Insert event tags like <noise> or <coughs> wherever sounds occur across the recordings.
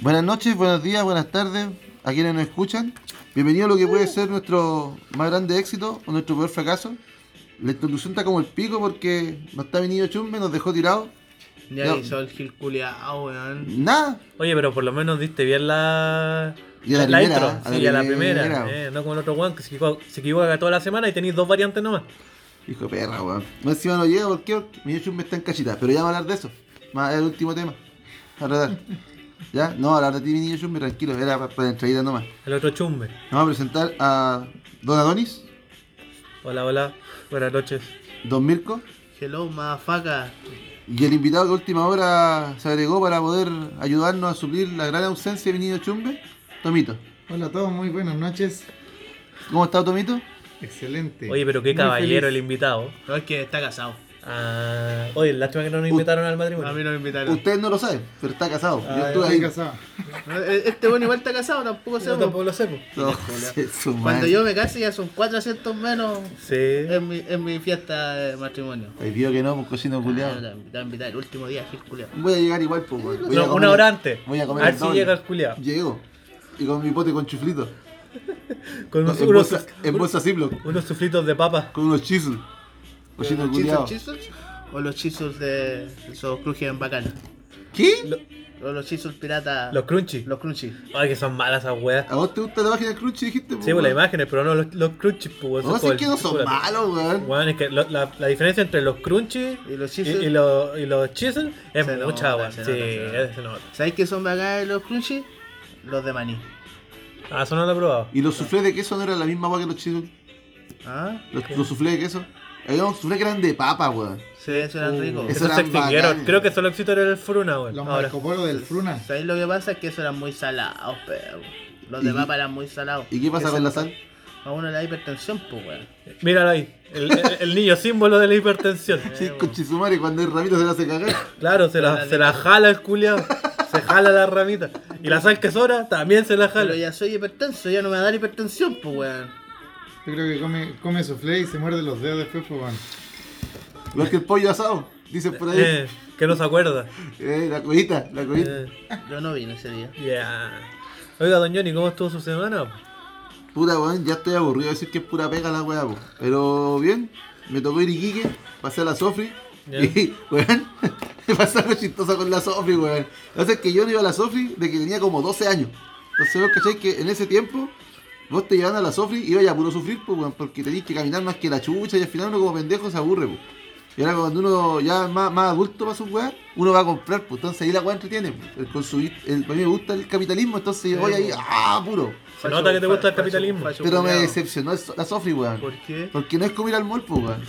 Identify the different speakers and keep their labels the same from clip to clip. Speaker 1: Buenas noches, buenos días, buenas tardes a quienes nos escuchan. Bienvenido a lo que puede ser nuestro más grande éxito o nuestro peor fracaso. La introducción está como el pico porque nos está venido chumbe, nos dejó tirado.
Speaker 2: Ya
Speaker 1: No.
Speaker 2: hizo el gil culiao, weón.
Speaker 1: Nada.
Speaker 3: Oye, pero por lo menos diste bien la.
Speaker 1: Y a la primera,
Speaker 3: intro.
Speaker 1: a la
Speaker 3: sí, a la
Speaker 1: primera.
Speaker 3: primera. eh, no como el otro weón que se equivoca, se equivoca toda la semana y tenéis dos variantes nomás.
Speaker 1: Hijo de perra, weón. No encima no llega porque porque mi chumbe está en cachita. Pero ya vamos a hablar de eso. Más el último tema. A tratar. ¿Ya? No, hablar de ti, mi niño chumbe, tranquilo. Era para, para la entradita nomás.
Speaker 3: El otro chumbe.
Speaker 1: Vamos a presentar a Don Adonis,
Speaker 3: Hola, hola. Buenas noches.
Speaker 1: Don Mirko.
Speaker 2: Hello, motherfucker.
Speaker 1: Y el invitado que a última hora se agregó para poder ayudarnos a suplir la gran ausencia de mi niño chumbe, Tomito.
Speaker 4: Hola a todos, muy buenas noches.
Speaker 1: ¿Cómo está Tomito?
Speaker 4: Excelente.
Speaker 3: Oye, pero qué
Speaker 4: Muy
Speaker 3: caballero el
Speaker 4: feliz.
Speaker 3: invitado.
Speaker 2: No, es que está casado.
Speaker 3: Ah, oye, lástima que no nos invitaron al matrimonio.
Speaker 2: A mí no me invitaron.
Speaker 1: Ustedes no lo saben, pero está casado. Yo
Speaker 3: Ah,
Speaker 1: estuve
Speaker 4: Estoy
Speaker 1: ahí.
Speaker 4: casado.
Speaker 2: No, e- Este bueno igual está casado, tampoco
Speaker 3: Yo
Speaker 2: se
Speaker 3: tampoco lo sé. po.
Speaker 1: No, <laughs> su
Speaker 2: Cuando
Speaker 1: madre.
Speaker 2: yo me case ya son 400 menos
Speaker 3: Sí.
Speaker 2: en mi, en mi fiesta de matrimonio.
Speaker 1: Ay, vio que no, pues cocino
Speaker 2: Ah,
Speaker 1: culiado.
Speaker 2: Te voy a invitar el último día, gil culiao.
Speaker 1: Voy a llegar igual, pues, weón. Voy a
Speaker 3: No,
Speaker 1: comer-
Speaker 3: una hora antes.
Speaker 1: Voy a comer
Speaker 3: A ver
Speaker 1: el
Speaker 3: si
Speaker 1: doble.
Speaker 3: llega el culiao.
Speaker 1: Llego. Y con mi pote con chuflito.
Speaker 3: Con
Speaker 1: No,
Speaker 3: unos,
Speaker 1: en,
Speaker 3: unos-
Speaker 1: bolsa, en bolsa Ziploc.
Speaker 3: unos suflitos de papa.
Speaker 1: Con unos chisel. Cocino
Speaker 2: ¿Los chisos
Speaker 1: culiado.
Speaker 2: chisos? ¿O los chisos de esos crujian bacanas?
Speaker 1: ¿Qué?
Speaker 2: ¿O los chisos piratas?
Speaker 3: Los crunchy.
Speaker 2: Los crunchy.
Speaker 3: Ay, que son malas esas weas.
Speaker 1: ¿A vos te gusta la página de Crunchy, dijiste?
Speaker 3: Sí, pues las imágenes, pero no los, los crunchy, pues. weón, son
Speaker 1: No, si
Speaker 3: como
Speaker 1: es que
Speaker 3: el-
Speaker 1: no son
Speaker 3: como la-
Speaker 1: malos, weón.
Speaker 3: Weón, es que lo- la, la diferencia entre los crunchy
Speaker 2: Y los
Speaker 3: y,
Speaker 2: chisel.
Speaker 3: y los, y los chisel es
Speaker 2: Se
Speaker 3: mucha,
Speaker 2: nota,
Speaker 3: weón. Sí,
Speaker 2: se nota, se nota.
Speaker 3: se nota.
Speaker 2: ¿Sabéis qué son bacanas los crunchy? Los de maní.
Speaker 3: Ah, eso no lo he probado.
Speaker 1: ¿Y los suflés de queso no eran la misma agua que los chisel?
Speaker 2: ¿Ah?
Speaker 1: Los, los soufflés de queso. Había unos soufflés que eran de papa, weón.
Speaker 2: Sí, eso era rico.
Speaker 1: Eso
Speaker 3: Esos se
Speaker 1: eran
Speaker 3: extinguieron.
Speaker 1: bacanes.
Speaker 3: Creo que solo existen en el Fruna, weón.
Speaker 4: Los
Speaker 3: Ahora.
Speaker 4: Marco Polo del Fruna.
Speaker 2: ¿Sabéis lo que pasa? Es que eso eran muy salados, pero. Los
Speaker 1: ¿Y-
Speaker 2: de papa eran muy salados.
Speaker 1: ¿Y qué pasa
Speaker 2: Eso-
Speaker 1: con la sal?
Speaker 2: A uno le da hipertensión, pues, weón.
Speaker 3: Míralo ahí. El, el- el niño símbolo de la hipertensión.
Speaker 1: Sí, con chisumari, cuando el ramito se la hace
Speaker 3: <laughs>
Speaker 1: cagar.
Speaker 3: Claro, se la, se la jala el culiao. Se jala la ramita. Y la sal que sobra también se la
Speaker 2: Pero
Speaker 3: jala.
Speaker 2: ya soy hipertenso, ya no me va a dar hipertensión, pues, weón.
Speaker 4: Yo creo que come, come soufflé y se muerde los dedos después, pues bueno.
Speaker 1: Igual que el pollo asado, dicen por ahí.
Speaker 3: Eh, que no se acuerda.
Speaker 1: Eh, la cojita, la cojita.
Speaker 3: Eh,
Speaker 2: Yo no vine ese día.
Speaker 3: yeah. Oiga, don Johnny, ¿cómo estuvo su semana?
Speaker 1: Puta, weón, ya estoy aburrido de decir que es pura pega la weá, po. Pero bien, me tocó ir a Iquique, pasé a la Sofri.
Speaker 3: Ya.
Speaker 1: Y, <laughs> weón, me pasó algo chistoso con la Sofri, weón. Lo que pasa es que yo no iba a la Sofri de que tenía como 12 años. Entonces vos cacháis que en ese tiempo, vos te llevaban a la Sofri y ibas a puro sufrir, pues, weón, porque tenías que caminar más que la chucha y al final uno como pendejo se aburre, pues. Y ahora cuando uno ya es más, más adulto para su weá, uno va a comprar, pues entonces ahí la weá entretiene. pues. El consumir, el, a mí me gusta el capitalismo, entonces yo voy ahí, ah, puro.
Speaker 3: Se nota que te gusta el capitalismo.
Speaker 1: Pero me
Speaker 2: dice
Speaker 1: decepcionó el so- la Sofri, weón.
Speaker 2: ¿Por qué?
Speaker 1: Porque no es como ir al mall, po, weón.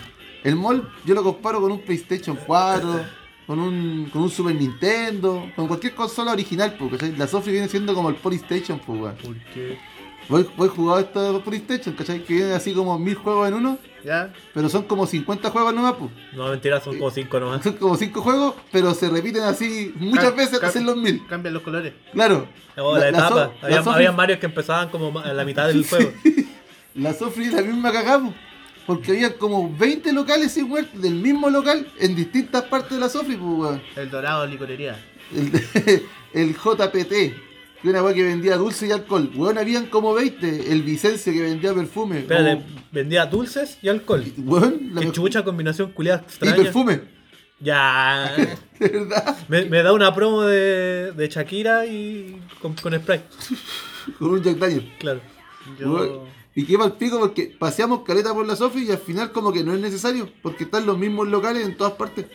Speaker 1: El mall yo lo comparo con un PlayStation 4, con un, con un Super Nintendo, con cualquier consola original, po, ¿cachai? La Sofri viene siendo como el PlayStation, po, weón.
Speaker 2: ¿Por qué?
Speaker 1: Voy, voy jugado esto de los PlayStation, ¿cachai? Que vienen así como mil juegos en uno,
Speaker 2: ¿Ya?
Speaker 1: pero son como 50 juegos nomás, po.
Speaker 3: No, mentira, son como cinco nomás.
Speaker 1: Son como 5 juegos, pero se repiten así muchas
Speaker 2: Cam-
Speaker 1: veces hasta
Speaker 2: cam-
Speaker 1: hacer los mil.
Speaker 2: Cambian los colores.
Speaker 1: Claro.
Speaker 3: Oh, la, etapa.
Speaker 1: So- la
Speaker 3: había,
Speaker 1: Sofri-
Speaker 3: había varios que empezaban como ma- a la mitad del juego.
Speaker 1: La Sofri es la misma cagamos. Porque había como 20 locales sin weón, del mismo local en distintas partes de la Sofri, pues, weón.
Speaker 2: El dorado, licorería.
Speaker 1: El, <laughs> el JPT, que una weá que vendía dulce y alcohol. Weón, habían como 20. El Vicencio que vendía perfume.
Speaker 3: Espérate, vendía dulces y alcohol.
Speaker 1: como- Weón, la
Speaker 3: Qué
Speaker 1: mejor-
Speaker 3: chucha combinación culiada
Speaker 1: Y
Speaker 3: extraña.
Speaker 1: perfume, <laughs>
Speaker 3: Ya.
Speaker 1: de verdad.
Speaker 3: Me, me da una promo de, de Shakira y con, con Sprite,
Speaker 1: Con un Jack Daniel.
Speaker 3: claro.
Speaker 2: Yo.
Speaker 1: Weón, Y qué mal pico porque paseamos caleta por la Sofi y al final como que no es necesario, porque están los mismos locales en todas partes.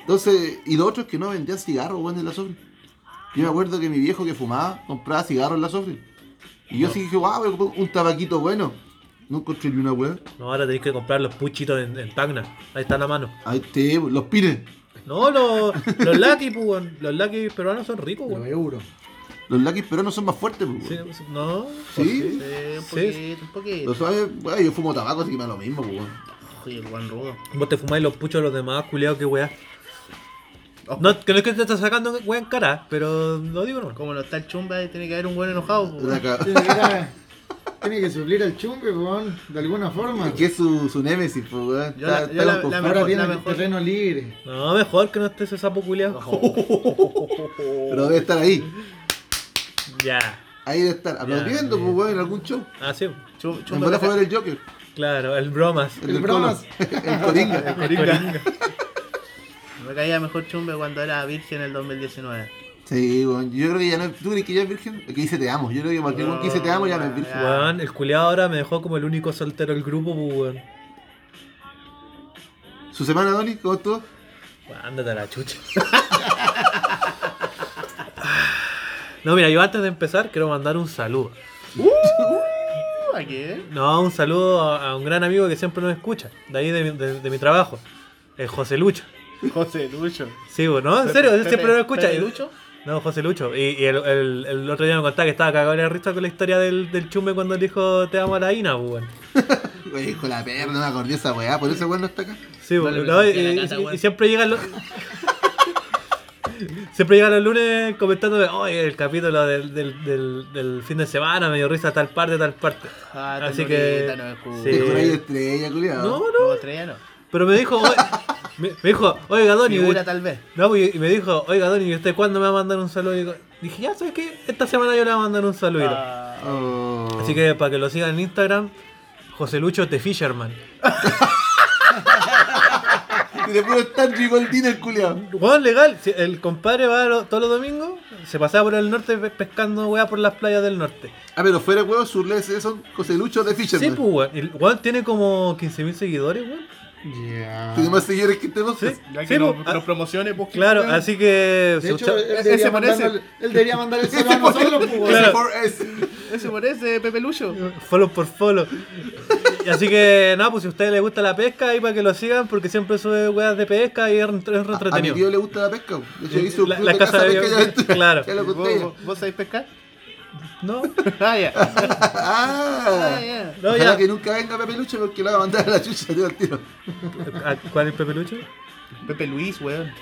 Speaker 1: Entonces, y lo otro es que no vendían cigarros, weón, en la Sofi. Yo me acuerdo que mi viejo que fumaba compraba cigarros en la Sofi. Y yo sí dije, wow, voy a comprar un tabaquito bueno. No encontré ni una weón.
Speaker 3: No, ahora tenéis que comprar los puchitos en, en Tacna. Ahí están a mano.
Speaker 1: Ahí te, los pines.
Speaker 3: No, los, los Lucky, pues, weón. Los Lucky peruanos son ricos,
Speaker 4: Los
Speaker 3: weón.
Speaker 4: euros.
Speaker 1: Los Lucky no son más fuertes, pues,
Speaker 3: Sí,
Speaker 1: weón.
Speaker 3: sí, no.
Speaker 1: Sí.
Speaker 2: Sí, un
Speaker 3: Sí.
Speaker 2: poquito, un
Speaker 1: Lo
Speaker 2: poquito.
Speaker 1: sabes, weón, yo fumo tabaco, así que me da lo mismo, pues, weón.
Speaker 2: Oye, el buen rudo.
Speaker 3: Vos te fumáis los puchos de los demás, culiado, qué weá. No, que no es que te estás sacando weá en cara, pero lo digo
Speaker 2: <laughs>
Speaker 3: no.
Speaker 2: Como no está el chumba, tiene que haber un buen enojado. po.
Speaker 1: Era ca-
Speaker 4: Tiene que ir a- Tiene que suplir al chumpe, weón, de alguna forma.
Speaker 1: Que es su, su némesis, pues, weón.
Speaker 2: Yo
Speaker 1: Está-
Speaker 2: la-
Speaker 1: está
Speaker 2: yo la-
Speaker 1: loco.
Speaker 2: la-
Speaker 4: Ahora
Speaker 2: mejor-
Speaker 4: tiene
Speaker 2: mejor.
Speaker 4: terreno libre.
Speaker 3: No, mejor que no esté ese sapo culiado.
Speaker 1: Pero debe estar ahí.
Speaker 3: <laughs> ya.
Speaker 1: Ahí debe estar. Aplaudiendo,
Speaker 3: Ya,
Speaker 1: pues, weón, en algún show.
Speaker 3: Ah, sí.
Speaker 2: Chu-
Speaker 1: En
Speaker 2: Chumba
Speaker 1: verdad fue
Speaker 2: caca-
Speaker 1: ver el Joker.
Speaker 3: Claro, el bromas.
Speaker 1: El,
Speaker 4: El
Speaker 1: del Colo. <laughs>
Speaker 4: Bromas.
Speaker 1: el Coringa.
Speaker 3: Coringa.
Speaker 2: Me caía mejor chumbe cuando era virgen en
Speaker 1: <laughs>
Speaker 2: el 2019.
Speaker 1: Sí, weón. Yo creo que ya no es. ¿Tú crees que ya es virgen? El que dice te amo. Yo creo que cualquier weón que dice te amo ya no es virgen.
Speaker 3: Weón, el culiado ahora me dejó como el único soltero del grupo, pues, weón.
Speaker 1: ¿Su semana, Donny? ¿Cómo estuvo? <laughs>
Speaker 3: Bueno, Ándate a la chucha. <laughs> No, mira, yo antes de empezar quiero mandar un saludo.
Speaker 2: Uh, ¿A qué?
Speaker 3: No, un saludo a, a un gran amigo que siempre nos escucha, de ahí de mi, de- de mi trabajo, el José Lucho.
Speaker 2: José Lucho.
Speaker 3: Sí, bueno, no, en serio, él
Speaker 2: Pepe-
Speaker 3: siempre nos escucha.
Speaker 2: Pepe Lucho?
Speaker 3: No, José Lucho. Y, y el, el- el otro día me contaba que estaba cagado de la risa con la historia del, del chumbe cuando le dijo te amo a la Ina, pues, weón.
Speaker 1: Wey, hijo de la perra, no me acordé de esa weá. Por eso weón no está acá.
Speaker 3: Sí,
Speaker 2: No
Speaker 3: pues,
Speaker 2: le
Speaker 3: no, y,
Speaker 2: presenté a la
Speaker 3: y-
Speaker 2: Cata,
Speaker 3: y
Speaker 2: weón.
Speaker 3: siempre
Speaker 2: <laughs>
Speaker 3: llegan los. siempre llegan los lunes comentándome, oye, el capítulo del, del, del, del fin de semana me dio risa tal parte, tal parte.
Speaker 2: Ah,
Speaker 3: Así
Speaker 2: tan
Speaker 3: que.
Speaker 2: bonita, no me escucho.
Speaker 3: sí.
Speaker 1: Te juráis estrella,
Speaker 3: No,
Speaker 1: culiado.
Speaker 3: no.
Speaker 2: Como estrella, no.
Speaker 3: Pero me dijo, oye, me, me dijo, oiga, Donny.
Speaker 2: Figura tal
Speaker 3: <laughs>
Speaker 2: vez.
Speaker 3: No, pues, y me dijo, oiga, Donny, ¿y usted cuándo me va a mandar un saludo? Y digo- dije, ya sabes qué, esta semana yo le voy a mandar un saludo.
Speaker 2: Ah,
Speaker 1: Oh.
Speaker 3: Así que para que lo sigan en Instagram, José Lucho The Fisherman.
Speaker 1: Y le puro tan rigoldino el culiado.
Speaker 3: Weón, legal. Si El compadre va lo- todos los domingos, se pasaba por el norte pe- pescando weá por las playas del norte.
Speaker 1: Ah, pero fuera huevos, sus leyes son coseluchos de Fisherman.
Speaker 3: Sí, pues, weón. Y el Weón tiene como 15.000 seguidores, weón.
Speaker 4: Ya.
Speaker 1: Tiene más seguidores que este tenemos.
Speaker 3: Sí,
Speaker 2: ya
Speaker 3: sí,
Speaker 2: que nos
Speaker 3: pues, ah,
Speaker 2: nos promocione, pues. que-
Speaker 3: Claro, así que.
Speaker 4: De
Speaker 3: si
Speaker 4: hecho, eh,
Speaker 3: usted-
Speaker 4: él
Speaker 2: Ese
Speaker 4: debería,
Speaker 2: parece.
Speaker 4: mandarle- él debería mandar el saludo
Speaker 1: <laughs>
Speaker 4: a nosotros, pues, weón.
Speaker 3: Claro.
Speaker 2: Ese por ese, Pepe Lucho.
Speaker 3: Follow por follow. Y así que, nada, pues si a ustedes les gusta la pesca, ahí para que lo sigan, porque siempre sube weas de pesca y es re- es re
Speaker 1: A, a mi tío
Speaker 3: entretenido.
Speaker 1: le gusta la pesca. De hecho, hizo un
Speaker 3: La-
Speaker 1: club
Speaker 3: la
Speaker 1: de
Speaker 3: casa
Speaker 1: caza,
Speaker 3: de-
Speaker 1: pesca y aventura.
Speaker 3: claro.
Speaker 1: Ya lo
Speaker 2: ¿Vos,
Speaker 5: Oh,
Speaker 1: conté.
Speaker 2: vos, vos sabés pescar?
Speaker 3: No,
Speaker 2: Ah, ya.
Speaker 1: Ah,
Speaker 2: Ah, ya.
Speaker 3: no,
Speaker 1: Ojalá
Speaker 3: ya.
Speaker 1: que nunca venga Pepe Lucho porque la va a mandar a la chucha, tío, al tiro.
Speaker 3: ¿A- ¿Cuál es Pepe Lucho?
Speaker 2: Pepe Luis, weón.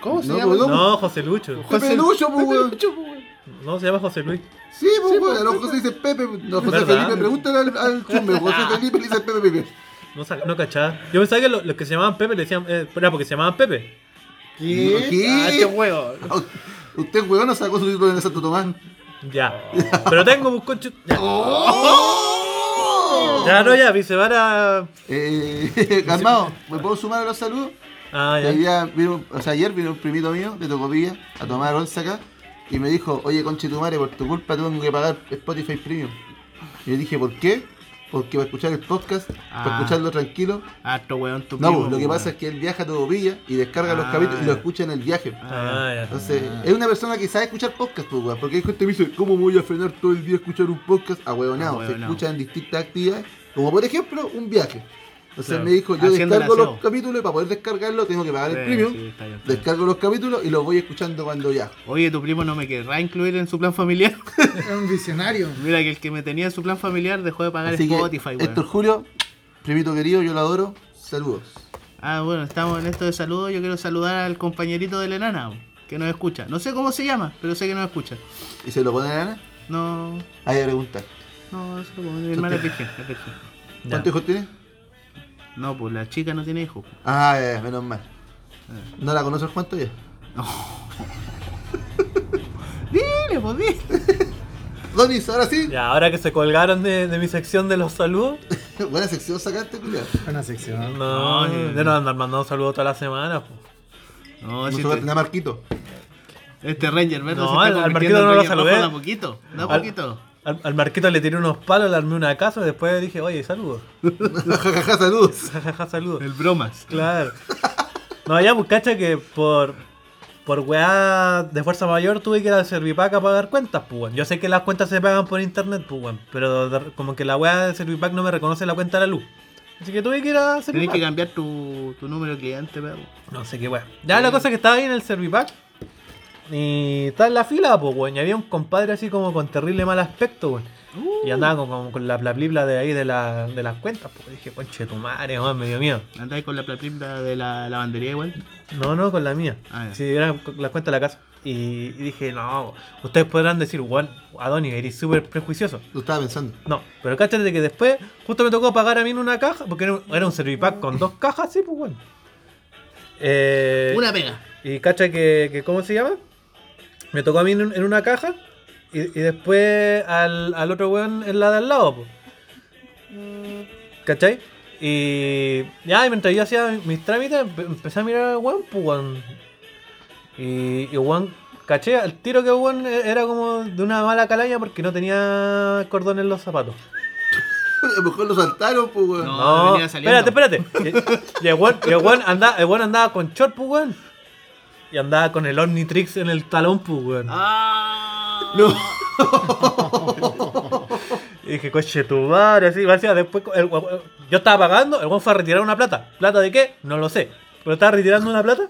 Speaker 2: ¿Cómo se
Speaker 1: No,
Speaker 2: llama?
Speaker 1: pues,
Speaker 3: No, José Lucho.
Speaker 2: José-
Speaker 1: Pepe Lucho, pues,
Speaker 2: Pepe
Speaker 1: weón.
Speaker 2: Lucho, pues, weón.
Speaker 3: No, se llama José Luis.
Speaker 1: Sí, pues, weón. A los José dice Pepe. No, José
Speaker 3: ¿Verdad?
Speaker 1: Felipe, pregúntale al, al chumbe. José Felipe le dice Pepe, Pepe.
Speaker 3: No, sa- no cachaba. Yo pensaba que lo- los que se llamaban Pepe le decían. eh, era porque se llamaban Pepe.
Speaker 4: ¿Qué?
Speaker 2: Ah, este
Speaker 1: ¿Qué?
Speaker 2: huevo.
Speaker 1: Ah, Usted, weón, no sacó su título en Santo Tomás.
Speaker 3: Ya. Pero tengo un concho. Ya. Ya, no, ya, Vicevara.
Speaker 1: Eh, <laughs> calmado, ¿me puedo sumar a los saludos?
Speaker 3: Ah,
Speaker 1: Hoy
Speaker 3: ya.
Speaker 1: día vino- o sea, ayer vino un primito mío de Tocopilla a tomar once acá y me dijo, oye conche tu madre, por tu culpa tengo que pagar Spotify Premium. Y yo dije, ¿por qué? Porque para escuchar el podcast, para
Speaker 2: Ah.
Speaker 1: escucharlo tranquilo.
Speaker 2: Harto weón, tu
Speaker 1: No,
Speaker 2: primo,
Speaker 1: pues, lo que
Speaker 2: weón.
Speaker 1: pasa es que él viaja a Tocopilla y descarga los
Speaker 2: Ah,
Speaker 1: capítulos y lo
Speaker 2: ya.
Speaker 1: escucha en el viaje.
Speaker 3: Ah, ya.
Speaker 1: Entonces, es una persona que sabe escuchar podcast, pues, weón. Porque hay gente que me dice, ¿cómo voy a frenar todo el día a escuchar un podcast? A huevonado, se
Speaker 2: Ahueonao.
Speaker 1: escuchan en distintas actividades, como por ejemplo un viaje. Entonces
Speaker 3: Claro.
Speaker 1: me dijo, yo
Speaker 2: Haciendo el
Speaker 1: descargo los
Speaker 2: aseo.
Speaker 1: capítulos y para poder descargarlo tengo que pagar
Speaker 2: Sí,
Speaker 1: el premium.
Speaker 2: sí, está bien, está bien.
Speaker 1: Descargo los capítulos y los voy escuchando cuando viajo.
Speaker 2: Oye, tu primo no me querrá incluir en su plan familiar. <laughs>
Speaker 4: Es un visionario.
Speaker 2: Mira que el que me tenía en su plan familiar dejó de pagar
Speaker 1: Así que,
Speaker 2: Spotify, weón.
Speaker 1: Héctor Julio, primito querido, yo lo adoro. Saludos.
Speaker 2: Ah, bueno, estamos en esto de saludos. Yo quiero saludar al compañerito de la enana, weón, que nos escucha. No sé cómo se llama, pero sé que nos escucha.
Speaker 1: ¿Y se lo ponen a Ana?
Speaker 2: No,
Speaker 1: Ahí a preguntar.
Speaker 2: no, no sé cómo. Mi hermana es virgen, es virgen.
Speaker 3: ya.
Speaker 1: ¿Cuántos hijos tiene?
Speaker 2: No, pues la chica no tiene hijos.
Speaker 1: Ah, ya, ya, menos mal. ¿No la conoces cuánto ya?
Speaker 2: Dile, pues dile.
Speaker 1: Donis, ahora sí.
Speaker 3: Ya, ahora que se colgaron de, de mi sección de los saludos.
Speaker 1: <laughs> Buena sección sacaste, culiado.
Speaker 4: Buena sección.
Speaker 3: No,
Speaker 2: No, ni-
Speaker 3: ya no andar mandando saludos todas las semanas. po.
Speaker 2: No,
Speaker 1: No
Speaker 2: si
Speaker 1: se
Speaker 2: te-
Speaker 1: va a tener a Marquito. <laughs>
Speaker 2: este Ranger verde
Speaker 3: No,
Speaker 2: se está
Speaker 3: al- al
Speaker 2: convirtiendo
Speaker 3: Marquito no
Speaker 2: en
Speaker 3: lo
Speaker 2: Ranger rojo
Speaker 3: saludé.
Speaker 2: de a poquito, de a
Speaker 3: Al-
Speaker 2: poquito.
Speaker 3: Al, al Marquito le tiré unos palos, le armé una casa y después dije, oye, saludos. <laughs>
Speaker 1: Jajaja, saludos.
Speaker 3: Jajaja, saludos.
Speaker 2: El bromas.
Speaker 3: Claro. No, ya, pues cacha que por. Por weá de fuerza mayor tuve que ir al Servipack a pagar cuentas, pues weón. Yo sé que las cuentas se pagan por internet, pues weón. Pero de- como que la weá de Servipack no me reconoce la cuenta de la luz. Así que tuve que ir a
Speaker 2: Tienes que
Speaker 3: Servipack.
Speaker 2: cambiar tu, tu número de cliente, perro.
Speaker 3: No sé qué weá. Ya la cosa es que estaba ahí en el Servipack. Y estaba en la fila, pues weón. Y había un compadre así como con terrible mal aspecto, weón. Y andaba con, con- con la plablibla de ahí de, la, de las cuentas, pues dije, conche tu madre, weón, me dio miedo.
Speaker 2: Andáis con la plaplita de la lavandería igual.
Speaker 3: No, no, con la mía.
Speaker 2: Ah, ya.
Speaker 3: Sí, era con la cuenta de la casa. Y, y dije, no, ustedes podrán decir, weón, Adonis, eres súper prejuicioso.
Speaker 1: Lo estaba pensando. <laughs>
Speaker 3: No, pero cáchate que después justo me tocó pagar a mí en una caja, porque era un, era un servipack con dos cajas, sí, pues bueno. Eh,
Speaker 2: Una pega.
Speaker 3: Y cacha que, que, ¿cómo se llama? Me tocó a mí en, un- en una caja y, y después al, al otro weón en la de al lado, pues. ¿Cachai? Y ya, y mientras yo hacía mis trámites, empe- empecé a mirar al weón, pues weón. Y, y weón, caché al tiro que weón e-, era como de una mala calaña porque no tenía cordón en los zapatos.
Speaker 1: A lo mejor lo saltaron, pues, weón.
Speaker 2: No.
Speaker 3: No,
Speaker 2: venía saliendo.
Speaker 3: espérate, espérate. Y- Y el weón, y el weón andaba, el weón andaba con short, pues, weón. Y andaba con el Omnitrix en el talón, pues, weón.
Speaker 2: ¡Ah!
Speaker 1: No.
Speaker 3: Y dije, coche, tu madre, así, me hacía después. el weón- yo estaba pagando, el weón fue a retirar una plata. ¿Plata de qué? No lo sé. Pero estaba retirando una plata.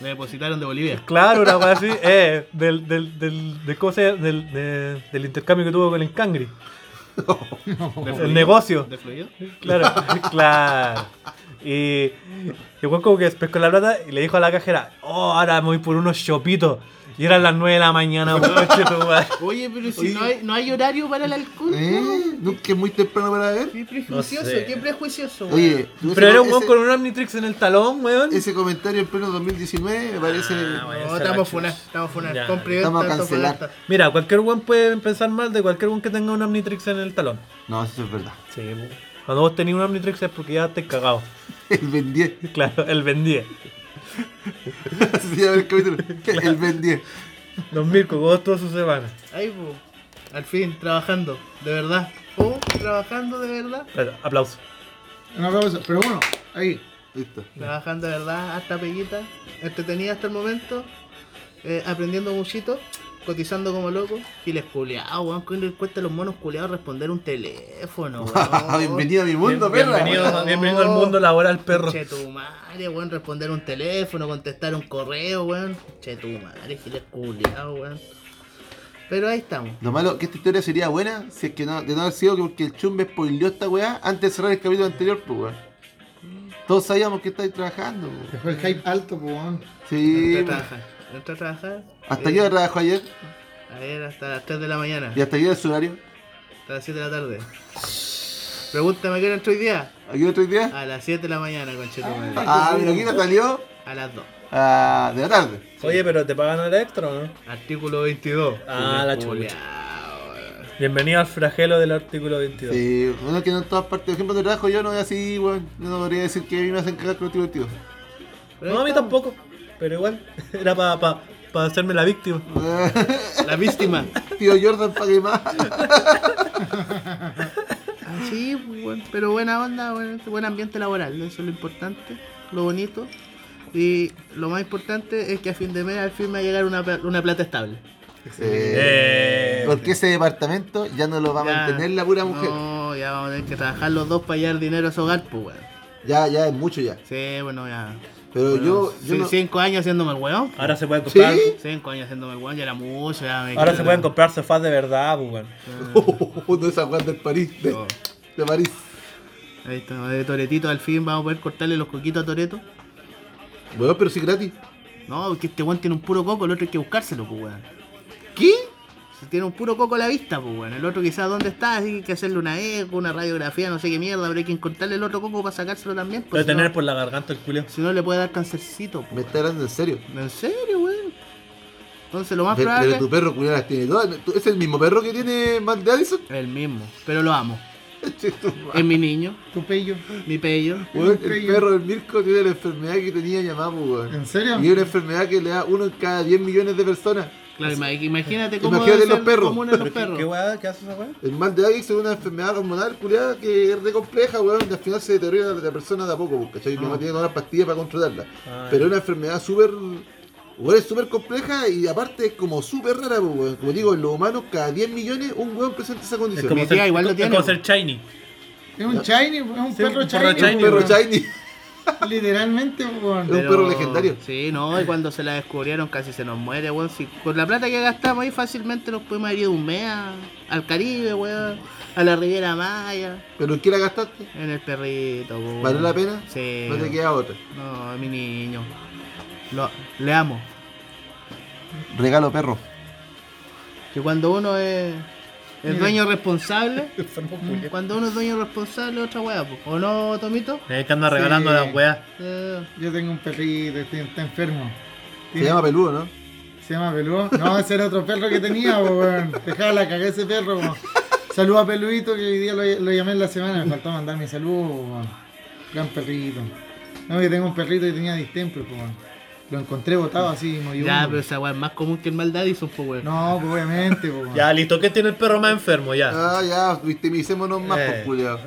Speaker 2: Me depositaron de Bolivia.
Speaker 3: Claro, una weá así, eh, del, del, del, del, ¿cómo se llama? del, de- del intercambio que tuvo con el Cangri.
Speaker 2: ¿De
Speaker 3: El negocio.
Speaker 2: ¿De fluido?
Speaker 3: Claro, claro. Y, y el weón como que pescó la plata y le dijo a la cajera, oh, ahora me voy por unos chopitos. Y eran las 9 de la mañana, weón, coche tu madre.
Speaker 2: Oye, pero si
Speaker 1: Oye.
Speaker 2: No, hay, no hay horario para el alcohol.
Speaker 1: ¿Eh?
Speaker 2: ¿no?
Speaker 1: Nunca es muy temprano para ver.
Speaker 2: Qué prejuicioso,
Speaker 3: No sé.
Speaker 2: qué prejuicioso.
Speaker 1: Oye, tú
Speaker 3: Pero
Speaker 1: ese-
Speaker 3: era un weón
Speaker 1: ese-
Speaker 3: con un Omnitrix en el talón, weón.
Speaker 1: Ese comentario en pleno 2019 me parece.
Speaker 3: Ah,
Speaker 2: weón.
Speaker 3: Váyanse
Speaker 2: No,
Speaker 3: a la
Speaker 2: estamos
Speaker 3: chucha.
Speaker 2: funar, estamos funar.
Speaker 3: Ya,
Speaker 2: Compre
Speaker 1: ya. Estamos a
Speaker 2: esta, compre
Speaker 1: cancelar.
Speaker 2: esta.
Speaker 3: Mira, cualquier weón puede pensar mal de cualquier weón que tenga un Omnitrix en el talón.
Speaker 1: No, eso es verdad.
Speaker 3: Sí, weón. cuando vos tenés un Omnitrix es porque ya estás cagado.
Speaker 1: El Ben 10. <laughs>
Speaker 3: <laughs> Claro, el vendía.
Speaker 1: Así se llama el capítulo. El Ben 10.
Speaker 3: Don Mirko, ¿cómo estuvo su semana?
Speaker 2: Ahí, po. Al fin, trabajando, de verdad. Oh, trabajando de verdad.
Speaker 3: Espera, aplauso.
Speaker 4: Un aplauso. Pero bueno, ahí.
Speaker 1: Listo.
Speaker 2: Trabajando de verdad, hasta peguita. Entretenida hasta el momento. eh, aprendiendo muchito. Cotizando como loco. Y les culeado, weón. ¿Cómo les cuesta a los monos culeados responder un teléfono,
Speaker 1: <laughs>
Speaker 2: weón?
Speaker 1: Bienvenido a mi mundo,
Speaker 3: Bien-
Speaker 1: perra.
Speaker 3: bienvenido,
Speaker 2: weón.
Speaker 3: bienvenido al mundo laboral, perro.
Speaker 2: Chetumare, weón, responder un teléfono, contestar un correo, weón. Chetumare, giles culiao, weón. Pero ahí estamos.
Speaker 1: Lo malo que esta historia sería buena si es que no, de no haber sido que porque el chumbe spoileó esta weá antes de cerrar el capítulo anterior, pues weón. Todos sabíamos que estáis trabajando, weón.
Speaker 4: Dejó el hype alto, pues, weón.
Speaker 1: Sí.
Speaker 2: Entré a trabajar. Entré a trabajar.
Speaker 1: Hasta yo trabajó ayer
Speaker 2: A ver, hasta las 3 de la mañana,
Speaker 1: y hasta yo su horario.
Speaker 2: hasta las 7 de la tarde. Pregúntame a qué hora entré hoy día.
Speaker 1: ¿Aquí otro día?
Speaker 2: A las 7 de la mañana, conchetumare.
Speaker 1: Ah, mira, aquí no salió
Speaker 2: A las 2.
Speaker 1: ah, de la tarde.
Speaker 3: Oye, pero ¿te pagan hora extra o no?
Speaker 2: Artículo 22.
Speaker 3: Ah, la chucha.
Speaker 2: chuleao, weón.
Speaker 3: Bienvenido al flagelo del artículo 22.
Speaker 1: Sí, bueno, que no en todas partes. Por ejemplo, donde trabajo yo no es así, weón. Yo no podría decir que a mí me hacen cagar con los divertidos.
Speaker 2: Pero ahí
Speaker 3: No, a mí
Speaker 2: estamos.
Speaker 3: tampoco. Pero igual, <laughs> era para pa, pa hacerme la víctima.
Speaker 2: La víctima.
Speaker 1: Tío Jordan, pague más.
Speaker 2: Ah, Sí, pues, bueno, pero buena onda, buen, buen ambiente laboral, eso es lo importante, lo bonito. Y lo más importante es que a fin de mes al fin me va a llegar una, pla- una plata estable.
Speaker 1: Eh,
Speaker 3: Eh,
Speaker 1: porque ese departamento ya no lo va a
Speaker 2: Ya,
Speaker 1: mantener la pura mujer.
Speaker 2: No, ya vamos a tener que trabajar los dos para hallar dinero a su hogar, pues, weón.
Speaker 1: Ya, ya es mucho ya.
Speaker 2: Sí, bueno, ya.
Speaker 1: Pero
Speaker 2: Bueno,
Speaker 1: yo, yo
Speaker 2: sí,
Speaker 1: no- <laughs>
Speaker 2: Cinco años haciéndome el weón.
Speaker 3: ahora se pueden comprar.
Speaker 1: ¿Sí?
Speaker 2: Cinco años haciéndome el weón, ya era mucho, ya me
Speaker 3: Ahora
Speaker 2: quedé-
Speaker 3: se pueden comprar sofás de verdad, pues, weón.
Speaker 1: Uno de esas weas del París, de,
Speaker 2: Oh,
Speaker 1: de París.
Speaker 2: Ahí está, de Toretito al fin vamos a poder cortarle los coquitos a Toreto.
Speaker 1: Bueno, pero sí gratis.
Speaker 2: No, porque este weón tiene un puro coco, el otro hay que buscárselo, pues, weón.
Speaker 1: ¿Qué?
Speaker 2: Si tiene un puro coco a la vista, pues bueno. El otro quizás dónde está, así que hay que hacerle una eco, una radiografía, no sé qué mierda, pero hay que encontrarle el otro coco para sacárselo también.
Speaker 3: Puede
Speaker 2: Pues, si,
Speaker 3: tener
Speaker 2: no,
Speaker 3: por la garganta el culio.
Speaker 2: si no le puede dar cancercito,
Speaker 1: Me
Speaker 2: pues.
Speaker 1: está hablando en serio.
Speaker 2: ¿En serio, weón? Entonces lo más
Speaker 1: Pero,
Speaker 2: probable
Speaker 1: pero tu perro culiao las tiene todas. Tú- Es el mismo perro que tiene Matt de Addison.
Speaker 2: es el mismo, pero lo amo.
Speaker 1: <laughs> Che, tu madre.
Speaker 2: Es mi niño,
Speaker 4: Tu pello.
Speaker 2: mi pello.
Speaker 1: Weón, el
Speaker 4: Increíble.
Speaker 1: perro del Mirko tiene la enfermedad que tenía llamado, weón.
Speaker 4: ¿En serio?
Speaker 1: Y es una enfermedad que le da uno en cada 10 millones de personas.
Speaker 2: Claro,
Speaker 1: <laughs>
Speaker 2: ima- imagínate cómo
Speaker 1: Imagínate
Speaker 2: debe ser
Speaker 1: los perros.
Speaker 2: común
Speaker 1: <laughs>
Speaker 2: en los
Speaker 3: ¿Qué,
Speaker 2: perros.
Speaker 3: qué weá? ¿Qué hace esa weá?
Speaker 1: El mal de Addison es una enfermedad hormonal culiada que es re compleja, weón, y al final se deteriora la persona de a poco, pues, ¿cachai? Y
Speaker 2: Ah.
Speaker 1: no tiene todas las pastillas para controlarla.
Speaker 3: Ah,
Speaker 1: Pero es
Speaker 3: ya.
Speaker 1: una enfermedad súper. Weón, es súper compleja y aparte es como súper rara, pues, weón. Como digo, en los humanos, cada 10 millones, un weón presenta esa
Speaker 3: Es
Speaker 1: condición.
Speaker 3: como
Speaker 2: Mi tía
Speaker 3: ser,
Speaker 2: igual lo
Speaker 3: es
Speaker 2: tiene, pues.
Speaker 3: como
Speaker 2: weón.
Speaker 3: ser shiny.
Speaker 4: Es un shiny, es un
Speaker 3: Sí,
Speaker 4: perro
Speaker 3: un perro
Speaker 4: shiny.
Speaker 1: Un
Speaker 3: shiny.
Speaker 1: perro
Speaker 4: weón.
Speaker 1: shiny.
Speaker 4: Literalmente, weón.
Speaker 1: un perro legendario.
Speaker 2: Sí, no, y cuando se la descubrieron casi se nos muere, weón. Si con la plata que gastamos ahí fácilmente nos pudimos haber ido un mes a- al Caribe, weón. A la Riviera Maya,
Speaker 1: Pero ¿en qué la gastaste?
Speaker 2: en el perrito, weón.
Speaker 1: ¿Vale la pena?
Speaker 2: Sí.
Speaker 1: No
Speaker 3: Eh.
Speaker 1: te queda otra.
Speaker 2: No, mi niño. Lo, le amo.
Speaker 1: Regalo perro.
Speaker 2: Que cuando uno es el
Speaker 4: Mira.
Speaker 2: dueño
Speaker 1: <laughs>
Speaker 2: responsable,
Speaker 4: Enfermo culiao.
Speaker 2: cuando uno es dueño responsable, otra weá, po. ¿o no, Tomito?
Speaker 3: Me eh, anda
Speaker 4: Sí.
Speaker 3: regalando las weas.
Speaker 2: Eh,
Speaker 4: Yo tengo un perrito, este está enfermo.
Speaker 1: Se llama peludo, ¿no?
Speaker 4: ¿Se llama Peludo? No, ese era otro perro que tenía, po, weón. Dejaba la cagada ese perro, weón. Saludo a Peluito, que hoy día lo, lo llamé en la semana. Me faltó mandar mi saludo, po, weón. Gran perrito. No, que tengo un perrito que tenía distemper, po, weón. Lo encontré botado así, movido.
Speaker 2: ya, pero esa weá es más común que el mal Daddyson, po, weón.
Speaker 4: No, pues, obviamente, po, weón.
Speaker 3: Ya, listo, ¿qué tiene el perro más enfermo? Ya.
Speaker 1: Ah, ya, victimicémonos más,
Speaker 3: Eh.
Speaker 1: por culiao.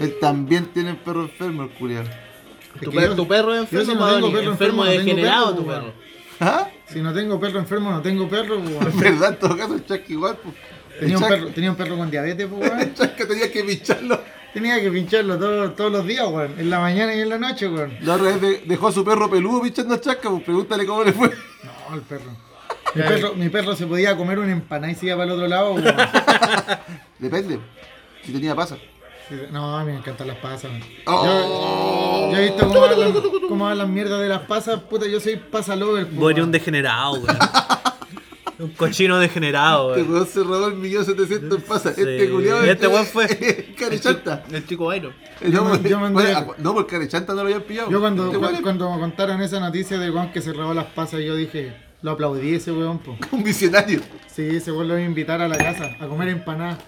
Speaker 1: Él también tiene un perro enfermo, el culiao.
Speaker 4: Es
Speaker 2: Tu,
Speaker 4: que
Speaker 2: per-
Speaker 4: yo-
Speaker 2: tu perro es
Speaker 4: yo
Speaker 2: enfermo,
Speaker 4: si no tengo
Speaker 2: Donnie,
Speaker 4: perro
Speaker 2: enfermo
Speaker 4: enfermo, no tengo
Speaker 2: degenerado,
Speaker 4: perro,
Speaker 2: tu
Speaker 4: po,
Speaker 2: perro.
Speaker 4: weón.
Speaker 1: ¿Ah?
Speaker 4: Si no tengo perro enfermo, no tengo perro, po,
Speaker 1: Es <laughs>
Speaker 4: weón.
Speaker 1: verdad, en todo caso, el Chuck igual, pues.
Speaker 4: Tenía un perro, tenía un perro con diabetes, po, weón.
Speaker 1: El Chuck tenía que pincharlo.
Speaker 4: Tenía que pincharlo todo- todos los días, weón. En la mañana y en la noche, weón.
Speaker 1: La otra vez de- dejó a su perro peludo pinchando a Chasca, pues pregúntale cómo le fue.
Speaker 4: No, el perro. Mi perro, mi perro se podía comer una empanada y se iba para el otro lado. weón.
Speaker 1: Depende, si tenía pasa. Este
Speaker 4: Sí, No, a mí me encantan las pasas. weón.
Speaker 1: Oh.
Speaker 4: Yo, yo he visto cómo hablan, cómo hablan mierda de las pasas. Puta, yo soy pasa lover. po,
Speaker 3: Voy a ir
Speaker 4: weón.
Speaker 3: un degenerado,
Speaker 4: <laughs>
Speaker 3: weón. un cochino degenerado,
Speaker 1: Este
Speaker 3: weón.
Speaker 1: weón se robó el millón setecientos en pasa.
Speaker 3: Sí.
Speaker 1: Este culiado.
Speaker 3: Y este
Speaker 1: <laughs>
Speaker 3: weón fue- Este-
Speaker 1: Carechanta.
Speaker 2: El chico Byron.
Speaker 1: No,
Speaker 4: Yo
Speaker 1: pues,
Speaker 4: mandé- yo mandé-
Speaker 1: bueno, acu- no, pues, porque Carechanta no lo habían pillado.
Speaker 4: Yo cuando,
Speaker 1: Este weón
Speaker 4: cu- cuando me contaron esa noticia de Juan que se robó las pasas, yo dije, lo aplaudí ese weón. Po.
Speaker 1: es un visionario
Speaker 4: Sí, ese weón lo iba a invitar a la casa a comer empanadas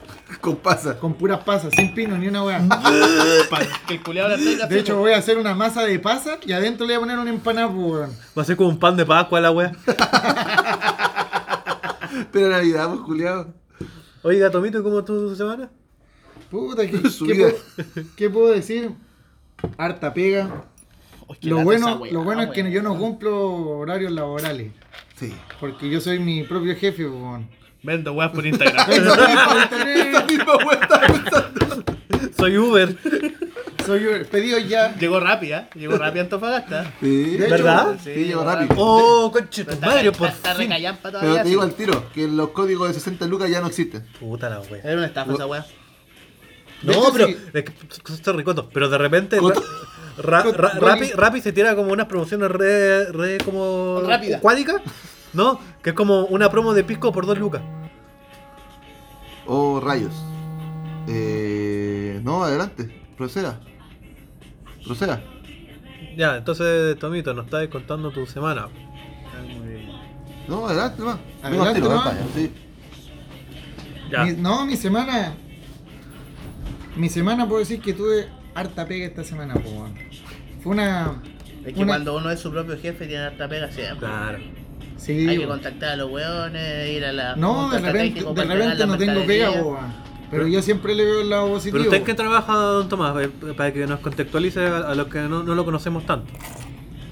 Speaker 1: con pasa.
Speaker 4: con puras pasas, sin pino ni una weá.
Speaker 2: Pa- que el culiao la <laughs> tenga,
Speaker 4: De hecho, voy a hacer una masa de pasas y adentro le voy a poner una empanada, po, weón.
Speaker 3: Va a ser como un pan de pascua la wea.
Speaker 1: Pero Navidad, pues culiado.
Speaker 3: Oiga, Tomito, ¿cómo estuvo tu semana?
Speaker 4: Puta,
Speaker 1: <laughs>
Speaker 4: ¿qué,
Speaker 1: Su
Speaker 4: qué
Speaker 1: vida.
Speaker 4: puedo, qué puedo decir? Harta pega.
Speaker 2: Ay, qué
Speaker 4: Lo
Speaker 2: lata esa
Speaker 4: bueno,
Speaker 2: weá,
Speaker 4: lo bueno es que
Speaker 2: weón.
Speaker 4: yo no cumplo horarios laborales.
Speaker 1: Sí.
Speaker 4: Porque yo soy mi propio jefe, weón.
Speaker 2: Vendo weas
Speaker 4: <laughs>
Speaker 2: por Instagram.
Speaker 4: Tengo
Speaker 2: <laughs>
Speaker 4: trabajo por internet,
Speaker 1: Misma vuelta.
Speaker 3: Soy Uber.
Speaker 4: Soy Uber. pedido ya.
Speaker 2: Llegó rápida, llegó rápida Antofagasta.
Speaker 1: Sí.
Speaker 4: De hecho,
Speaker 3: ¿Verdad?
Speaker 1: Sí, llegó rápido.
Speaker 3: Oh, conche tu
Speaker 2: Está-
Speaker 3: madre,
Speaker 2: está-
Speaker 3: por
Speaker 2: está
Speaker 3: fin.
Speaker 2: recallampa todavía,
Speaker 1: Pero te digo
Speaker 2: sí.
Speaker 1: al tiro que los códigos de 60 lucas ya no existen.
Speaker 3: Puta la wea.
Speaker 2: Era una estafa esa weá.
Speaker 3: No,
Speaker 4: hecho,
Speaker 3: pero.
Speaker 4: sí.
Speaker 3: Es que esto es ricoto. Pero de repente.
Speaker 1: Coto.
Speaker 3: Ra- ra- ra-
Speaker 4: Coto.
Speaker 3: Rappi, Rappi se tira como unas promociones re. re como.
Speaker 2: Rápida.
Speaker 3: cuádicas, ¿No? Que es como una promo de pisco por dos lucas.
Speaker 1: Oh, rayos. Eh, no, adelante. Proceda. Proceda.
Speaker 3: Ya, entonces, Tomito, nos estabas contando tu semana.
Speaker 1: No, adelante, nomás. Venga,
Speaker 4: Adelante,
Speaker 1: tiro,
Speaker 4: nomás.
Speaker 1: adelante, sí.
Speaker 3: Ya.
Speaker 4: Mi- no, mi semana. Mi semana puedo decir que tuve harta pega esta semana, po, weón. Fue una.
Speaker 2: Es que
Speaker 4: una-
Speaker 2: cuando uno es su propio jefe tiene harta pega siempre.
Speaker 3: Claro.
Speaker 4: Sí,
Speaker 2: Hay que
Speaker 4: weón.
Speaker 2: contactar a los weones, ir a la.
Speaker 4: No,
Speaker 2: punto
Speaker 4: de repente,
Speaker 2: estratégico
Speaker 4: de
Speaker 2: para entregar la
Speaker 4: repente no tengo pega,
Speaker 2: mercadería.
Speaker 4: po, weón. Pero yo siempre le veo el lado positivo.
Speaker 3: Pero usted que trabaja, don Tomás, Eh, para que nos contextualice a, a los que no, no lo conocemos tanto.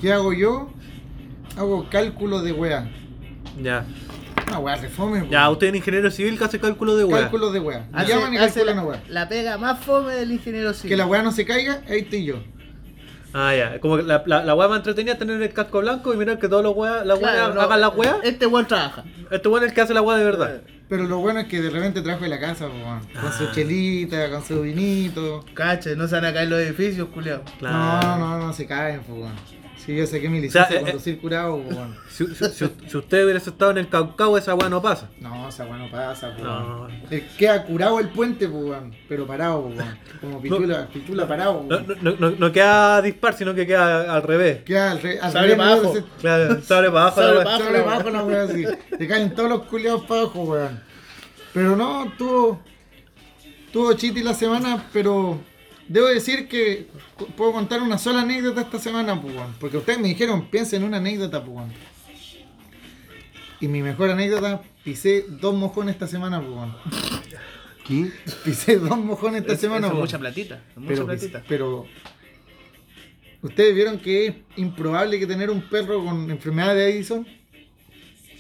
Speaker 4: ¿Qué hago yo? Hago cálculos de weá.
Speaker 3: Ya.
Speaker 4: Una weá refome, po.
Speaker 3: Ya, usted es ingeniero civil que hace cálculo de weá.
Speaker 4: Cálculos de weá. Me
Speaker 2: Hace-
Speaker 4: llaman y
Speaker 2: hace
Speaker 4: calculan
Speaker 2: la,
Speaker 4: una weá.
Speaker 2: la pega más fome del ingeniero civil.
Speaker 4: Que la weá no se caiga, ahí estoy yo.
Speaker 3: Ah, ya. Como que la, la, la weá más entretenida es tener el casco blanco y mirar que todos los weá, la weá
Speaker 2: Claón
Speaker 3: hagan la weá.
Speaker 2: Este weón trabaja.
Speaker 3: Este weón es el que hace la weá de verdad.
Speaker 4: Pero lo bueno es que de repente trajo de la casa, po, weón. Con
Speaker 3: Ah.
Speaker 4: su chelita, con su vinito.
Speaker 2: Cache, no se van a caer los edificios, culiao.
Speaker 4: No,
Speaker 3: Claro.
Speaker 4: no, no se caen, po, weón. Si yo saqué mi
Speaker 3: sea,
Speaker 4: licencia
Speaker 3: eh,
Speaker 4: cuando
Speaker 3: eh.
Speaker 4: soy curado, po, weón.
Speaker 3: Si, si- si- si usted hubiera estado en el Caucao, esa weá no pasa.
Speaker 4: No, esa weá no pasa, po,
Speaker 3: No.
Speaker 4: weón. Eh, Queda curado el puente, po, weón. Pero parado, po, weón. Como pitula, pitula parado, po,
Speaker 3: No,
Speaker 4: weón.
Speaker 3: no, no, no queda dispar, sino que queda al revés.
Speaker 4: Queda al, re, al
Speaker 2: Sale
Speaker 4: revés,
Speaker 2: pa'
Speaker 4: ¿no?
Speaker 2: abajo.
Speaker 4: Se-
Speaker 3: Claro, se abre para abajo
Speaker 2: Se
Speaker 3: la
Speaker 2: abre
Speaker 3: weá.
Speaker 2: pa'
Speaker 4: Sale pa' abajo la weá, así. Te caen todos los culiados para abajo, weón. Pero no, tuvo. Tuvo chiti la semana, pero. Debo decir que cu- puedo contar una sola anécdota esta semana, pues, weón. Porque ustedes me dijeron, piensen en una anécdota, pues, weón. Y mi mejor anécdota, pisé dos mojones esta semana, pues, weón.
Speaker 1: ¿Qué?
Speaker 4: <laughs> Pisé dos mojones esta
Speaker 2: Es- eso
Speaker 4: semana,
Speaker 2: es
Speaker 4: pues.
Speaker 2: mucha platita. es Mucha
Speaker 4: Pero,
Speaker 2: platita.
Speaker 4: pero ustedes vieron que es improbable que tener un perro con enfermedad de Addison.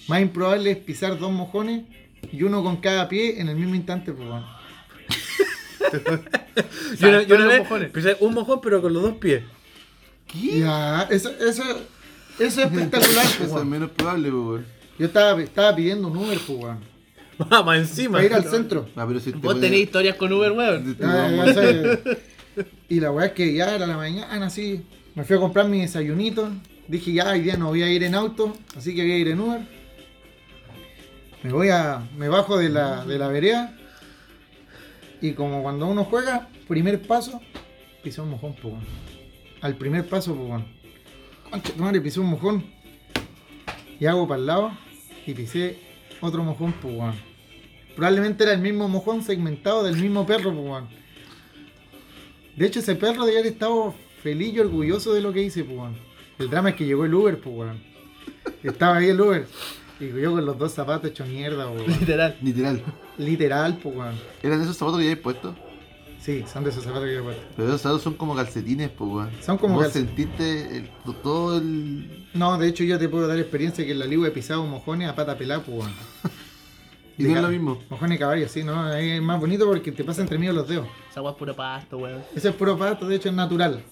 Speaker 4: Más improbable es pisar dos mojones y uno con cada pie en el mismo instante, pues, weón.
Speaker 3: Yo una, yo
Speaker 2: Saltó
Speaker 3: una
Speaker 2: los
Speaker 3: vez
Speaker 2: mojones.
Speaker 3: pisé un mojón, pero con los dos pies. <laughs>
Speaker 1: ¿Qué?
Speaker 4: Ya, eso, eso, eso es espectacular, po,
Speaker 1: Eso es
Speaker 4: weón.
Speaker 1: menos probable, po, weón.
Speaker 4: Yo estaba, estaba pidiendo un Uber, po, weón.
Speaker 3: Vamos encima.
Speaker 4: Para ir al centro.
Speaker 1: Ah, pero si te
Speaker 2: Vos
Speaker 1: pones-
Speaker 2: tenés historias con Uber, weón.
Speaker 1: te-
Speaker 4: Ah, Ya, ya
Speaker 1: te-
Speaker 4: sé. Y la weá es que ya era la mañana, así. Me fui a comprar mi desayunito. Dije, ya, hoy día no voy a ir en auto, así que voy a ir en Uber. Me voy a. Me bajo de la, de la vereda. Y como cuando uno juega, primer paso, pisó un mojón, po, weón. Al primer paso, po, weón. Concha tu madre, pisé un mojón. Y hago para el lado y pisé otro mojón, pues, weón. Probablemente era el mismo mojón segmentado del mismo perro, pues, weón. De hecho, ese perro de haber estado feliz y orgulloso de lo que hice, pues, weón. El drama es que llegó el Uber, pues, weón. Estaba ahí el Uber. Y yo con los dos zapatos hecho mierda, pues, weón.
Speaker 2: Literal.
Speaker 1: Literal.
Speaker 4: Literal, pues, weón.
Speaker 1: Eran esos zapatos que ya he puesto.
Speaker 4: Sí, son de esos zapatos que yo puesto.
Speaker 1: Pero esos zapatos son como calcetines, po, weón.
Speaker 4: Son como
Speaker 1: Vos
Speaker 4: calcetines.
Speaker 1: sentiste el- to- todo el.
Speaker 4: No, de hecho, yo te puedo dar experiencia que en la liga he pisado mojones a pata pelada, pues, weón.
Speaker 1: Y no
Speaker 4: De
Speaker 1: es lo
Speaker 4: ca-
Speaker 1: mismo.
Speaker 4: Mojones de caballo, sí, ¿no? Ahí Es más bonito porque te pasa entre medio los dedos.
Speaker 2: Esa weá es puro pasto, weón.
Speaker 4: Ese es puro pasto, de hecho es natural.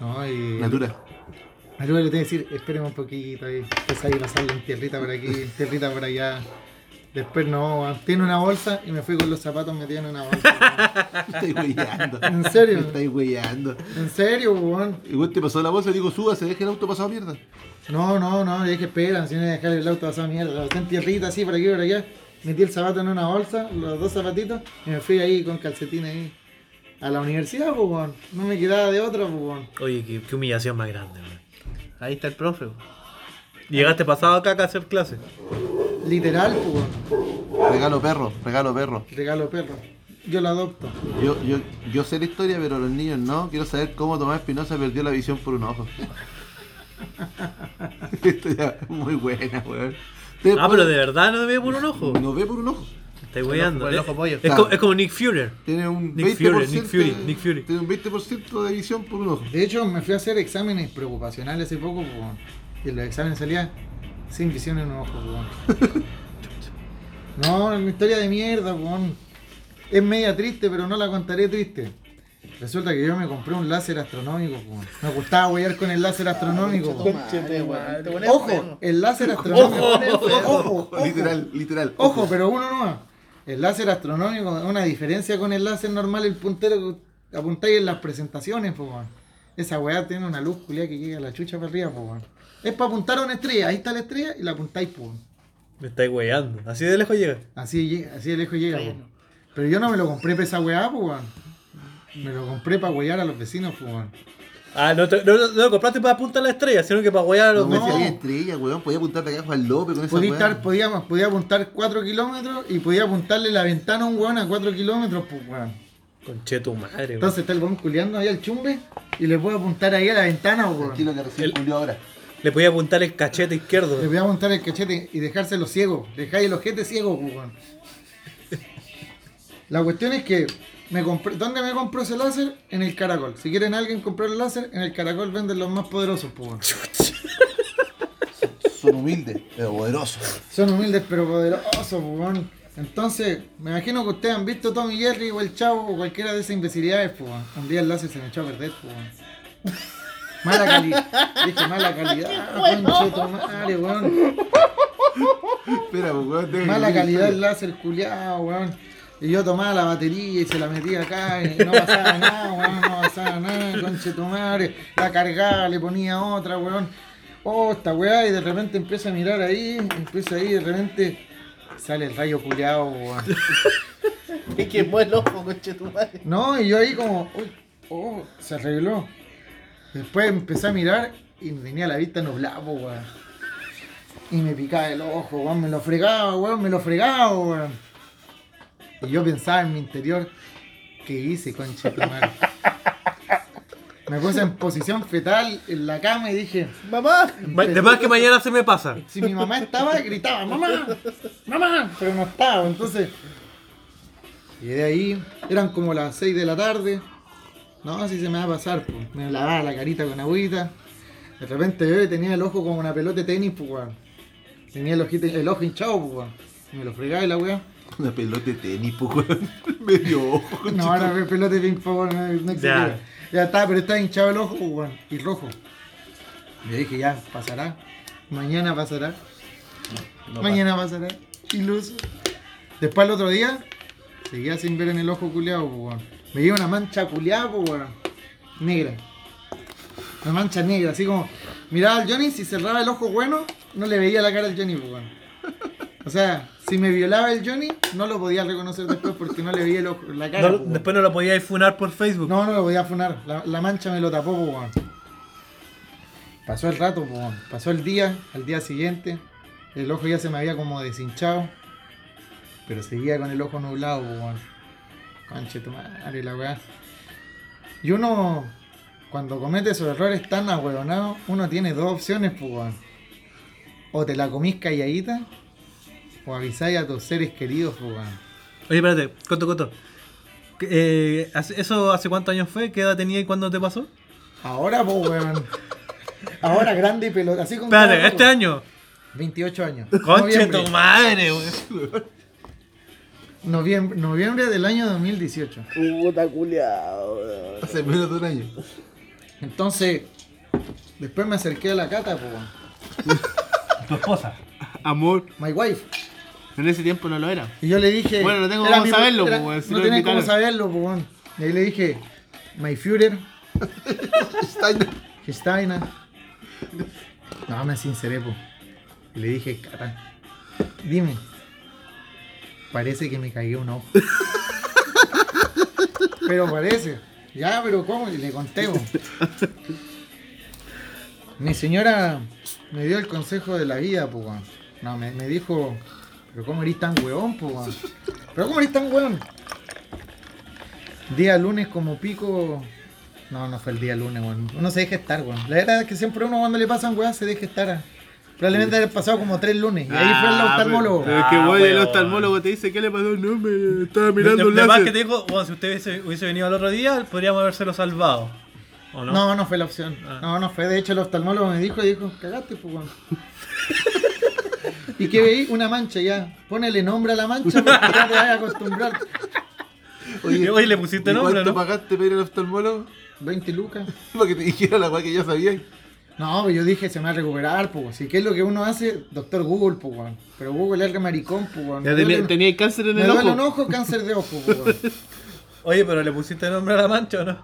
Speaker 4: No,
Speaker 2: <laughs>
Speaker 4: y.
Speaker 1: Natura. <laughs>
Speaker 4: Al lugar le tengo que decir, espéreme un poquito ahí. Empieza ahí a pasarle en tierrita por aquí, en tierrita por allá. Después no, weón. tiene una bolsa y me fui con los zapatos metidos en una bolsa.
Speaker 1: Me estáis weyando.
Speaker 4: ¿En serio?
Speaker 1: Me estáis weyando.
Speaker 4: weón. ¿En serio, weón?
Speaker 1: Y vos te pasó la voz y digo, suba, se deja el auto pasado mierda.
Speaker 4: No, no, no, le dije, espera, si no voy a dejar el auto pasado mierda. Lo dejé en tierrita así, por aquí, por allá. Metí el zapato en una bolsa, los dos zapatitos, y me fui ahí con calcetines ahí. A la universidad, pues, weón. No me quedaba de otra, pues, weón.
Speaker 3: Oye, qué, qué humillación más grande, weón.
Speaker 2: Ahí está el profe, weón.
Speaker 3: Llegaste pasado acá a hacer clase.
Speaker 4: Literal, pues, weón.
Speaker 1: Regalo perro, regalo perro.
Speaker 4: Regalo perro. Yo lo adopto.
Speaker 1: Yo, yo, yo sé la historia, pero los niños no. Quiero saber cómo Tomás Espinosa perdió la visión por un ojo. <laughs> Esto ya es muy buena, weón. Ustedes
Speaker 3: Ah, pero de verdad no me ve por un ojo.
Speaker 1: No ve por un ojo.
Speaker 3: Estoy weyando.
Speaker 2: por el ojo pollo.
Speaker 3: Es, es co- es como Nick Fury.
Speaker 1: Tiene un
Speaker 3: Nick
Speaker 1: 20%,
Speaker 3: Fury, Nick Fury, Nick Fury.
Speaker 1: Tiene un 20% de visión por un ojo.
Speaker 4: De hecho, me fui a hacer exámenes preocupacionales hace poco, pues, weón. y en los exámenes salía sin visión en un ojo, pues, weón. <laughs> No, es una historia de mierda, pues, weón. Es media triste, pero no la contaré triste. Resulta que yo me compré un láser astronómico, pues, weón. Me gustaba huear con el láser astronómico, pues. Ojo, el láser astronómico.
Speaker 1: <laughs>
Speaker 4: Ojo, ojo, ojo.
Speaker 1: Literal, literal.
Speaker 4: Ojo, pero uno no. El láser astronómico es una diferencia con el láser normal, el puntero que apuntáis en las presentaciones, po, weón. Esa weá tiene una luz culiá que llega a la chucha para arriba, po, weón. Es para apuntar a una estrella, ahí está la estrella y la apuntáis, po. weón.
Speaker 3: Me estáis weyando. Así de lejos llega.
Speaker 4: Así, llega- así de lejos llega, po. Pero yo no me lo compré para esa weá, po, weón. Me lo compré para huear a los vecinos, po, weón.
Speaker 3: Ah, no, te- no, no, no lo compraste para apuntar a la estrella, sino que para weyar a los
Speaker 1: No,
Speaker 3: meses.
Speaker 1: no. había estrella, weón. Podía apuntarte acá a Juan López con esa
Speaker 4: Podía,
Speaker 1: weá.
Speaker 4: estar- podía, podía apuntar 4 kilómetros y podía apuntarle la ventana a un weón a 4 kilómetros, po, weón.
Speaker 3: Conche tu madre, weón.
Speaker 4: Entonces está el weón culiando ahí al chumbe y le puedo apuntar ahí a la ventana, po, weón.
Speaker 1: Tranquilo que recién
Speaker 3: El-
Speaker 1: culió ahora.
Speaker 3: Le podía apuntar el cachete
Speaker 4: Le
Speaker 2: Eh,
Speaker 3: izquierdo.
Speaker 4: voy a montar el cachete y dejárselo ciego. Dejáis el ojete ciego, pues, weón. <laughs> La cuestión es que me compré, ¿dónde me compró ese láser? En el caracol. Si quieren alguien comprar el láser, en el caracol venden los más poderosos, pues, weón.
Speaker 1: Son humildes, pero
Speaker 3: <laughs>
Speaker 1: poderosos.
Speaker 4: Son humildes pero poderosos, pues, weón. Entonces, me imagino que ustedes han visto Tom y Jerry o el Chavo o cualquiera de esas imbecilidades, pues, weón. Un día el láser se me echó a perder, pues, weón. Mala calidad. Dije, mala calidad, conchetumare, weón.
Speaker 1: Espera, pues, weón. tengo que
Speaker 4: Mala
Speaker 1: leer la
Speaker 4: calidad el
Speaker 1: historia.
Speaker 4: láser culiado, weón. Y yo tomaba la batería y se la metía acá y no pasaba nada, weón, no pasaba nada, conche tu madre. La cargaba, le ponía otra, weón. Oh, esta weá, y de repente empieza a mirar ahí, empieza ahí, y de repente sale el rayo culiado, weón.
Speaker 2: Es que es buen ojo, coche tu madre.
Speaker 4: No, y yo ahí como, uy, oh, se arregló. Después empecé a mirar y me tenía la vista nublada, po, weón. Y me picaba el ojo, weón, me lo fregaba, weón, me lo fregaba, weón. Y yo pensaba en mi interior, ¿qué hice, concha de tu madre? Me puse en posición fetal en la cama y dije,
Speaker 2: ¡Mamá!
Speaker 3: Ma- De más que
Speaker 2: eh,
Speaker 3: mañana se me pasa.
Speaker 4: si mi mamá estaba, gritaba, mamá, mamá, pero no estaba, entonces. Llegué ahí, eran como las 6 de la tarde. No, así se me va a pasar, pues. Me lavaba la carita con agüita. De repente yo tenía el ojo como una pelota de tenis, pues, weón. Tenía el, ojito- el ojo hinchado, pues, weón. Me lo fregaba y la weá.
Speaker 1: Una pelota de tenis, po, weón. <laughs> Medio ojo.
Speaker 4: No, ahora ve pelota de ping pong. No, no existe.
Speaker 3: Ya.
Speaker 4: ya está, pero está hinchado el ojo, weón. Y rojo. Yo dije, ya, pasará. Mañana pasará.
Speaker 3: No
Speaker 4: Mañana pasará. Iluso. Después el otro día, seguía sin ver en el ojo culeado, weón. Me dio una mancha culeada, po, weón. Negra. Una mancha negra, así como. Miraba al Johnny, si cerraba el ojo bueno, no le veía la cara al Johnny, po, weón. O sea, si me violaba el Johnny, no lo podía reconocer después porque no le veía el ojo, la
Speaker 2: eh,
Speaker 4: cara.
Speaker 3: No,
Speaker 4: po, weón.
Speaker 3: después no lo podíais funar por Facebook.
Speaker 4: No, no lo podía funar. La, la mancha me lo tapó, po, weón. Pasó el rato, po, weón. Pasó el día, al día siguiente. El ojo ya se me había como deshinchado. Pero seguía con el ojo nublado, po, weón. Conche tu madre, la weá. Y uno, cuando comete esos errores tan ahueonados, uno tiene dos opciones, po, weón. O te la comís calladita, o avisáis a tus seres queridos, po, weón.
Speaker 3: Oye, espérate, Coto, Coto. Eh, ¿hace- ¿Eso hace cuántos años fue? ¿Qué edad tenía y cuándo te pasó?
Speaker 4: Ahora, po, weón. Ahora grande y pelota. Así como.
Speaker 3: Espérate,
Speaker 4: estaba,
Speaker 3: este
Speaker 4: po.
Speaker 3: año.
Speaker 4: 28 años.
Speaker 3: Conche
Speaker 4: noviembre,
Speaker 3: tu madre, weón.
Speaker 4: noviembre, noviembre del año 2018.
Speaker 2: Puta culiao, weón.
Speaker 1: Hace menos de un año.
Speaker 4: Entonces, después me acerqué a la cata, po, weón.
Speaker 3: Tu esposa.
Speaker 5: Amor,
Speaker 4: My wife.
Speaker 5: en ese tiempo no lo era.
Speaker 4: Y yo le dije.
Speaker 5: Bueno, no tengo
Speaker 4: era
Speaker 5: cómo
Speaker 4: mi-
Speaker 5: saberlo,
Speaker 4: era-
Speaker 5: po, weón, si
Speaker 4: No
Speaker 5: lo
Speaker 4: tenía cómo
Speaker 5: invitaron.
Speaker 4: saberlo, po, weón. Y ahí le dije, My
Speaker 5: <laughs>
Speaker 4: Führer,
Speaker 1: Steiner.
Speaker 4: Gestaina. No, me sinceré, po. Y le dije, cata, dime. Parece que me cagué un
Speaker 5: <laughs>
Speaker 4: ojo. pero parece. Ya, pero ¿cómo? Y le conté, pues. po. Mi señora me dio el consejo de la vida, po. weón. No, me, me dijo, pero ¿cómo eres tan huevón, po? weón? Pero ¿cómo eres tan huevón? Día lunes como pico. No, no fue el día lunes, weón. Uno se deja estar, weón. La verdad es que siempre uno cuando le pasan weas se deja estar. Probablemente haber pasado como tres lunes. Y ahí fue el
Speaker 5: Ah,
Speaker 4: oftalmólogo.
Speaker 5: Pero, pero es que
Speaker 3: Ah,
Speaker 5: voy el
Speaker 3: weón.
Speaker 5: oftalmólogo te dice, ¿qué le pasó? No, me estaba mirando
Speaker 3: Lo
Speaker 5: un
Speaker 3: demás
Speaker 5: láser.
Speaker 3: que te dijo, bueno, si usted hubiese, hubiese venido al otro día, podríamos habérselo salvado. ¿O no?
Speaker 4: No, no fue la opción.
Speaker 3: Ah.
Speaker 4: No, no fue. De hecho, el oftalmólogo me dijo y dijo, cagaste, pues, weón. <laughs> y que veí una mancha ya. Ponele nombre a la mancha porque ya te vas a acostumbrar.
Speaker 3: Oye, le pusiste
Speaker 1: ¿y
Speaker 3: nombre,
Speaker 1: ¿Cuánto
Speaker 3: ¿no?
Speaker 1: pagaste para ir al oftalmólogo? <laughs>
Speaker 4: 20 lucas.
Speaker 1: Para que te dijera la weá que ya sabías.
Speaker 4: No, pero yo dije, se me va a recuperar, pues, weón. Si qué es lo que uno hace, doctor Google, pues, weón. Pero Google es el maricón, pues, weón.
Speaker 5: Ya
Speaker 4: Me duele
Speaker 5: tenía,
Speaker 4: un-
Speaker 5: tenía el cáncer en
Speaker 4: me
Speaker 5: el
Speaker 4: duele un
Speaker 5: ojo.
Speaker 4: ojo, cáncer de ojo, pues, weón.
Speaker 3: Oye, pero le pusiste nombre a la mancha, ¿o no?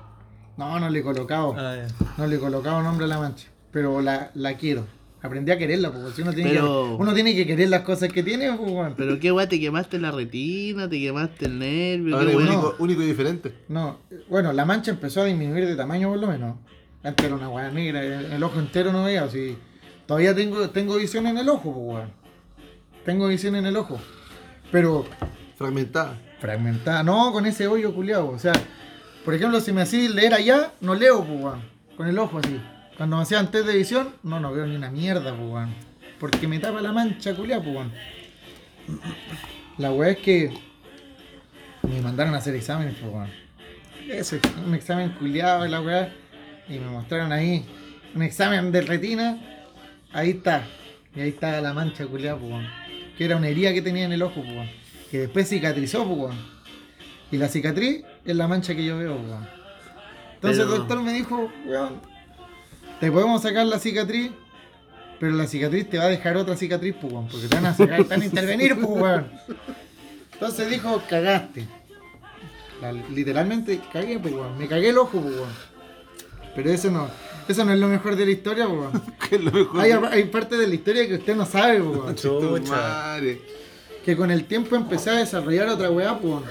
Speaker 4: No, no le he colocado.
Speaker 3: Ah, ya.
Speaker 4: No le he colocado nombre a la mancha. Pero la, la quiero. Aprendí a quererla, pues, si uno tiene,
Speaker 2: Pero-
Speaker 4: que, uno tiene que querer las cosas que tiene, pues, weón.
Speaker 2: Pero qué weá, te quemaste la retina, te quemaste el nervio,
Speaker 1: Ahora
Speaker 2: qué
Speaker 1: es
Speaker 2: weá.
Speaker 1: único, único y diferente.
Speaker 4: No, eh, bueno, la mancha empezó a disminuir de tamaño por lo menos. Antes era una weá negra, el, el ojo entero no veía, así. Todavía tengo, tengo visión en el ojo, pues weón. Tengo visión en el ojo. Pero
Speaker 1: Fragmentada.
Speaker 4: fragmentada, no con ese hoyo culiado, o sea, por ejemplo, si me hacía leer allá, no leo, pues weón. Con el ojo así. Cuando me hacían test de visión, no, no veo ni una mierda, pues weón. Porque me tapa la mancha culiada, pues weón. La weá es que me mandaron a hacer exámenes, pues weón. Eso, un examen culiado la weá. Y me mostraron ahí un examen de retina. Ahí está. Y ahí está la mancha culiada, pues weón. Que era una herida que tenía en el ojo, pues weón. Que después cicatrizó, pues weón. Y la cicatriz es la mancha que yo veo, pues weón. Entonces
Speaker 2: Pero-
Speaker 4: el doctor me dijo, weón, te podemos sacar la cicatriz, pero la cicatriz te va a dejar otra cicatriz, pues weón. Porque te van a sacar, te van a intervenir, pues weón. Entonces dijo, cagaste. La- literalmente cagué, pues, weón. Me cagué el ojo, pues, weón. Pero eso no, eso no es lo mejor de la historia, pues, weón.
Speaker 1: Que es lo mejor.
Speaker 4: Hay, hay parte de la historia que usted no sabe, pues, weón.
Speaker 1: Tu
Speaker 3: Chucha.
Speaker 1: madre.
Speaker 4: Que con el tiempo empecé a desarrollar otra weá, pues, weón.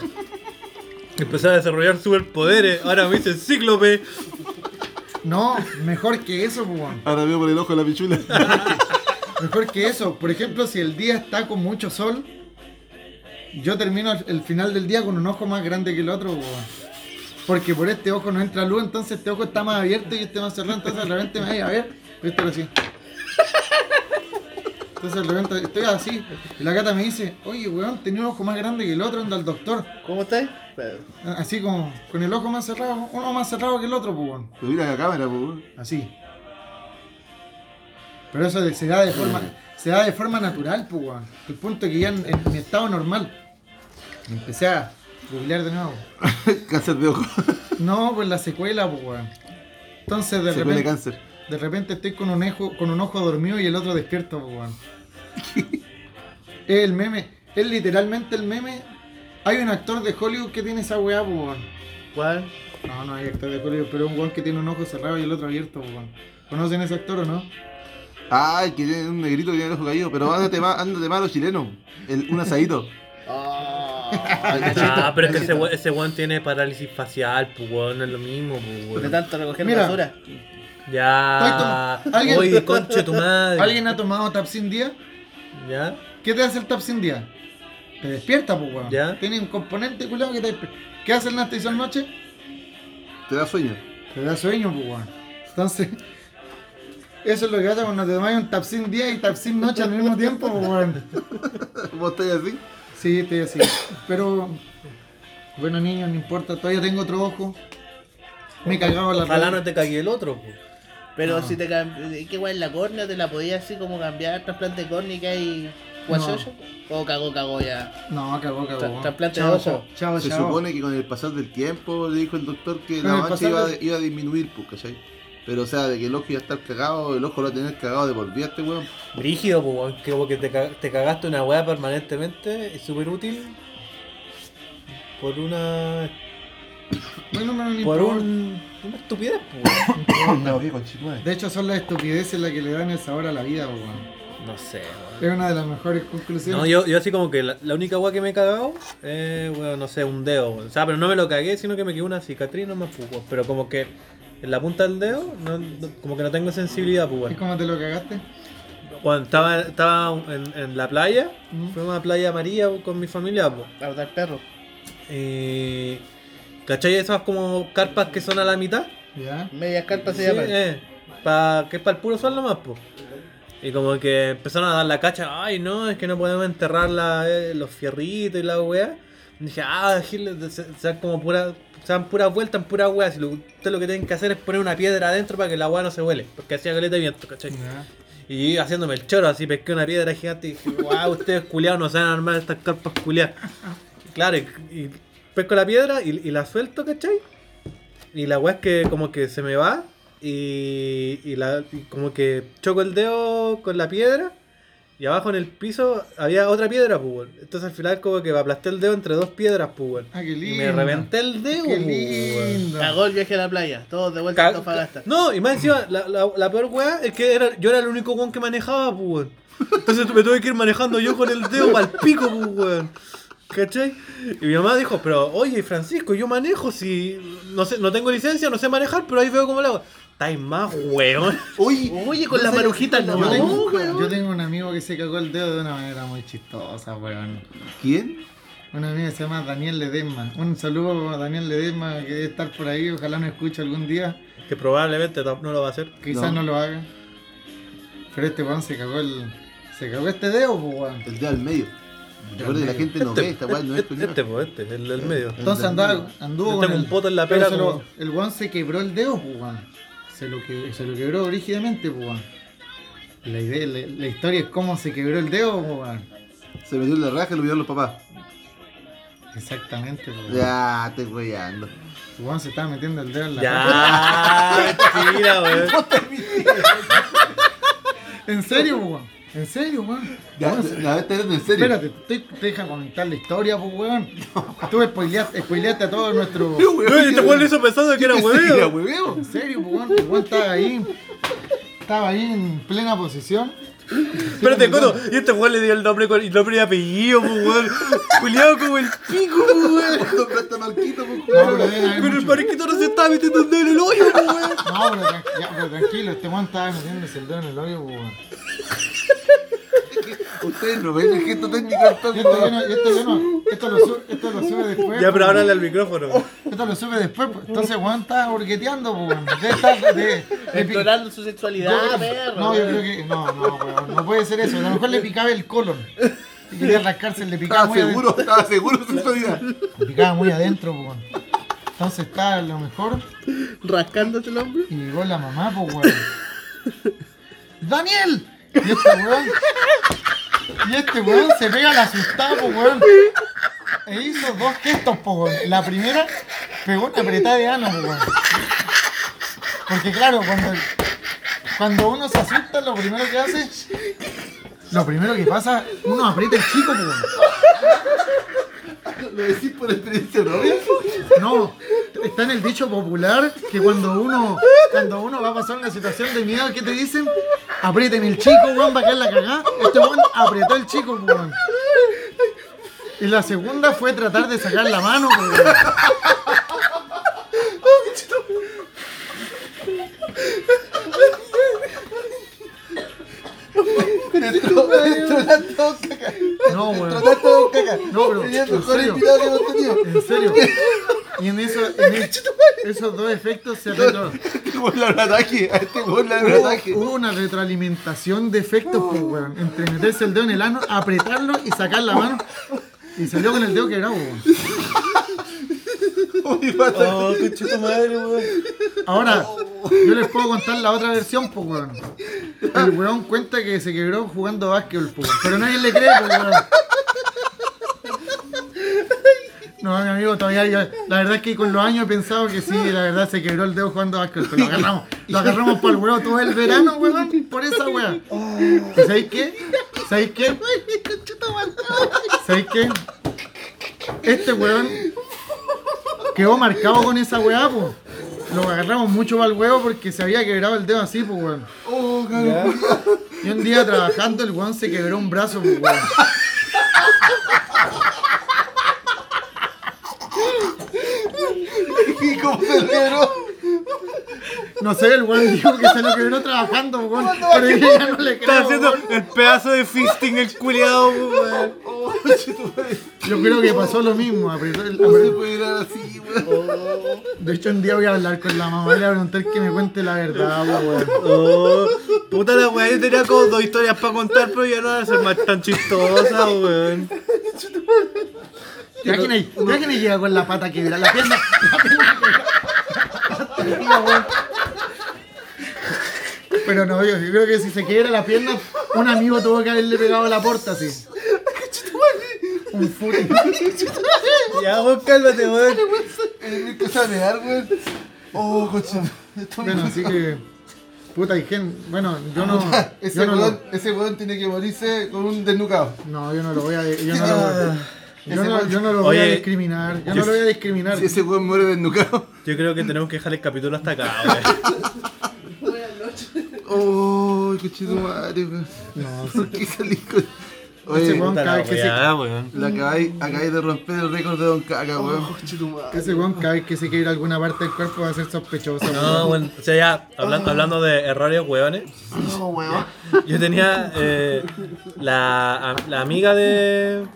Speaker 3: Empezó a desarrollar superpoderes. Ahora me dicen cíclope.
Speaker 4: No, mejor que eso, pues, weón.
Speaker 1: Ahora veo por el ojo de la
Speaker 3: <laughs>
Speaker 1: pichula.
Speaker 4: Mejor que eso. Por ejemplo, si el día está con mucho sol, yo termino el- el final del día con un ojo más grande que el otro, po, weón. Porque por este ojo no entra luz, entonces este ojo está más abierto y este más cerrado, entonces de repente me voy a ver, y esto era así. Entonces de repente estoy así, y la gata me dice, oye weón, tenía un ojo más grande que el otro, anda al doctor.
Speaker 2: ¿Cómo estás?
Speaker 4: Así como, con el ojo más cerrado, uno más cerrado que el otro, pues weón.
Speaker 1: Pero mira la cámara, po. weón. <laughs>
Speaker 4: Así. Pero eso de- se da de forma, se da de forma natural, pues, weón. El punto que ya en, en mi estado normal. Empecé a googlear de nuevo.
Speaker 1: cáncer de ojo.
Speaker 4: No, pues la secuela, pues, weón. Entonces, de
Speaker 1: Se
Speaker 4: repente.
Speaker 1: de cáncer.
Speaker 4: De repente estoy con un ojo, con un ojo dormido y el otro despierto, po, weón. Es el meme, es literalmente el meme. Hay un actor de Hollywood que tiene esa weá, po, weón.
Speaker 2: ¿Cuál?
Speaker 4: No, no hay actor de Hollywood, pero es un weón que tiene un ojo cerrado y el otro abierto, po, weón. ¿Conocen ese actor o no?
Speaker 1: Ay, que tiene un negrito que tiene el ojo caído. Pero ándate más, ándate más a los chilenos. El- un asadito.
Speaker 3: Ah, pero es que ese we- ese weón tiene parálisis facial, pues weón, no es lo mismo, pues
Speaker 2: De
Speaker 3: weón.
Speaker 2: tanto recoger
Speaker 4: Mira.
Speaker 2: basura.
Speaker 3: Ya.
Speaker 4: Ay, toma. ¿Alguien?
Speaker 3: Oye, conche tu madre.
Speaker 4: ¿Alguien ha tomado Tapsin Día?
Speaker 3: ¿Ya?
Speaker 4: ¿Qué te hace el Tapsin Día? Te despierta, po, weón.
Speaker 3: Ya.
Speaker 4: Tiene un componente culado que te despierta. ¿Qué hace el Nasty Sol Noche?
Speaker 1: Te da sueño. <laughs>
Speaker 4: Te da sueño, pues, weón. Entonces, eso es lo que pasa cuando te tomas un tapsin día y tapsin noche al mismo tiempo, pues, weón.
Speaker 1: ¿Vos estás así?
Speaker 4: Sí, estoy así. Pero, bueno, niños, no importa. Todavía tengo otro ojo. Me cagaba la
Speaker 3: Ojalá
Speaker 4: rodilla.
Speaker 3: no te cague el otro, pues.
Speaker 2: Pero si te cambias, ¿qué guay la córnea? ¿Te la podías así como cambiar? ¿Trasplante córnea y guasoyo? ¿O Oh, cagó, cagó ya?
Speaker 4: No, cagó, cagó.
Speaker 2: Tra-
Speaker 4: weón.
Speaker 2: trasplante de
Speaker 4: Chao,
Speaker 2: ojo.
Speaker 4: Chao,
Speaker 1: Se
Speaker 4: chao.
Speaker 1: supone que con el pasar del tiempo le dijo el doctor que
Speaker 4: Con
Speaker 1: la
Speaker 4: el
Speaker 1: mancha
Speaker 4: pasar
Speaker 1: iba,
Speaker 4: del-
Speaker 1: iba a disminuir, pues, ¿cachai? Pero o sea, de que el ojo iba a estar cagado, el ojo lo va a tener cagado de por vida este weón.
Speaker 3: Brígido, pues weón, que como que te, ca- te cagaste una weá permanentemente, es súper útil. Por una.
Speaker 4: Bueno, no, no
Speaker 3: Por
Speaker 4: importa.
Speaker 3: un. Una estupidez, pues. weón.
Speaker 4: De hecho, son las estupideces las que le dan el sabor a la vida, pues, weón.
Speaker 3: No sé, weón.
Speaker 4: Es una de las mejores conclusiones.
Speaker 3: No, yo, yo así como que la, la única weá que me he cagado eh, weón, no sé, un dedo, weón. O sea, pero no me lo cagué, sino que me quedó una cicatriz nomás, pues weón. Pero como que en la punta del dedo, no- no- como que no tengo sensibilidad, pues
Speaker 4: ¿Es
Speaker 3: weón.
Speaker 4: como te lo cagaste?
Speaker 3: Weón, estaba, estaba en, en la playa,
Speaker 4: Mm.
Speaker 3: fuimos a Playa María con mi familia, pues.
Speaker 2: ¿A botar perro?
Speaker 3: Eh, ¿Cachai esas como carpas que son a la mitad?
Speaker 4: Ya.
Speaker 2: Medias carpas
Speaker 3: Sí,
Speaker 2: se llaman.
Speaker 3: eh, pa- que es para el puro sol nomás, po. Y como que empezaron a dar la cacha, ay no, es que no podemos enterrar la- eh, los fierritos y la weá. Y dije, ah, Gil, se- sean como pura, sean puras vueltas, en pura weá. Si lo, ustedes lo que tienen que hacer es poner una piedra adentro para que la weá no se huele, porque hacía caleta de viento, ¿cachai?
Speaker 4: Ya.
Speaker 3: Y haciéndome el choro, así pesqué una piedra gigante y dije, wow, ustedes culiados no saben armar estas carpas culiadas. Claro, y, y pesco la piedra y, y la suelto, ¿cachai? Y la weá es que como que se me va y, y la, y como que choco el dedo con la piedra y abajo en el piso había otra piedra, pues. weón. Entonces al final como que me aplasté el dedo entre dos piedras, pues. weón.
Speaker 4: Ah, qué
Speaker 3: Y
Speaker 4: lindo.
Speaker 3: me reventé el dedo,
Speaker 4: Qué
Speaker 3: pues, weón.
Speaker 4: lindo.
Speaker 2: Cagó el viaje a la playa. Todos de vuelta a
Speaker 3: Ca-
Speaker 2: Antofagasta.
Speaker 3: No, y más encima, la, la, la peor weá es que era, yo era el único weón que manejaba, pues, weón. Entonces me tuve que ir manejando yo con el dedo para pico, pues, weón. ¿Cachai? Y mi mamá dijo, pero oye, Francisco, yo manejo si. No sé, no tengo licencia, no sé manejar, pero ahí veo cómo lo hago. Estáis más weón.
Speaker 1: Oye,
Speaker 2: Oye, con las marujitas Uh, no.
Speaker 4: Yo tengo,
Speaker 2: weón.
Speaker 4: yo tengo un amigo que se cagó el dedo de una manera muy chistosa, weón.
Speaker 1: ¿quién?
Speaker 4: Un amigo que se llama Daniel Ledesma. Un saludo a Daniel Ledesma que debe estar por ahí. Ojalá nos escuche algún día.
Speaker 3: Que probablemente tam- no lo va a hacer.
Speaker 4: Quizás
Speaker 1: No.
Speaker 4: no, lo haga. Pero este weón se cagó el. Se cagó este dedo, pues, weón.
Speaker 1: El dedo al medio. Recuerda que la gente no ve esta weá, no es
Speaker 3: Este,
Speaker 1: primera.
Speaker 3: este, pues, este, el del medio.
Speaker 4: Entonces andaba, anduvo
Speaker 3: Yo
Speaker 4: con
Speaker 3: tengo
Speaker 4: el,
Speaker 3: un poto en la
Speaker 4: pero
Speaker 3: pera
Speaker 4: se lo-
Speaker 3: como-
Speaker 4: el weón se quebró el dedo, pues, weón. Se lo, que, se lo quebró rígidamente, pues, weón. La, idea, la, la historia es cómo se quebró el dedo, pues, weón.
Speaker 1: Se metió en la raja y lo vieron los papás.
Speaker 4: Exactamente, pues, weón.
Speaker 1: Ya, te weyando.
Speaker 4: El weón se estaba metiendo el dedo en la
Speaker 3: <laughs> Ya, mentira, weón.
Speaker 4: ¿En serio, po, weón? ¿En serio, weón?
Speaker 1: Ya,
Speaker 4: Weón,
Speaker 1: te- la vez te en serio.
Speaker 4: Espérate, te, te dejan comentar la historia, pues, weón. Tú spoileaste, spoileaste a todo nuestro.
Speaker 3: Weón, este weón lo hizo pensando que era
Speaker 1: Mira,
Speaker 3: weón.
Speaker 1: hueveo.
Speaker 4: En serio, pues, weón. El weón estaba ahí. Estaba ahí en plena posición.
Speaker 3: Espérate, Coto, y este weón le dio el nombre con el nombre y apellido, pues weón. Culeado como el pico, pues, weón.
Speaker 1: Compraste marquito, pues,
Speaker 4: No, pero
Speaker 1: weón.
Speaker 4: deben haber
Speaker 3: Con el
Speaker 4: mucho-
Speaker 3: parquito no se estaba metiendo el dedo en el hoyo, pues, weón.
Speaker 4: No, pero, tran- ya, pero tranquilo, este weón estaba metiéndose el dedo en el hoyo, pues, weón.
Speaker 1: Ustedes no ven el gesto técnico del
Speaker 4: Y
Speaker 1: toque,
Speaker 4: Esto, yo
Speaker 1: weón.
Speaker 4: no, y esto, yo no, esto, lo sube, esto lo sube después.
Speaker 3: Ya, pero
Speaker 4: pues,
Speaker 3: háblale al micrófono.
Speaker 4: weón. Esto lo sube después, pues. Entonces, weón, estaba burgueteando, pues, weón. Debe estar de- de-
Speaker 2: Explorando su
Speaker 4: Yo-
Speaker 2: sexualidad, perro.
Speaker 4: No, yo creo que. No, no, weón, no puede ser eso. A lo mejor le picaba el colon. Y quería rascarse, le picaba
Speaker 1: Estaba
Speaker 4: muy adentro.
Speaker 1: seguro, estaba Ah, seguro de su sexualidad.
Speaker 4: Le picaba muy adentro, po, weón. Entonces estaba a lo mejor
Speaker 2: Rascándote el hombre.
Speaker 4: y llegó la mamá, pues weón. ¡Daniel! Y este weón. Y este weón se pega la asustada, po, weón. e hizo dos gestos, po, weón. La primera, pegó una apretada de ano, po, weón. Porque claro, cuando, cuando uno se asusta, lo primero que hace, lo primero que pasa, uno aprieta el chico, po, weón.
Speaker 1: ¿Lo decís por experiencia propia?
Speaker 4: No, está en el dicho popular que cuando uno, cuando uno va a pasar una situación de miedo, ¿qué te dicen? Aprieten el chico, weón, para caer la cagada. Este weón apretó el chico, weón. Y la segunda fue tratar de sacar la mano, weón.
Speaker 1: Dentro dentro de la toca, caca.
Speaker 4: No, weón.
Speaker 1: Dentro de la toca, caca.
Speaker 4: No, bro,
Speaker 1: Tenía el
Speaker 4: en
Speaker 1: mejor
Speaker 4: serio.
Speaker 1: invitado que hemos tenido.
Speaker 4: En serio. Y en, eso, en es- esos dos efectos se retro-
Speaker 1: Este weón le abre un ataque. A este weón le abre un ataque.
Speaker 4: Hubo, hubo una retroalimentación de efectos, pues, weón. Entre meterse el dedo en el ano, apretarlo y sacar la mano. Y salió con el dedo quebrado, weón.
Speaker 1: Uy, pasa.
Speaker 3: Oh, conchito madre, weón.
Speaker 4: Ahora, yo les puedo contar la otra versión, pues, weón. El weón cuenta que se quebró jugando básquetbol, pues, weón. Pero nadie le cree, pues, weón. No, mi amigo, todavía yo- La verdad es que con los años he pensado que sí, la verdad se quebró el dedo jugando básquetbol. Pero lo agarramos, lo agarramos por el weón todo el verano, weón, por esa weón. ¿Y sabéis qué? ¿Sabéis qué? ¿Sabéis qué? Este weón quedó marcado con esa weá, po. Lo agarramos mucho para el huevo porque se había quebrado el dedo así, pues weón.
Speaker 1: Oh, cabrón.
Speaker 4: Y un día trabajando el weón se quebró un brazo, pues weón.
Speaker 1: ¿Y cómo se le quebró?
Speaker 4: No sé, el weón dijo que se lo quebró trabajando, pues, weón. Pero yo ya no le
Speaker 3: Está
Speaker 4: creo.
Speaker 3: haciendo
Speaker 4: weón.
Speaker 3: el pedazo de fisting el culiado, weón.
Speaker 1: Oh, chito, madre.
Speaker 4: Yo creo que pasó lo mismo. apretó el-
Speaker 1: No se
Speaker 4: apretó-
Speaker 1: puede ir así, weón.
Speaker 4: De hecho, un día voy a hablar con la mamá y le voy a preguntar que me cuente la verdad, pues, weón.
Speaker 3: Oh, puta la weá, yo tenía como dos historias para contar, pero ya no van a ser más tan chistosas, weón.
Speaker 4: ¿Te imaginas- te imaginas llega con la pata quebrada, la pierna, la pierna quebrada? weón. Pero no, yo, yo creo que si se quiebra la pierna, un amigo tuvo que haberle pegado la puerta así. Un furry.
Speaker 3: Ya, vos cálmate, weón.
Speaker 1: En el que sanear, weón. Oh, coche. Esto me
Speaker 4: Bueno, así que. Puta, y gen- Bueno, yo no.
Speaker 1: Ah, Ese
Speaker 4: Yo no,
Speaker 1: weón,
Speaker 4: lo,
Speaker 1: ese weón tiene que morirse con un desnucado.
Speaker 4: no, yo no lo voy a. Yo no lo,
Speaker 1: Ah,
Speaker 4: yo no, yo no lo voy
Speaker 3: Oye,
Speaker 4: a discriminar. Yo no lo voy a discriminar.
Speaker 1: Si ese weón muere desnucado.
Speaker 3: Yo creo que tenemos que dejar el capítulo hasta acá, weón.
Speaker 1: Oh, coche madre, weón.
Speaker 4: No,
Speaker 1: ¿Por qué salí con.?
Speaker 4: Ese
Speaker 1: Oye,
Speaker 4: weón-
Speaker 3: Puta
Speaker 4: cada
Speaker 3: la
Speaker 4: vez que se-
Speaker 3: weá, weón.
Speaker 1: la acabáis, acabáis de romper el récord de Don Caca,
Speaker 4: Oh.
Speaker 1: weón.
Speaker 4: ese weón, cada vez que se quiebra alguna parte del cuerpo va a ser sospechoso.
Speaker 3: No, bueno, o sea, ya, hablando, hablando de errores, weones. <laughs> Yo tenía eh, la, a- la amiga de.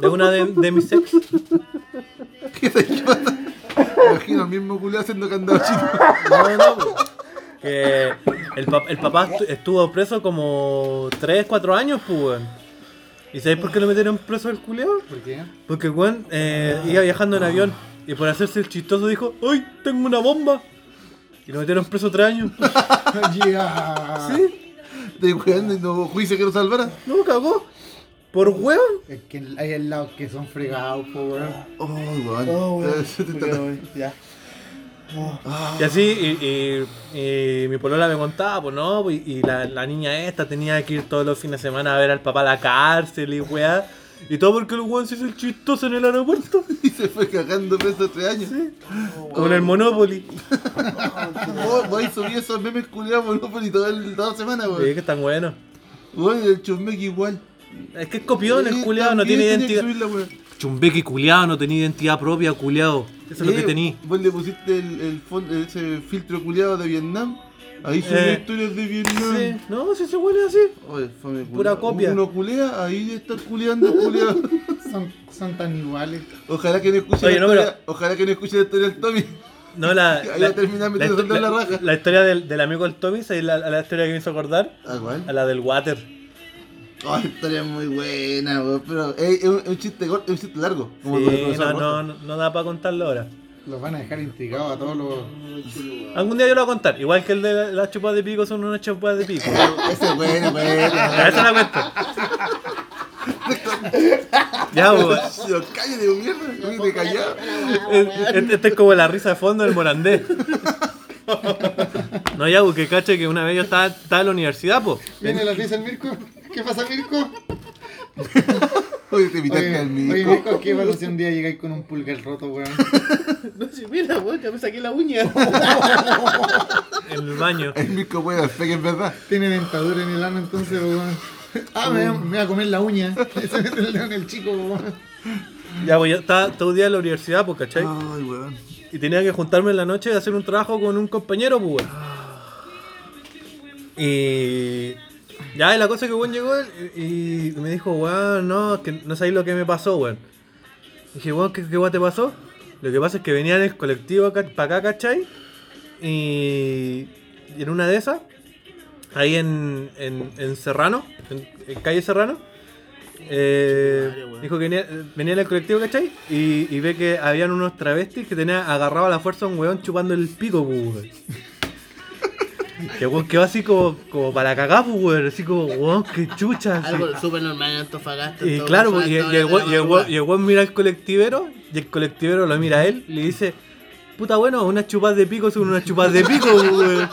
Speaker 3: de una de, de mis ex.
Speaker 1: <laughs> ¿Qué te pasa? Me imagino al mismo culo haciendo candado chino.
Speaker 3: No, no, weón. Que el, pap- el papá estu- estuvo preso como 3, 4 años, pues, weón. ¿Y sabéis por qué lo metieron preso el culeado?
Speaker 4: ¿Por qué?
Speaker 3: Porque el weón eh, iba viajando en avión y por hacerse el chistoso dijo: ¡Ay, tengo una bomba! Y lo metieron preso 3 años.
Speaker 4: Yeah.
Speaker 1: Estoy cuidando y no juicio que lo salvara.
Speaker 3: <laughs> No, cagó. Por weón.
Speaker 4: Es que hay el lado que son fregados, po, weón.
Speaker 1: Oh, weón. Se te está-
Speaker 5: Ya.
Speaker 3: Y así, y, y- y mi polola me contaba, pues no, pues, y la, la niña esta tenía que ir todos los fines de semana a ver al papá a la cárcel y weá. Y todo porque el weón se hizo el chistoso en el aeropuerto.
Speaker 1: Y se fue cagando preso tres años. Oh.
Speaker 3: Con el Monopoly.
Speaker 1: Vos, vos ahí subí esos memes culiados por y todo el, toda la semana,
Speaker 3: Oye,
Speaker 1: weón.
Speaker 3: que tan bueno.
Speaker 1: Weón, el chusmeque igual.
Speaker 3: Es que es copión, el
Speaker 1: Sí,
Speaker 3: culiado no
Speaker 1: también
Speaker 3: tiene
Speaker 1: que
Speaker 3: identidad.
Speaker 1: subirla, weón.
Speaker 3: Chumbeque culiado no tenía identidad propia, culiado. Eso es lo que
Speaker 1: Eh,
Speaker 3: tenía.
Speaker 1: Vos le pusiste el, el fon- ese filtro culiado de Vietnam. Ahí subí
Speaker 3: Eh,
Speaker 1: historias de Vietnam.
Speaker 3: Sí. No, si se huele así.
Speaker 1: Oye, fome,
Speaker 3: Pura
Speaker 1: culiao.
Speaker 3: copia.
Speaker 1: Uno culea, ahí está culeando,
Speaker 3: <laughs>
Speaker 1: culeado.
Speaker 4: Son, son tan iguales.
Speaker 1: Ojalá que no escuche
Speaker 3: Oye,
Speaker 1: la
Speaker 3: no, pero-
Speaker 1: historia- Ojalá que no escuche la historia del Tommy.
Speaker 3: No, la.
Speaker 1: Ahí va
Speaker 3: la-
Speaker 1: a terminar metiendo
Speaker 3: histo-
Speaker 1: en la raja.
Speaker 3: la historia del, del amigo del Tommy, ¿sabes la, la historia que me hizo acordar?
Speaker 1: Ah,
Speaker 3: A
Speaker 1: igual.
Speaker 3: la del water.
Speaker 1: Oh, historia muy buena, weón. Pero eh, es, un, es un chiste corto, es un chiste largo. Como
Speaker 3: Sí,
Speaker 1: lo del profesor
Speaker 3: no,
Speaker 1: Rojo.
Speaker 3: no, no, no da para contarlo ahora.
Speaker 4: Los van a dejar intrigados a todos los.
Speaker 3: Algún día yo lo voy a contar. Igual que el de la- las chupadas de pico son unas chupadas de pico.
Speaker 1: Ese es bueno, bueno.
Speaker 3: Ya, Esa es la cuenta. Ya, weón.
Speaker 1: Yo, cállate, mierda. Uy, te callado.
Speaker 3: Este, este es como la risa de fondo del morandé. No, ya, pues, que caché que una vez yo estaba, estaba en la universidad, pues, po.
Speaker 4: Viene la risa el Mirko. ¿Qué pasa, Mirko?
Speaker 1: Uy, te invitaste
Speaker 4: Oye,
Speaker 1: al
Speaker 4: oye,
Speaker 1: mico.
Speaker 4: Mirko, ¿qué pasa si un día llegáis con un pulgar roto, weón?
Speaker 2: <laughs> No, si mira, weón, ya me saqué la uña.
Speaker 3: En el baño.
Speaker 1: El mico puede hacer que es verdad.
Speaker 4: Tiene dentadura en el ano, entonces, weón. Ah, me, voy a- me voy a comer la uña. <laughs> Se mete el dedo en el chico, weón.
Speaker 3: Ya, pues yo estaba todo el día en la universidad, po, ¿cachai?
Speaker 1: Ay, weón.
Speaker 3: Y tenía que juntarme en la noche y hacer un trabajo con un compañero, pues, weón. Y. Ya, y la cosa es que weón llegó y y me dijo, weón, no, es que no sabéis lo que me pasó, weón. Dije, weón, ¿qué, qué weón te pasó? Lo que pasa es que venía en el colectivo para acá, ¿cachai? Y. y en una de esas, ahí en, en, en Serrano, en, en calle Serrano. eh,
Speaker 2: Madre, weón.
Speaker 3: dijo que venía, venía en el colectivo, ¿cachai? Y, y ve que habían unos travestis que tenía agarrado a la fuerza a un weón chupando el pico, pues, weón. <laughs> Que weón quedó así como, como para cagar, pues, weón. Así como, weón, qué chucha. así.
Speaker 2: Algo súper normal en Antofagasta. en
Speaker 3: Y
Speaker 2: todo
Speaker 3: claro,
Speaker 2: caso,
Speaker 3: pues,
Speaker 2: a
Speaker 3: y, y
Speaker 2: esta
Speaker 3: el
Speaker 2: hora de la
Speaker 3: weón- y el weón-
Speaker 2: madrugada.
Speaker 3: y el weón mira al colectivero y el colectivero lo mira a él y le dice, puta bueno, unas chupas de pico son unas chupas de
Speaker 2: <laughs>
Speaker 3: pico, weón.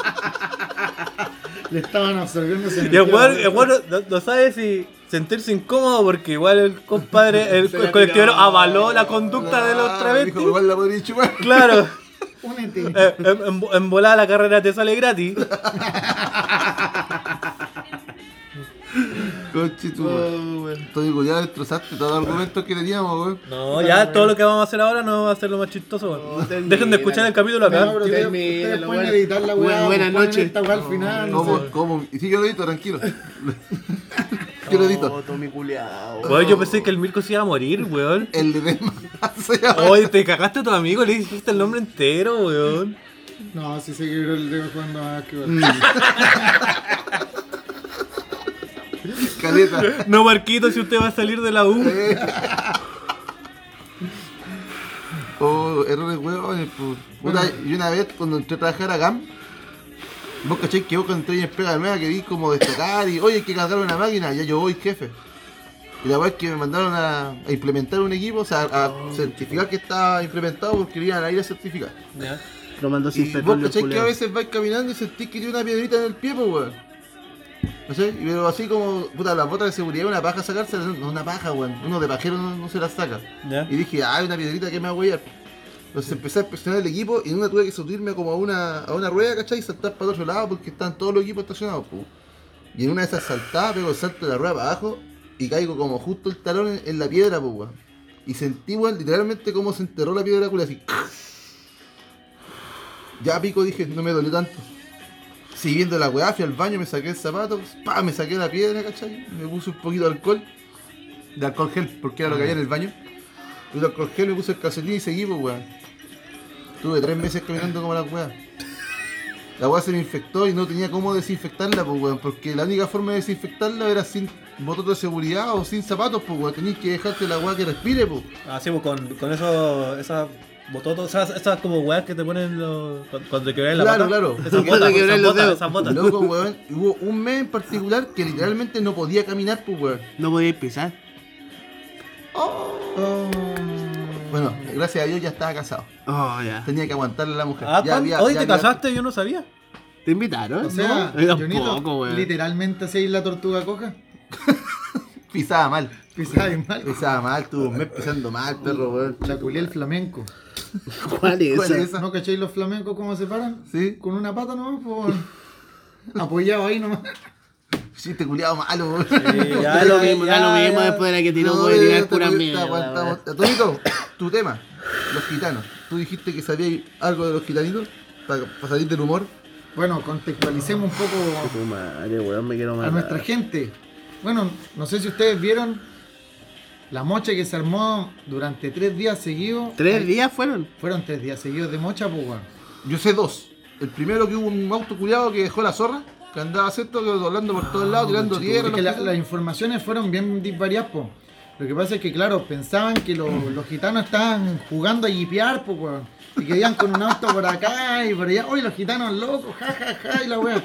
Speaker 4: Le estaban absorbiendo ese
Speaker 3: Y el weón el weón no, no sabe si sentirse incómodo porque igual el compadre, el,
Speaker 2: Se la
Speaker 3: el colectivero
Speaker 2: tiró.
Speaker 3: avaló la conducta de los
Speaker 1: Ah,
Speaker 3: travestis.
Speaker 1: Dijo, igual la podría chupar.
Speaker 3: Claro,
Speaker 4: Únete.
Speaker 3: eh, en, en, en volada la carrera te sale gratis.
Speaker 1: Conchito, weón.
Speaker 2: Oh, weón.
Speaker 1: Entonces, ya destrozaste todos los argumentos que teníamos, weón.
Speaker 3: No, ya todo lo que vamos a hacer ahora no va a ser lo más chistoso,
Speaker 2: No,
Speaker 3: weón.
Speaker 2: termina.
Speaker 3: Dejen de escuchar el capítulo acá.
Speaker 4: No, pero ustedes,
Speaker 2: Termina,
Speaker 4: ustedes
Speaker 2: la
Speaker 4: pueden
Speaker 2: weá.
Speaker 4: editar la
Speaker 2: Bu-
Speaker 4: weá.
Speaker 2: buenas
Speaker 4: ponen
Speaker 2: noches.
Speaker 4: Esta weá al final. no
Speaker 1: ¿Cómo?
Speaker 4: sé.
Speaker 1: ¿Cómo? Y sí, yo lo edito, tranquilo. <laughs> Yo lo edito.
Speaker 2: Oh, Tommy culiao.
Speaker 3: Weón, yo pensé que el Mirko se iba a morir, weón.
Speaker 1: El de Desma. <laughs> se llama.
Speaker 3: Oye, te cagaste a tu amigo, le dijiste el nombre entero, weón.
Speaker 4: No, si se quebró el dedo jugando a básquetbol.
Speaker 1: Caleta.
Speaker 3: No, Marquito, si usted va a salir de la U.
Speaker 1: Eh. Oh, errores huevones, pues. Puta, y una vez cuando entré a trabajar a GAM, vos cachai que vos cuando entré en pega nueva querís como destacar y oye hay que cargar una máquina, ya yo voy jefe. Y la verdad es que me mandaron a, a implementar un equipo, o sea, a certificar que estaba implementado porque lo iban a ir a certificar.
Speaker 2: Lo mandó
Speaker 1: Y
Speaker 2: sin
Speaker 1: vos
Speaker 2: petróleo.
Speaker 1: cachai que a
Speaker 2: culiao.
Speaker 1: veces vais caminando y sentís que tiene una piedrita en el pie, pues weón. ¿Cachai? Y Pero así como, puta, las botas de seguridad, una paja sacárselas, no es una paja, weón. Uno de pajero no, no se las saca.
Speaker 3: Ya.
Speaker 1: Y dije, ah, hay una piedrita que me va a huear. Entonces empecé a presionar el equipo y en una tuve que subirme como a una, a una rueda, ¿cachai? Y saltar para el otro lado porque están todos los equipos estacionados, pues. Y en una de esas saltadas pego el salto de la rueda para abajo y caigo como justo el talón en, en la piedra, pues, weón. Y sentí, weón, literalmente como se enterró la piedra, culo, así. Ya pico dije, no me dolió tanto. Siguiendo la weá, fui al baño, me saqué el zapato, pa, me saqué la piedra, ¿cachai? Me puse un poquito de alcohol, de alcohol gel, porque era lo que había en el baño. Y el alcohol gel me puse el calcetín y seguí, pues weón. Tuve tres meses caminando como la weá. La weá se me infectó y no tenía cómo desinfectarla, pues weón, porque la única forma de desinfectarla era sin botones de seguridad o sin zapatos, pues weón. Tenías que dejarte la weá que respire, pues.
Speaker 3: Así, pues, con, con eso, esas bototos, esas, esas como weas que te ponen los, cuando, cuando te quebras la
Speaker 1: Claro,
Speaker 3: pata.
Speaker 1: claro.
Speaker 3: Esas
Speaker 1: Cuando
Speaker 3: botas,
Speaker 2: te quebras
Speaker 3: esas
Speaker 2: los
Speaker 3: botas,
Speaker 2: dedos.
Speaker 3: esas botas.
Speaker 1: Loco, weón. Hubo un mes en particular que literalmente no podía caminar, pues weón.
Speaker 5: No podíais pisar.
Speaker 4: Oh.
Speaker 1: Bueno, gracias a Dios ya estaba casado.
Speaker 5: Oh, ya.
Speaker 1: Tenía que aguantarle a la mujer.
Speaker 3: Ah,
Speaker 1: ya
Speaker 3: ¿cuán-
Speaker 1: había-
Speaker 3: Oye,
Speaker 1: ya
Speaker 3: ¿te
Speaker 1: había-
Speaker 3: casaste? Yo no sabía.
Speaker 2: Ah,
Speaker 5: ¿Te invitaron?
Speaker 4: O
Speaker 5: <laughs>
Speaker 4: sea,
Speaker 5: no, Yo tampoco,
Speaker 4: Jonito,
Speaker 5: weón.
Speaker 4: literalmente hacéis la tortuga coja.
Speaker 1: Pisaba mal.
Speaker 4: Pisáis mal.
Speaker 1: Pisaba mal, tuvo un mes pisando mal, perro, weón.
Speaker 4: La culé el flamenco.
Speaker 2: ¿Cuál es
Speaker 1: ¿Cuál
Speaker 2: esa?
Speaker 1: es? Esa.
Speaker 4: ¿No cacháis los flamencos cómo se paran?
Speaker 1: Sí.
Speaker 4: Con una pata nomás, pues. Apoyado ahí nomás.
Speaker 1: Sí, te culiado malo, weón. <laughs>
Speaker 5: Ya lo mismo, ya lo mismo después de la que tiró, puede tirar pura mierda. weón.
Speaker 1: aguantamos. Tonito, tu tema, los gitanos. Tú dijiste que sabías algo de los gitanitos para salir del humor.
Speaker 4: Bueno, contextualicemos un poco
Speaker 5: Tu madre, weón, me quiero
Speaker 4: a nuestra
Speaker 5: matar.
Speaker 4: gente. Bueno, no sé si ustedes vieron la mocha que se armó durante tres días seguidos.
Speaker 5: ¿Tres días fueron?
Speaker 4: Fueron tres días seguidos de mocha, pues, weón.
Speaker 1: Yo sé dos. El primero que hubo un auto culiado que dejó la zorra, que andaba cierto, que doblando por todos lados, tirando tierra.
Speaker 4: Es que
Speaker 1: los
Speaker 4: la-
Speaker 1: pisos.
Speaker 4: las informaciones fueron bien disvariadas, po. Lo que pasa es que, claro, pensaban que los, los gitanos estaban jugando a yipear, po, weón. Y que iban con un auto por acá y por allá. Oye, los gitanos locos! ¡Ja, ja, ja! Y la weá.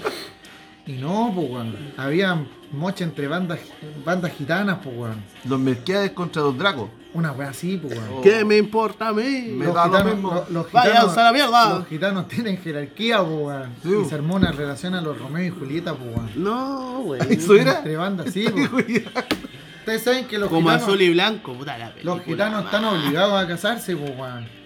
Speaker 4: Y no, pues, weón. Había mocha entre bandas, bandas gitanas, pues, weón.
Speaker 1: Los Melquiades contra los Dracos.
Speaker 4: Una weá así, pues, weón.
Speaker 5: ¿Qué me importa a mí?
Speaker 1: Me da lo mismo.
Speaker 4: lo- los
Speaker 5: Vaya,
Speaker 4: gitanos-
Speaker 5: usa la mierda.
Speaker 4: Los gitanos tienen jerarquía, pues, weón.
Speaker 1: Sí,
Speaker 4: Y
Speaker 1: pues.
Speaker 4: se armó una relación a los Romeo y Julieta, pues, weón.
Speaker 5: No, güey.
Speaker 1: Eso era.
Speaker 4: Entre bandas, sí, pues. Ustedes saben que los
Speaker 5: Como
Speaker 4: gitanos,
Speaker 5: azul y blanco, puta la película.
Speaker 4: los gitanos están
Speaker 5: man.
Speaker 4: obligados a casarse, pues, weón.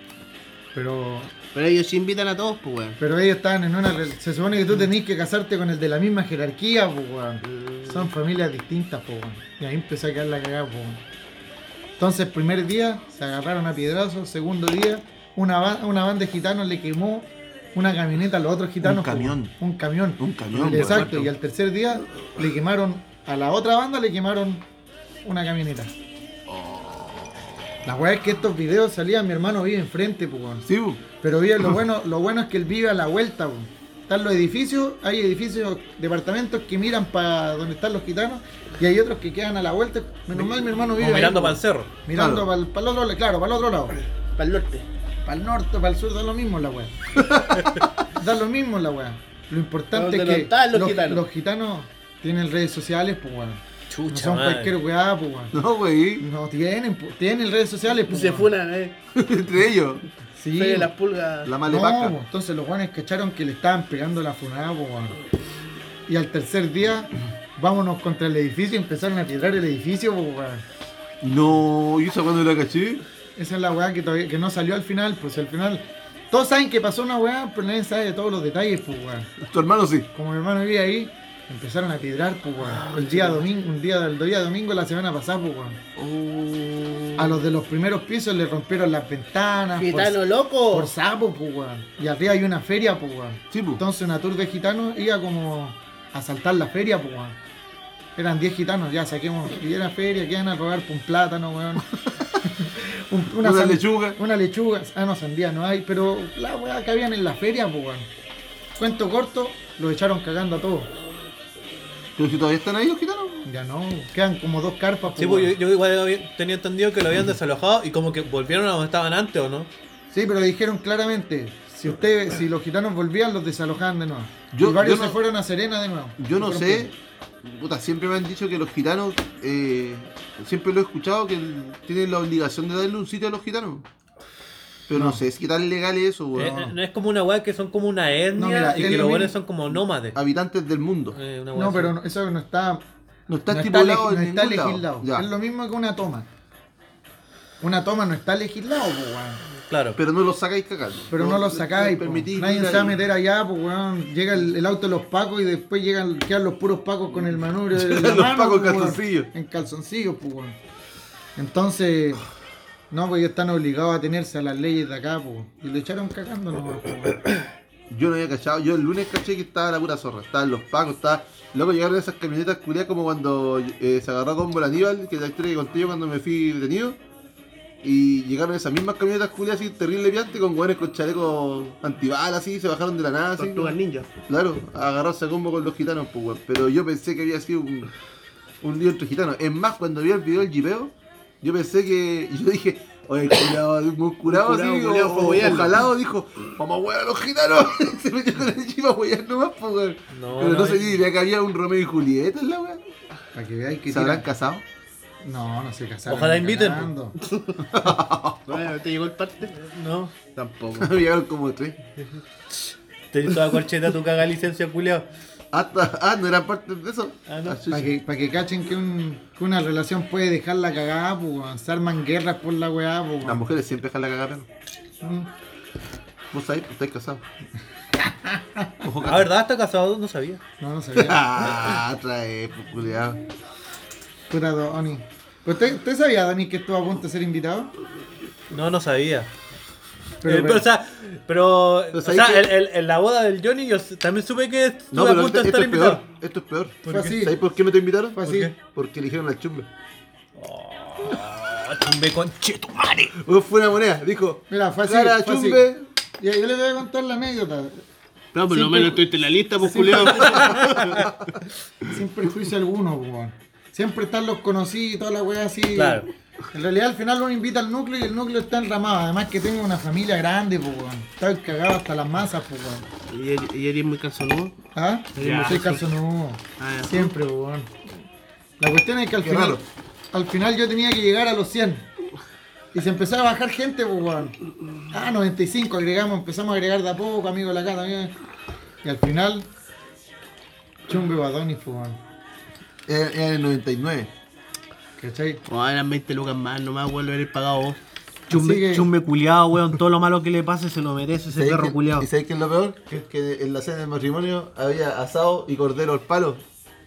Speaker 4: Pero,
Speaker 5: Pero ellos se invitan a todos, pues, güey.
Speaker 4: pero ellos estaban en una... rel- Se supone que tú tenés que casarte con el de la misma jerarquía, pues, weón. Son familias distintas, po, weón. Y ahí empezó a quedar la cagada, po, weón. Entonces, primer día se agarraron a piedrazos. Segundo día, una, ba- una banda de gitanos le quemó una camioneta a los otros gitanos.
Speaker 1: Un
Speaker 4: po,
Speaker 1: camión.
Speaker 4: weón. Un camión.
Speaker 1: Un camión,
Speaker 4: Exacto.
Speaker 1: weón.
Speaker 4: Y al tercer día le quemaron, a la otra banda le quemaron una camioneta.
Speaker 1: Oh.
Speaker 4: La weá es que estos videos salían, mi hermano vive enfrente, po, weón.
Speaker 1: Sí, bu.
Speaker 4: Pero bien, lo bueno, lo bueno es que él vive a la vuelta, po. Están los edificios, hay edificios, departamentos que miran para donde están los gitanos y hay otros que quedan a la vuelta. Menos mal mi hermano vive
Speaker 3: Como
Speaker 4: ahí,
Speaker 3: mirando
Speaker 4: po.
Speaker 3: para el cerro.
Speaker 4: Mirando
Speaker 1: Claro.
Speaker 4: para el otro lado, claro, para el otro lado.
Speaker 5: Para el norte.
Speaker 4: Para el norte, para el sur, da lo mismo la
Speaker 5: <laughs>
Speaker 4: weá. da lo mismo la weá. Lo importante
Speaker 5: ¿Dónde
Speaker 4: es que
Speaker 5: no están los gitanos?
Speaker 4: los gitanos tienen redes sociales, pues weón. No
Speaker 3: Chucha,
Speaker 4: son
Speaker 3: madre.
Speaker 4: cualquier weá, pues weón.
Speaker 1: No, güey. <laughs>
Speaker 4: No tienen, po. tienen redes sociales, pues.
Speaker 5: Se
Speaker 4: weón.
Speaker 5: funan, eh.
Speaker 1: Entre ellos.
Speaker 4: Sí,
Speaker 5: Feria de
Speaker 4: po.
Speaker 5: las pulgas.
Speaker 1: La
Speaker 4: No,
Speaker 1: malevaca.
Speaker 4: po, entonces los guanes cacharon que le estaban pegando la funada, po, weón. Y al tercer día, vámonos contra el edificio y empezaron a tirar el edificio, po, weón.
Speaker 1: No, ¿y esa cuando la caché?
Speaker 4: Esa es la weá que, todavía- que no salió al final, pues al final. Todos saben que pasó una weá, pero nadie sabe de todos los detalles, pues weón.
Speaker 1: Tu hermano sí.
Speaker 4: Como mi hermano vivía ahí, empezaron a tirar, pues weón. El día domingo, un día del día domingo la semana pasada, pues weón.
Speaker 1: Oh.
Speaker 4: A los de los primeros pisos le rompieron las ventanas, pues, por-
Speaker 5: Gitano
Speaker 4: por,
Speaker 5: loco.
Speaker 4: sapos, pues weón. Y arriba hay una feria, pues weón.
Speaker 1: Oh. Sí, bu.
Speaker 4: Entonces una tour de gitanos iba como a saltar la feria, pues weón. Eran 10 gitanos, ya saquemos. Y era feria, que iban a robar pues, un plátano,
Speaker 1: <laughs>
Speaker 4: weón. Un-
Speaker 1: Una,
Speaker 4: san-
Speaker 1: lechuga.
Speaker 4: Una lechuga. Ah, no, sandía no hay, pero la weá que habían en la feria, pues weón. Cuento corto, los echaron cagando a todos.
Speaker 1: Pero si todavía están ahí los gitanos.
Speaker 4: Ya no, quedan como dos carpas, pues,
Speaker 3: Sí, pues
Speaker 4: weón.
Speaker 3: yo, yo igual había- tenía entendido que lo habían desalojado y como que volvieron a donde estaban antes, ¿o no?
Speaker 4: Sí, pero dijeron claramente, si ustedes, si los gitanos volvían, los desalojaban de nuevo.
Speaker 1: Yo-
Speaker 4: y varios
Speaker 1: yo no-
Speaker 4: se fueron a Serena de nuevo.
Speaker 1: Yo no
Speaker 4: Fueron
Speaker 1: sé. Puta, siempre me han dicho que los gitanos. eh, siempre lo he escuchado que el- tienen la obligación de darle un sitio a los gitanos. Pero no, sé, es que tan legal es eso,
Speaker 3: Eh,
Speaker 1: weón.
Speaker 3: eh, No es como una weá que son como una etnia
Speaker 4: No, mira,
Speaker 3: y
Speaker 4: es
Speaker 3: que
Speaker 4: lo
Speaker 3: los
Speaker 4: mismo.
Speaker 3: buenos son como
Speaker 4: eh,
Speaker 1: Ah,
Speaker 3: nómades.
Speaker 1: Habitantes del mundo.
Speaker 3: Eh, una weá
Speaker 4: No,
Speaker 3: así.
Speaker 4: pero no- eso no está
Speaker 1: No está
Speaker 4: no
Speaker 1: estipulado
Speaker 4: legi-
Speaker 1: en
Speaker 4: no está
Speaker 1: ningún lado.
Speaker 4: legislado.
Speaker 1: Ya.
Speaker 4: Es lo mismo que una toma. Una toma no está legislado, po, weón.
Speaker 3: Claro.
Speaker 1: Pero no lo sacáis cagando.
Speaker 4: Pero no, lo sacáis. po.
Speaker 1: permitís
Speaker 4: Nadie
Speaker 1: ir
Speaker 4: se va a
Speaker 1: ahí.
Speaker 4: meter allá, pues weón. Llega el, el auto de los pacos y después llegan, quedan los puros pacos con
Speaker 1: <laughs>
Speaker 4: el manubrio. de la
Speaker 1: Los pacos en
Speaker 4: po, weón.
Speaker 1: calzoncillos.
Speaker 4: En calzoncillos, pues weón. Entonces, no, pues ellos están obligados a tenerse a las leyes de acá, pues. Y lo echaron cagando nomás, po, weón.
Speaker 1: Yo no había cachado, yo el lunes caché que estaba la pura zorra, estaban los pacos, estaba. Luego llegaron esas camionetas culiadas como cuando eh, se agarró con el Aníbal, que es la historia que conté yo cuando me fui detenido. Y llegaron esas mismas camionetas culiadas así terrible piante con hueones con chalecos antibalas así, se bajaron de la nada así.
Speaker 5: Tortugas ninja.
Speaker 1: Claro, agarrarse a combo con los gitanos, pues weón. Pero yo pensé que había sido un, un lío entre gitanos. Es más, cuando vi el video del jipeo, yo pensé que. Yo dije, oye, cuidado, un curado
Speaker 5: Un curado,
Speaker 1: así, o-
Speaker 5: culiao, fue a
Speaker 1: o-
Speaker 5: huearlo.
Speaker 1: ojalado, dijo, vamos a huear a los gitanos. <laughs> Se metió con el jipe a huear nomás, pues weón.
Speaker 3: No,
Speaker 1: Pero no,
Speaker 3: no,
Speaker 1: sé
Speaker 3: yo-
Speaker 1: ni idea que había un Romeo y Julieta en la weá.
Speaker 4: Para que veáis que
Speaker 1: ¿Se habrán
Speaker 4: tiran-
Speaker 1: casado?
Speaker 4: No, no se casaron.
Speaker 3: Ojalá
Speaker 4: ni
Speaker 3: inviten, po.
Speaker 4: cagando.
Speaker 5: Bueno, ¿Te llegó el parte?
Speaker 3: No.
Speaker 5: Tampoco.
Speaker 1: <laughs> Llegaron como tres.
Speaker 3: Te toda corcheta tu caga licencia, culiao.
Speaker 1: Hasta, ah, no eran parte de eso.
Speaker 3: Ah, no.
Speaker 1: chucha.
Speaker 4: Para que, pa' que cachen que, un- que una relación puede dejar la cagada, pues, weón. se arman guerras por la weá, pues,
Speaker 1: Las
Speaker 4: weón.
Speaker 1: mujeres siempre dejan la cagada, ¿no?
Speaker 4: Mm.
Speaker 1: Vos sabés, pues, estáis casados. Ojo,
Speaker 3: Ah, ¿verdad? Está casado, no sabía.
Speaker 4: No,
Speaker 3: <laughs>
Speaker 4: no sabía.
Speaker 1: Ah, trae, pues, culiao.
Speaker 4: Puta, Donny. Pero ¿Usted, usted sabía, Donny, que estuvo a punto de ser invitado?
Speaker 3: No, no sabía.
Speaker 4: Pero,
Speaker 3: Eh, pero, o sea, pero, o
Speaker 1: sabéis
Speaker 3: sea,
Speaker 1: que-
Speaker 3: el- el- en la boda del Johnny yo s- también supe que estuve
Speaker 1: No,
Speaker 3: a
Speaker 1: pero
Speaker 3: punto
Speaker 1: este-
Speaker 3: de
Speaker 1: esto
Speaker 3: estar
Speaker 1: es peor.
Speaker 3: invitado.
Speaker 1: Esto es peor.
Speaker 4: fue así.
Speaker 1: ¿Sabes por qué no te invitaron?
Speaker 4: Fue así.
Speaker 3: ¿Por qué?
Speaker 1: Porque eligieron al chumbe.
Speaker 3: Ah, Tumbé con chetumare.
Speaker 1: Uno fue una moneda, dijo.
Speaker 4: Mira, fue así.
Speaker 1: Cara,
Speaker 4: fue así.
Speaker 1: chumbe.
Speaker 4: Ya, yo les voy a contar la anécdota.
Speaker 5: No, por
Speaker 4: Siempre-
Speaker 5: lo menos estuviste en la lista, pues, culiao.
Speaker 4: Sin perjuicio alguno, pues, weón. siempre están los conocidos y toda la weá así.
Speaker 3: Claro.
Speaker 4: En realidad al final uno invita al núcleo y el núcleo está enramado. Además que tengo una familia grande, pues weón. Está cagado hasta las masas, pues weón.
Speaker 5: ¿Y él- ¿Y él es muy calzonudo?
Speaker 4: ¿Ah?
Speaker 3: Ya,
Speaker 4: no soy calzonudo.
Speaker 5: Ah, ya.
Speaker 4: Siempre, weón. La cuestión es que al
Speaker 1: Qué
Speaker 4: final,
Speaker 1: raro.
Speaker 4: al final yo tenía que llegar a los 100. Y se empezó a bajar gente, pues, weón. Ah, 95 agregamos, empezamos a agregar de a poco, amigos de acá también. Y al final, chumbe Badonis, pues, weón.
Speaker 1: Era, era en el 99.
Speaker 4: ¿Cachai?
Speaker 5: Oh, eran 20 lucas más, nomás, weón, lo eres pagado vos.
Speaker 4: Así
Speaker 3: Chumbe,
Speaker 4: que-
Speaker 3: chumbe culiado, weón. Todo lo malo que le pase se lo merece ese
Speaker 1: ¿Sabéis
Speaker 3: perro
Speaker 1: que-
Speaker 3: culiado.
Speaker 1: ¿Y sabéis qué es lo peor? Que, que en la cena del matrimonio había asado y cordero al palo.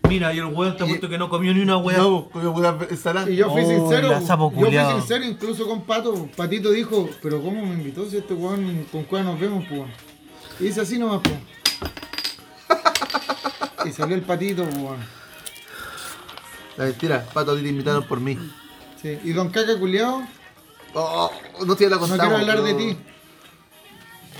Speaker 3: Mira, y el weón te apuesto que no comió ni una weá.
Speaker 1: No, comió pura ensalada.
Speaker 4: Y yo fui
Speaker 3: Oh,
Speaker 4: sincero,
Speaker 3: la sapo
Speaker 4: yo fui
Speaker 3: culiao.
Speaker 4: sincero incluso con Pato. Patito dijo, pero ¿cómo me invitó si este weón con cuál nos vemos, pues? weón?". Y dice
Speaker 3: <laughs>
Speaker 4: así nomás, pues. Y salió el patito, pues, weón.
Speaker 1: La mentira, pato, a ti te invitaron por mí.
Speaker 4: Sí. Y don Caca Culeado,
Speaker 1: Oh, no te la
Speaker 4: no
Speaker 1: contamos.
Speaker 4: quiero hablar de
Speaker 1: pero-
Speaker 4: ti.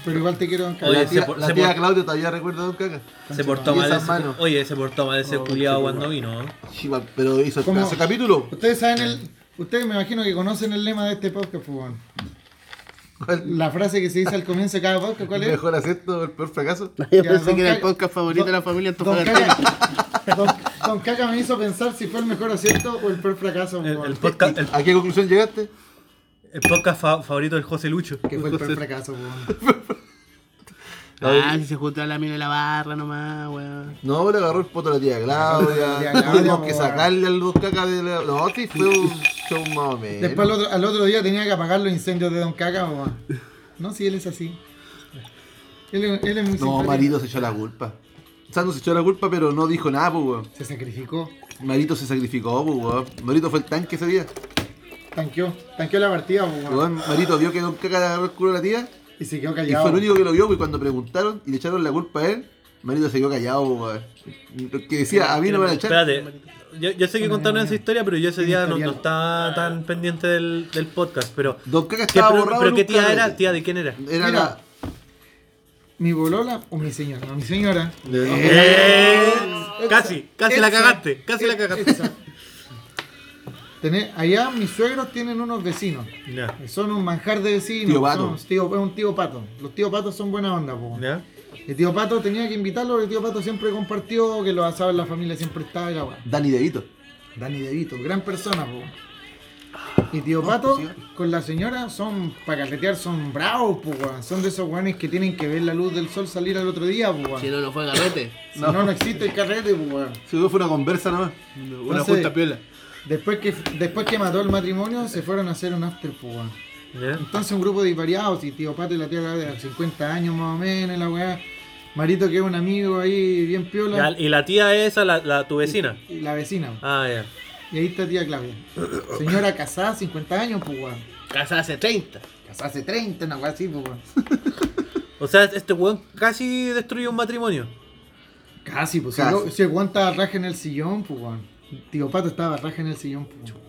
Speaker 4: Pero igual te quiero don Caca.
Speaker 3: Oye,
Speaker 1: La
Speaker 3: se
Speaker 1: tía,
Speaker 3: por-
Speaker 1: la
Speaker 3: se
Speaker 1: tía
Speaker 3: por-
Speaker 1: Claudia todavía recuerda a Don Caca.
Speaker 3: Se portó
Speaker 1: Y
Speaker 3: mal
Speaker 1: esas
Speaker 3: ese.
Speaker 1: manos.
Speaker 3: Oye, se portó mal ese culiado cuando vino. ¿eh?
Speaker 1: Chiva, pero hizo el
Speaker 4: ¿Cómo?
Speaker 1: pedazo de capítulo.
Speaker 4: Ustedes saben el. Ustedes me imagino que conocen el lema de este podcast, pues, weón.
Speaker 1: ¿Cuál-
Speaker 4: La frase que se dice al comienzo de cada podcast, ¿cuál es?
Speaker 1: Mejor acierto, el peor fracaso.
Speaker 5: <laughs> Yo
Speaker 4: Ya,
Speaker 5: pensé
Speaker 4: don
Speaker 5: que era el
Speaker 4: Caca-
Speaker 5: podcast favorito de la familia
Speaker 3: <laughs>
Speaker 4: Don
Speaker 5: Antofagasta.
Speaker 4: Caca, don, Don Caca me hizo pensar si fue el mejor acierto o el peor fracaso.
Speaker 3: El,
Speaker 4: weón.
Speaker 3: el podcast, el,
Speaker 1: ¿A qué conclusión llegaste?
Speaker 3: el podcast fa- favorito del José Lucho.
Speaker 4: Que fue el peor fracaso, weón.
Speaker 5: Ah, si se juntaba la mina en la barra nomás, weón.
Speaker 1: No, le agarró el poto a <laughs> la tía
Speaker 4: La tía
Speaker 1: Claudia.
Speaker 4: Claudia,
Speaker 1: Tuvimos que
Speaker 4: po,
Speaker 1: sacarle a los cacas de la. No, sí, fue un show más o menos.
Speaker 4: <laughs> Después al otro, al otro día tenía que apagar los incendios de Don Caca, weón. No, si él es así. Él, es- él es muy
Speaker 1: No,
Speaker 4: simpático.
Speaker 1: Marito se echó la culpa. Sando se echó la culpa, pero no dijo nada, pues, weón.
Speaker 4: Se sacrificó,
Speaker 1: Marito se sacrificó, pues, weón. Marito fue el tanque ese día.
Speaker 4: tanqueó, tanqueó la partida, weón.
Speaker 1: Weón, Marito vio que Don Caca le agarró el culo a la tía.
Speaker 4: Y se quedó
Speaker 1: Y fue
Speaker 4: callado.
Speaker 1: el único que lo vio, y cuando preguntaron y le echaron la culpa a él, Marito se quedó callado, weón. Que decía, a mí no me van a echar.
Speaker 3: Espérate, yo, yo sé que contaron esa historia, pero yo ese día no, no estaba tan pendiente del, del podcast. Pero,
Speaker 1: Don Caca
Speaker 3: ¿qué,
Speaker 1: estaba
Speaker 3: pero,
Speaker 1: borrado.
Speaker 3: pero
Speaker 1: en
Speaker 3: ¿qué
Speaker 1: un
Speaker 3: tía era?
Speaker 1: carrete.
Speaker 3: ¿Tía de quién era?
Speaker 1: Era
Speaker 4: Mira.
Speaker 1: la.
Speaker 4: ¿Mi bolola o mi señora? No, mi señora.
Speaker 3: Eh, Casi, casi la
Speaker 4: Esa.
Speaker 3: cagaste, casi la cagaste.
Speaker 4: Esa. Tené- allá mis suegros tienen unos vecinos.
Speaker 3: Ya,
Speaker 4: Son un manjar de vecinos.
Speaker 1: Tío Pato.
Speaker 4: son tío- es un tío pato. Los tío patos son buena onda, po.
Speaker 3: ya.
Speaker 4: El tío Pato tenía que invitarlo, el tío Pato siempre compartió, que los asados en la familia siempre estaba y la weá.
Speaker 1: Dani Devito.
Speaker 4: Dani Devito, gran persona, po. Y tío Pato
Speaker 1: sí.
Speaker 4: con la señora son, para carretear, son bravos, po, weón. Son de esos weones que tienen que ver la luz del sol salir al otro día, po, weón.
Speaker 5: Si no, no fue garrete.
Speaker 4: Si no, no existe el carrete, po, weón.
Speaker 1: Si no fue una conversa nomás.
Speaker 5: Una
Speaker 4: sé.
Speaker 5: junta piola.
Speaker 4: Después que, después que mató el matrimonio, se fueron a hacer un after, po, weón.
Speaker 3: ya.
Speaker 4: Entonces un grupo de variados, y tío Pato y la tía Gabriela, de 50 años más o menos, y la weá. Marito que es un amigo ahí, bien piola.
Speaker 3: Ya, Y la tía esa, la, la- tu vecina.
Speaker 4: Y la vecina, po.
Speaker 3: Ah, ya.
Speaker 4: Y ahí está tía
Speaker 1: <coughs>
Speaker 4: Claudia. Señora casada, 50 años, pues, weón.
Speaker 5: Casa hace 30.
Speaker 4: Casada hace 30, una weá así, pues, weón.
Speaker 3: O sea, este weón casi destruyó un matrimonio.
Speaker 4: Casi, pues.
Speaker 1: Casi.
Speaker 4: Se, se aguanta raja en el sillón, pues, weón. Tío Pato estaba raja en el sillón, pues. weón.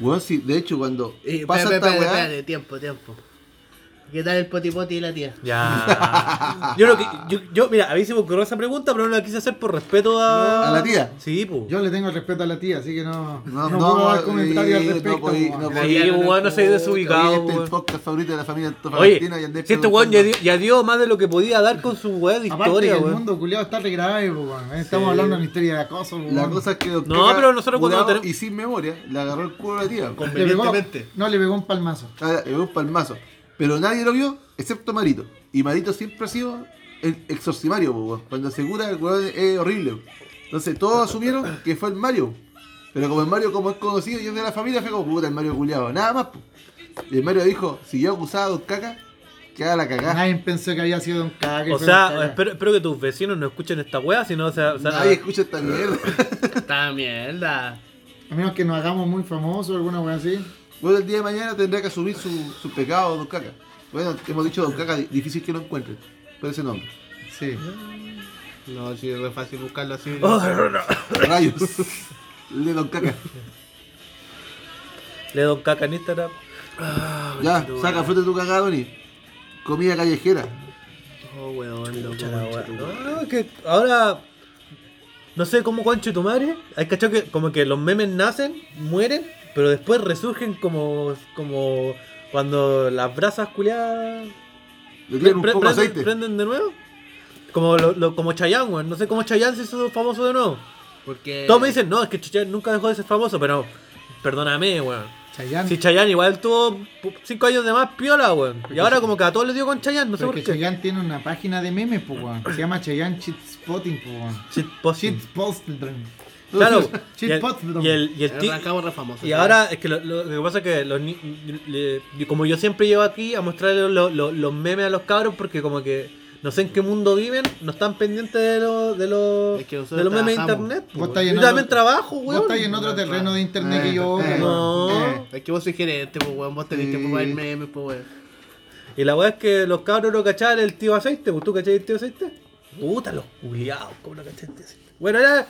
Speaker 1: Weón, sí, de hecho, cuando
Speaker 5: Eh,
Speaker 1: pasa
Speaker 5: espérate,
Speaker 1: esta
Speaker 5: espérate,
Speaker 1: weá,
Speaker 5: espérate, tiempo, tiempo. ¿Qué tal el potipoti y la tía?
Speaker 1: <laughs>
Speaker 3: Ya. Yo, creo que, yo, yo, mira, a mí se me ocurrió esa pregunta, pero no la quise hacer por respeto a.
Speaker 1: a la tía.
Speaker 3: Sí, pues.
Speaker 4: Yo le tengo respeto a la tía, así que no.
Speaker 1: No,
Speaker 4: No,
Speaker 1: no,
Speaker 4: puedo dar
Speaker 1: eh,
Speaker 4: comentario al
Speaker 1: no
Speaker 4: respecto, pues,
Speaker 1: podí-
Speaker 4: weón.
Speaker 1: no podí.
Speaker 3: Sí, weón, no soy desubicado,
Speaker 1: Oye, este es el
Speaker 3: weón.
Speaker 1: podcast favorito de la familia
Speaker 3: Oye,
Speaker 1: Antofagastina y Andrés
Speaker 3: si este weón ya dio, ya dio más de lo que podía dar con su weá de
Speaker 4: Aparte
Speaker 3: historia,
Speaker 4: que el
Speaker 3: weón.
Speaker 4: mundo culiado está regrave, pues, weón. Estamos
Speaker 1: Sí.
Speaker 4: hablando de una historia de acoso, pues,
Speaker 1: La
Speaker 4: weón.
Speaker 1: cosa es que Don
Speaker 3: No,
Speaker 1: Caca,
Speaker 3: pero nosotros cuando
Speaker 1: curado
Speaker 3: tenemos-
Speaker 1: Y sin memoria, le agarró el culo a la tía.
Speaker 4: Le pegó-
Speaker 5: Convenientemente.
Speaker 4: no, le pegó un palmazo.
Speaker 1: Ah, Le dio un palmazo. Pero nadie lo vio, excepto Marito. Y Marito siempre ha sido el exorcimario, po, weón. Cuando se cura, el weón es horrible. weón. Entonces todos asumieron que fue el Mario. Pero como el Mario, como es conocido y es de la familia, fue como puta el Mario culiado. Nada más, po. Y el Mario dijo, si yo acusaba a Don Caca, que haga la cagada.
Speaker 4: Nadie pensó que había sido un caga. que
Speaker 3: O
Speaker 4: fue un
Speaker 3: sea,
Speaker 4: caga.
Speaker 3: espero, espero que tus vecinos no escuchen esta weá, si no, o sea, o sea,
Speaker 1: Nadie escucha esta mierda. <laughs>
Speaker 5: Esta mierda.
Speaker 4: A menos que nos hagamos muy famosos o alguna weá así.
Speaker 1: Bueno, el día de mañana tendrá que asumir su, su pecado, Don Caca. Bueno, hemos dicho Don Caca, di- difícil que lo encuentren. Por ese nombre.
Speaker 4: Sí.
Speaker 5: No, si es re fácil buscarlo así.
Speaker 1: Rayos. <laughs> El de Don Caca.
Speaker 3: le don caca en Instagram.
Speaker 1: Ya, saca fruta de tu cagada, Donny. Comida callejera.
Speaker 5: Oh, weón, loco.
Speaker 3: No, que ahora No sé cómo concho tu madre. Hay cachado que como que los memes nacen, mueren, pero después resurgen como. como cuando las brasas culiadas
Speaker 1: Le
Speaker 3: pre-
Speaker 1: tiran un
Speaker 3: pre-
Speaker 1: poco de
Speaker 3: prenden,
Speaker 1: aceite.
Speaker 3: prenden de nuevo. Como lo, lo- como Chayanne, weón. No sé cómo Chayanne se hizo famoso de nuevo.
Speaker 2: Porque.
Speaker 3: Todos me dicen, no, es que Chayanne nunca dejó de ser famoso, pero perdóname, weón.
Speaker 4: Chayanne.
Speaker 3: Si Chayanne igual tuvo 5 años de más piola, weón. Y ahora como que a todos les dio con Chayanne, no sé
Speaker 4: Pero
Speaker 3: por
Speaker 4: que
Speaker 3: qué.
Speaker 4: Chayanne tiene una página de memes, pues, weón. Se llama Chayanne Cheat Spotting, pues, weón.
Speaker 3: Shitposting.
Speaker 4: Cheat Spotting.
Speaker 3: Claro. Y el,
Speaker 4: Shitposting.
Speaker 3: y el, y el ti-
Speaker 2: Arrancamos re famoso.
Speaker 3: y ahora es que lo, lo- lo que pasa es que los ni- le- y como yo siempre llevo aquí a mostrarles lo- lo- los memes a los cabros porque como que no sé en qué mundo viven, no están pendientes de, lo- de, lo-
Speaker 2: Es que nosotros
Speaker 3: de los memes de
Speaker 2: trabajamos.
Speaker 3: internet. pues,
Speaker 4: Vos
Speaker 3: weón.
Speaker 4: estás en
Speaker 3: Yo
Speaker 4: otro-
Speaker 3: también trabajo,
Speaker 4: Vos
Speaker 3: weón.
Speaker 4: estás en otro terreno de internet que yo.
Speaker 1: Eh,
Speaker 3: No.
Speaker 4: Eh.
Speaker 2: Es que vos sois gerente, pues, weón. Vos tenés
Speaker 1: Sí.
Speaker 2: que ocupar memes, pues, weón.
Speaker 3: Y la weá es que los cabros no cachaban el tío aceite, pues, ¿tú cachai el tío aceite? Puta, los culiados, ¿cómo no cachai el tío aceite? Bueno, ya,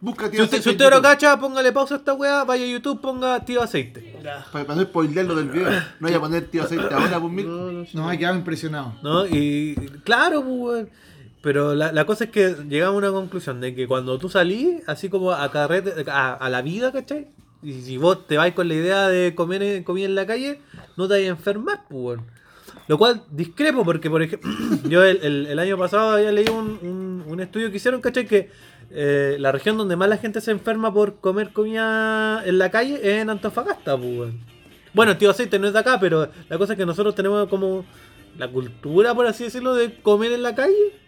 Speaker 1: Busca
Speaker 3: si
Speaker 1: tío
Speaker 3: usted,
Speaker 1: aceite
Speaker 3: si
Speaker 1: en
Speaker 3: usted no
Speaker 1: YouTube.
Speaker 3: cacha, póngale pausa a esta weá, vaya a YouTube, ponga tío aceite.
Speaker 1: Para, para no spoilearlo del video. No voy a poner tío aceite ahora, pues mil.
Speaker 3: Mm.
Speaker 2: No, no sé.
Speaker 4: No, me quedaba impresionado.
Speaker 3: ¿No? Y claro, pues, weón. Pero la, la cosa es que llegamos a una conclusión de que cuando tú salís, así como a carrete, a, a la vida, ¿cachai? Y si vos te vais con la idea de comer en- comida en la calle, no te vais a enfermar, pues, weón. Lo cual discrepo porque, por ejemplo, <coughs> yo el, el- el año pasado había leído un, un- un estudio que hicieron, ¿cachai? Que eh, la región donde más la gente se enferma por comer comida en la calle es en Antofagasta, pues, weón. Bueno, tío aceite no es de acá, pero la cosa es que nosotros tenemos como la cultura, por así decirlo, de comer en la calle.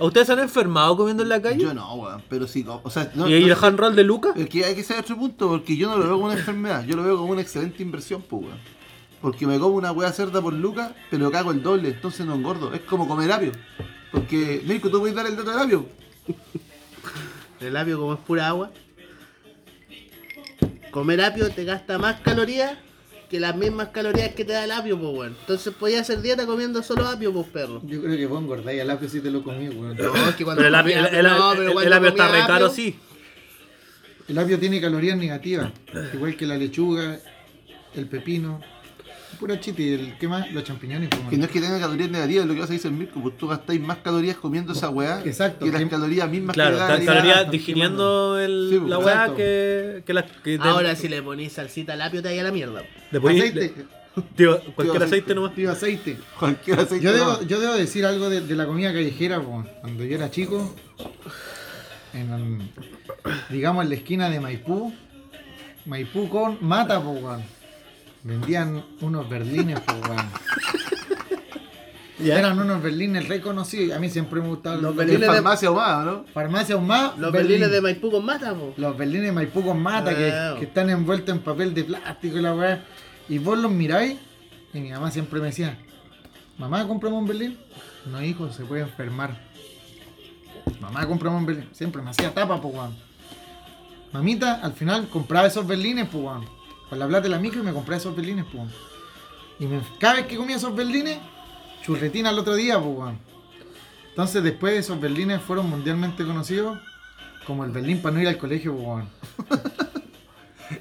Speaker 3: ¿A ustedes se han enfermado comiendo en la calle?
Speaker 1: Yo no, weón. Pero sí, no, o sea, no,
Speaker 3: ¿Y el
Speaker 1: no- Eh,
Speaker 3: hand roll de Lucas?
Speaker 1: Es que hay que saber otro punto, porque yo no lo veo como una enfermedad, yo lo veo como una excelente inversión, pues, weón. Porque me como una weá cerda por lucas, pero cago el doble, entonces no engordo. Es como comer apio. Porque, Mirko, tú puedes dar el dato del apio.
Speaker 2: El apio, como es pura agua. Comer apio te gasta más calorías que las mismas calorías que te da el apio, pues, weón. Entonces podías hacer dieta comiendo solo apio, pues, perro.
Speaker 4: Yo creo que vos engordáis al apio si te lo comí, weón.
Speaker 2: No, es que cuando
Speaker 3: Pero el apio,
Speaker 2: comía
Speaker 3: el- el-
Speaker 2: no,
Speaker 3: el-
Speaker 2: pero
Speaker 3: el
Speaker 2: cuando
Speaker 3: apio está
Speaker 2: comía
Speaker 3: re caro,
Speaker 2: apio-
Speaker 3: sí.
Speaker 4: El apio tiene calorías negativas, igual que la lechuga, el pepino, pura chiti, el ¿qué más? Los champiñones. pues,
Speaker 1: Que no
Speaker 4: man.
Speaker 1: es que tenga calorías negativas, lo que vas a decir Mirko, pues tú gastáis más calorías comiendo esa weá
Speaker 4: Exacto,
Speaker 1: que las
Speaker 4: sí.
Speaker 1: calorías mismas
Speaker 3: Claro,
Speaker 1: que le da
Speaker 3: están
Speaker 1: el-
Speaker 3: calorías
Speaker 4: están
Speaker 3: digiriendo el-
Speaker 1: Sí, pues,
Speaker 3: la weá
Speaker 4: exacto.
Speaker 3: que, que, la, que te-
Speaker 2: Ahora, si le ponís salsita al apio, te vaya a la mierda.
Speaker 3: le ponís-
Speaker 4: aceite,
Speaker 3: le- tío, cualquier
Speaker 1: Tío,
Speaker 3: aceite nomás.
Speaker 4: tío, aceite.
Speaker 1: Cualquier aceite.
Speaker 4: Yo
Speaker 1: no.
Speaker 4: debo, yo debo decir algo de, de la comida callejera, po. cuando yo era chico, en, um, digamos en la esquina de Maipú, Maipú con mata, po, weón. vendían unos berlines, po, weón. Eran unos berlines reconocidos, a mí siempre me gustaban
Speaker 2: Los
Speaker 1: En
Speaker 2: berlines-
Speaker 1: farmacia o más, ¿no?
Speaker 4: Farmacia Humá,
Speaker 2: Los
Speaker 4: berlín.
Speaker 2: berlines de Maipú con mata, po.
Speaker 4: Los berlines de Maipú con mata
Speaker 2: Ah.
Speaker 4: que, que están envueltos en papel de plástico y la weá. Y vos los miráis y mi mamá siempre me decía, mamá, compramos un berlín. No, hijo, se puede enfermar. Mamá, compramos un berlín. Siempre me hacía tapa, po, weón. Mamita, al final compraba esos berlines, po, weón. Con la plata de la micro y me compraba esos berlines, po. weón. Y me- cada vez que comía esos berlines, churretina al otro día, po, weón. Entonces después esos berlines fueron mundialmente conocidos como el berlín para no ir al colegio, po, weón.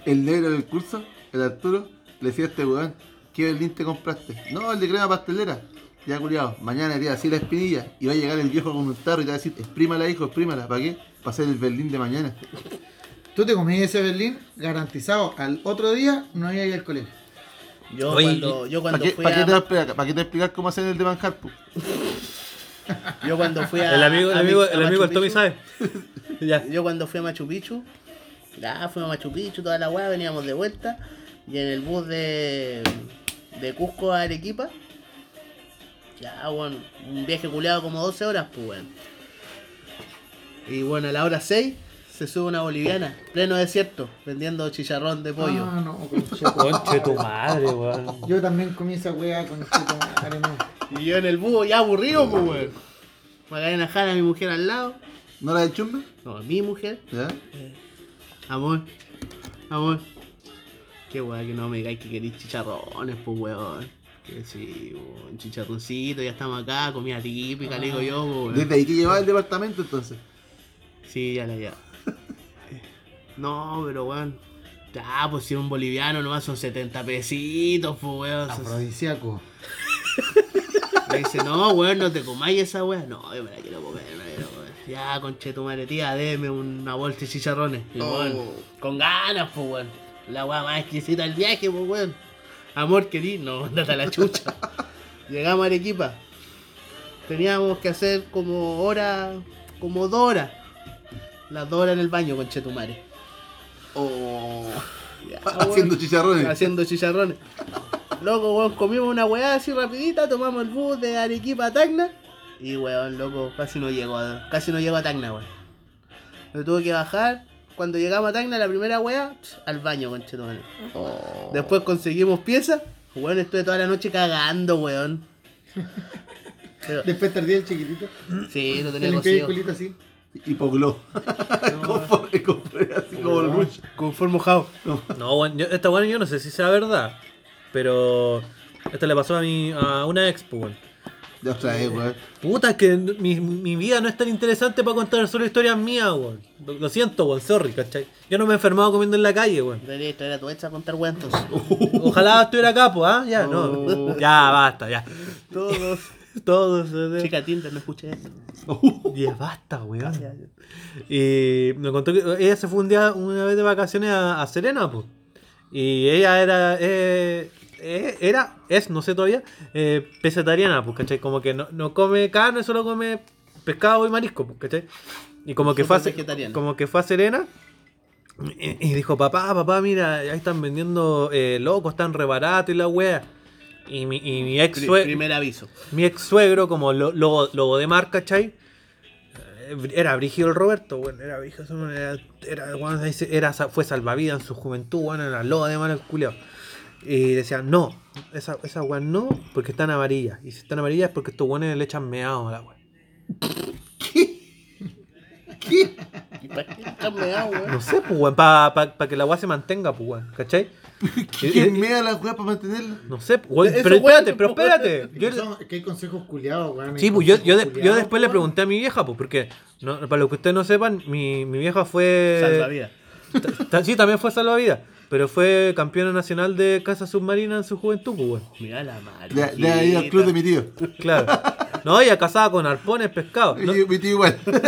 Speaker 1: El negro del curso, el Arturo, le decía a este weón, ¿qué berlín te compraste? No, el de crema pastelera. Ya culiado, mañana te va a decir la espinilla y va a llegar el viejo con un tarro y te va a decir, exprímala hijo, exprímala, ¿para qué? Para hacer el berlín de mañana.
Speaker 4: Tú te comías ese berlín, garantizado, al otro día no ibas a ir al colegio.
Speaker 2: Yo
Speaker 3: Oye,
Speaker 2: cuando, yo
Speaker 1: ¿Para
Speaker 2: cuando
Speaker 1: qué,
Speaker 2: fui
Speaker 1: pa' qué
Speaker 2: a...
Speaker 1: te va a explicar- pa' qué te va a explicar cómo hacer el de manjar? po?
Speaker 2: Yo cuando fui a...
Speaker 3: <laughs> El amigo, el
Speaker 2: a
Speaker 3: amigo,
Speaker 2: Mi- a
Speaker 3: el amigo, el
Speaker 2: Machu
Speaker 3: Tommy
Speaker 2: Picchu,
Speaker 3: sabe. <laughs> ya.
Speaker 2: Yo cuando fui a Machu Picchu, ya fuimos a Machu Picchu, toda la weá, veníamos de vuelta. Y en el bus de, de Cusco a Arequipa, ya, bueno, un viaje culeado como 12 horas, pues, weón. Y bueno, a la hora 6 se sube una boliviana, pleno desierto, vendiendo chicharrón de pollo.
Speaker 4: Ah, no, conchetumare.
Speaker 3: Conche tu madre, weón.
Speaker 4: Yo también comí esa weá con
Speaker 3: <laughs>
Speaker 2: Y yo en el búho ya aburrido, pues, weón. Macarena Jara, mi mujer al lado.
Speaker 1: ¿No la del chumbe?
Speaker 2: No, mi mujer.
Speaker 1: ¿Ya?
Speaker 2: Amor. Amor. Qué weá que no me digáis que queréis chicharrones, pues, weón. Que sí, un chicharroncito, ya estamos acá, comida típica, le digo
Speaker 1: Ah.
Speaker 2: yo, pues, weón.
Speaker 1: Desde ahí que llevaba el departamento entonces.
Speaker 2: Sí, ya
Speaker 1: <laughs>
Speaker 2: la ya. No, pero weón. Ya, pues si un boliviano nomás son 70 pesitos, pues, weón. son-
Speaker 4: Afrodisíaco.
Speaker 2: Me dice, no, weón, no te comáis esa weá. No, yo me la quiero comer, me la quiero comer. Ya, conche tu madre, tía, deme una bolsa de chicharrones. Y,
Speaker 1: Oh.
Speaker 2: weón, con ganas, pues, weón. La weá más exquisita del viaje, pues, weón. Amor querido, no, <laughs> andate a la chucha. Llegamos a Arequipa. Teníamos que hacer como hora, como dos horas. Las dos horas en el baño, conche tu madre.
Speaker 1: Oh.
Speaker 2: Ya,
Speaker 1: <laughs> Haciendo
Speaker 2: weón.
Speaker 1: chicharrones.
Speaker 2: <laughs> Haciendo chicharrones. Loco, weón, comimos una weá así rapidita, tomamos el bus de Arequipa a Tacna. Y weón, loco, casi no llegó a, casi no llegó a Tacna, weón. Me tuve que bajar. Cuando llegamos a Tacna, la primera weá, pss, al baño, conchetumare.
Speaker 1: Oh.
Speaker 2: Después conseguimos piezas. Weón, estuve toda la noche cagando, weón. Pero-
Speaker 4: Después tardía el chiquitito.
Speaker 2: sí, no
Speaker 4: Te
Speaker 2: tenía
Speaker 4: limpié el
Speaker 2: cocido.
Speaker 4: culito así.
Speaker 2: <laughs>
Speaker 1: Hipoglow. Conforme <laughs> compré así como el rush.
Speaker 2: Con full mojado.
Speaker 3: No, bueno, yo- esta bueno, yo no sé si sea verdad, pero esta le pasó a mi a una ex, pues, weón.
Speaker 1: Ya otra vez, weón.
Speaker 3: Puta, es que n- mi, mi vida no es tan interesante para contar solo historias mías, weón. Lo, lo siento, weón, sorry, ¿cachai? Yo no me he enfermado comiendo en la calle, weón.
Speaker 2: Debería traer a tu ex a contar weón entonces.
Speaker 3: Ojalá estuviera acá, pues, ¿ah? Ya, no. <laughs> Ya, basta, ya.
Speaker 2: Todos.
Speaker 3: Todos. eh,
Speaker 2: Chica Tinder, no escuché esto.
Speaker 3: Ya basta, weón. Y me contó que ella se fue un día, una vez de vacaciones a, a Serena, pues. Y ella era, eh, eh, era, es, no sé todavía, eh, pesetariana, pues, ¿cachai? Como que no, no come carne, solo come pescado y marisco, pues, ¿cachai? Y como que, fue a,
Speaker 2: Súper
Speaker 3: Se-
Speaker 2: vegetariana.
Speaker 3: como que fue a Serena y, y dijo, papá, papá, mira, ahí están vendiendo eh, locos, están re barato y la wea. Y mi, y mi ex
Speaker 2: Pri-
Speaker 3: sue-
Speaker 2: primer aviso.
Speaker 3: mi ex suegro, como lo- lobo, lobo de mar, ¿cachai? Eh, Era Brigido el Roberto, bueno, era Brigido, ese weón era, era, weón, ese- era sa- fue salvavidas en su juventud, bueno, era lobo de mar el culiao. Y decían, no, esa, esa weá no, porque están amarillas. Y si están amarillas es porque estos weones le echan meado a la weá.
Speaker 2: ¿Y para qué echarme agua?
Speaker 3: No sé, pues weón, para que la weá se mantenga, pues weón, ¿cachai? Eh,
Speaker 1: ¿Quién mea la weá para mantenerla?
Speaker 3: No sé, pues, weón,
Speaker 2: Eso,
Speaker 3: pero
Speaker 2: weón,
Speaker 3: espérate, pero
Speaker 2: pues, weón.
Speaker 3: espérate.
Speaker 4: <laughs> Que
Speaker 3: Yo-
Speaker 4: son- que hay consejos culiados, weón.
Speaker 3: Sí,
Speaker 4: hay
Speaker 3: pues yo, yo,
Speaker 4: consejos
Speaker 3: de- yo
Speaker 4: culiados,
Speaker 3: después le
Speaker 4: weón.
Speaker 3: pregunté a mi vieja, pues, porque no, para lo que ustedes no sepan, mi, mi vieja fue.
Speaker 2: Salvavidas.
Speaker 3: <laughs> Ta- ta- Sí, también fue salvavidas. Pero fue campeona nacional de casa submarina en su juventud, pues, weón.
Speaker 2: Mirá la madre.
Speaker 1: De, de ahí al club de mi tío.
Speaker 3: <laughs>
Speaker 1: <laughs>
Speaker 3: Claro. No, ella cazaba con arpones pescados. No,
Speaker 1: Mi tío- Mi tío igual. <laughs>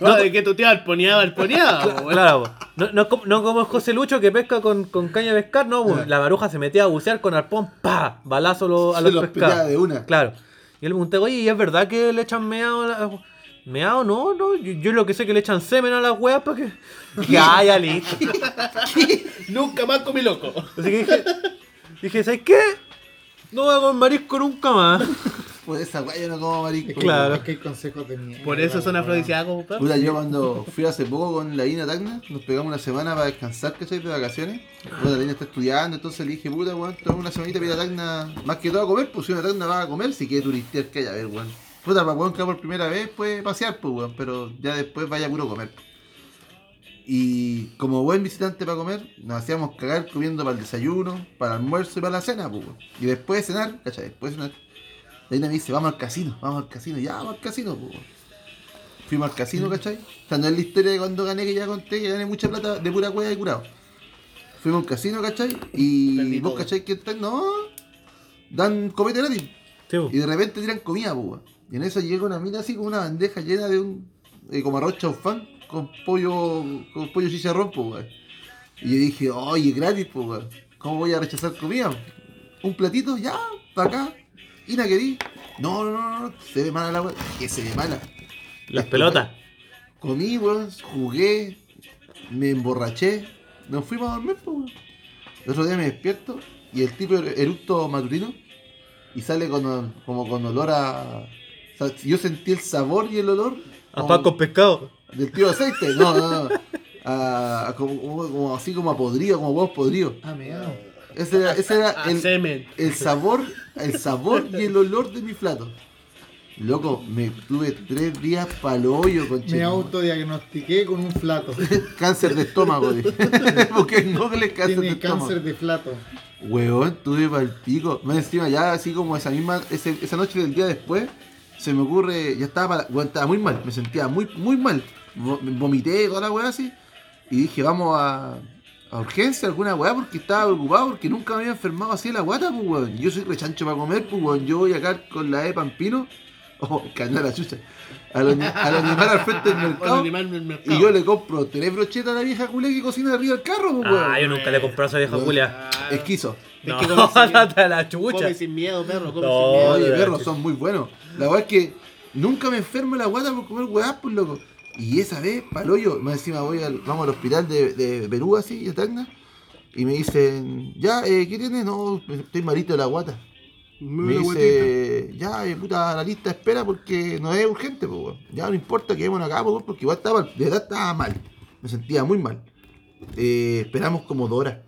Speaker 2: No, de que tu tío alponeaba, alponeaba. po, weón.
Speaker 3: claro, po. no, no, como- no como el José Lucho que pesca con, con caña de pescar, no, po. la baruja se metía a bucear con arpón, pa, balazo lo- a
Speaker 1: Se
Speaker 3: los
Speaker 1: los pegaba
Speaker 3: pescados.
Speaker 1: de una.
Speaker 3: Claro. Y él me pregunté, oye, ¿y es verdad que le echan meado a la- Meado, no, no, yo, yo lo que sé es que le echan semen a las weas para que.
Speaker 1: <laughs>
Speaker 3: Ya, ya, listo.
Speaker 2: Nunca más comí loco.
Speaker 3: Así que dije, dije, ¿sabes qué? No voy a comer marisco nunca más.
Speaker 1: Pues esa weá yo no como
Speaker 4: Es
Speaker 1: marisco.
Speaker 4: que-
Speaker 3: Claro.
Speaker 4: Es que hay consejos de mierda.
Speaker 2: Por eso son
Speaker 4: weón.
Speaker 2: afrodisíacos, po,
Speaker 1: Puta, yo cuando fui hace poco con la Ina Tacna, nos pegamos una semana para descansar, ¿cachai? De vacaciones. Bueno, la Ina está estudiando, entonces le dije, puta, weón, toma una semanita para ir a Tacna, más que todo a comer, pues si una Tacna va a comer, si quiere turistear, que haya a ver, weón. Puta, para weón que va por primera vez puede pasear, pues weón, pero ya después vaya puro comer. Y como buen visitante para comer, nos hacíamos cagar comiendo para el desayuno, para el almuerzo y para la cena, pues weón. Y después de cenar, ¿cachai? Después de cenar. La Ina me dice, vamos al casino, vamos al casino, ya, vamos al casino, pues weón. Fuimos al casino,
Speaker 2: Mm.
Speaker 1: ¿cachai? O sea, no es la historia de cuando gané que ya conté que gané mucha plata de pura cueva de curado. Fuimos al casino, ¿cachai? Y
Speaker 2: Perdí
Speaker 1: vos,
Speaker 2: todo.
Speaker 1: ¿cachai? Que están- no. Dan copete gratis.
Speaker 3: Sí,
Speaker 2: Uh.
Speaker 3: po.
Speaker 1: Y de repente tiran comida, pues. Y en eso llega una mina así con una bandeja llena de un. eh, como arroz chaufán con pollo. con pollo chicharrón, pues, weón. Y yo dije, oye, gratis, pues, weón. ¿Cómo voy a rechazar comida? Un platito, ya, para acá. Y la querí. No, no, no, no, se ve mala la weón. Que se ve mala.
Speaker 3: Las pelotas.
Speaker 1: Comí, weón, jugué, me emborraché, nos fuimos a dormir, pues, weón. El otro día me despierto y el tipo er- eructo matutino y sale con, como con olor a. o sea, yo sentí el sabor y el olor
Speaker 3: A
Speaker 1: como
Speaker 3: pan con pescado.
Speaker 1: del tío aceite, no, no, no. A- a como, como- como así como a podrido, como huevos podridos.
Speaker 4: Ah, meado.
Speaker 1: Ese era, ese era
Speaker 2: A
Speaker 1: el,
Speaker 2: semen.
Speaker 1: el sabor, el sabor y el olor de mi plato. Loco, me tuve tres días paloyo con
Speaker 4: Me autodiagnostiqué con un
Speaker 3: <laughs>
Speaker 4: flato.
Speaker 1: cáncer de estómago,
Speaker 4: <laughs>
Speaker 1: dije. Porque no que le cáncer de
Speaker 4: Tiene
Speaker 1: estómago.
Speaker 4: cáncer de flato.
Speaker 1: Weón, tuve pa'l pico. Más encima, ya así como esa misma, ese- esa noche del día después, se me ocurre, ya estaba, para- weón, estaba muy mal, me sentía muy, muy mal. Vo- Vomité, toda la weá así. Y dije, vamos a, a urgencia, alguna weá, porque estaba preocupado, porque nunca me había enfermado así de la guata, pues weón. Yo soy rechancho para comer, pues weón. Yo voy acá con la de E Pampino <laughs> Oh, canal la chucha. Al, ani- al animar al frente
Speaker 4: <laughs>
Speaker 1: del
Speaker 5: Para
Speaker 1: mercado.
Speaker 5: animarme el mercado.
Speaker 1: Y yo le compro tres brochetas a la vieja culia que cocina arriba del carro, pues, weón.
Speaker 3: Ah, yo nunca le he comprado a esa vieja
Speaker 1: Weón.
Speaker 3: Julia.
Speaker 5: Ah,
Speaker 1: Esquizo.
Speaker 3: No,
Speaker 5: que
Speaker 3: <laughs>
Speaker 5: como se-
Speaker 3: hasta la chucha.
Speaker 5: come sin miedo, perro, come
Speaker 3: No.
Speaker 5: sin miedo.
Speaker 1: Oye,
Speaker 3: de Ah, la
Speaker 1: perros,
Speaker 3: chucha.
Speaker 1: son muy buenos. La weá es que nunca me enfermo la guata por comer weá, pues loco. Y esa vez, paloyo, más encima voy al, vamos al hospital de, de Perú, así, de Tacna, y me dicen, ya, eh, ¿qué tienes? No, estoy malito de la guata. Me dice, ya, eh, puta, la lista espera porque no es urgente, pues, weón. Ya no importa, quedémonos acá, pues, weón, porque igual estaba, de verdad estaba mal. Me sentía muy mal. Eh, esperamos como dos horas.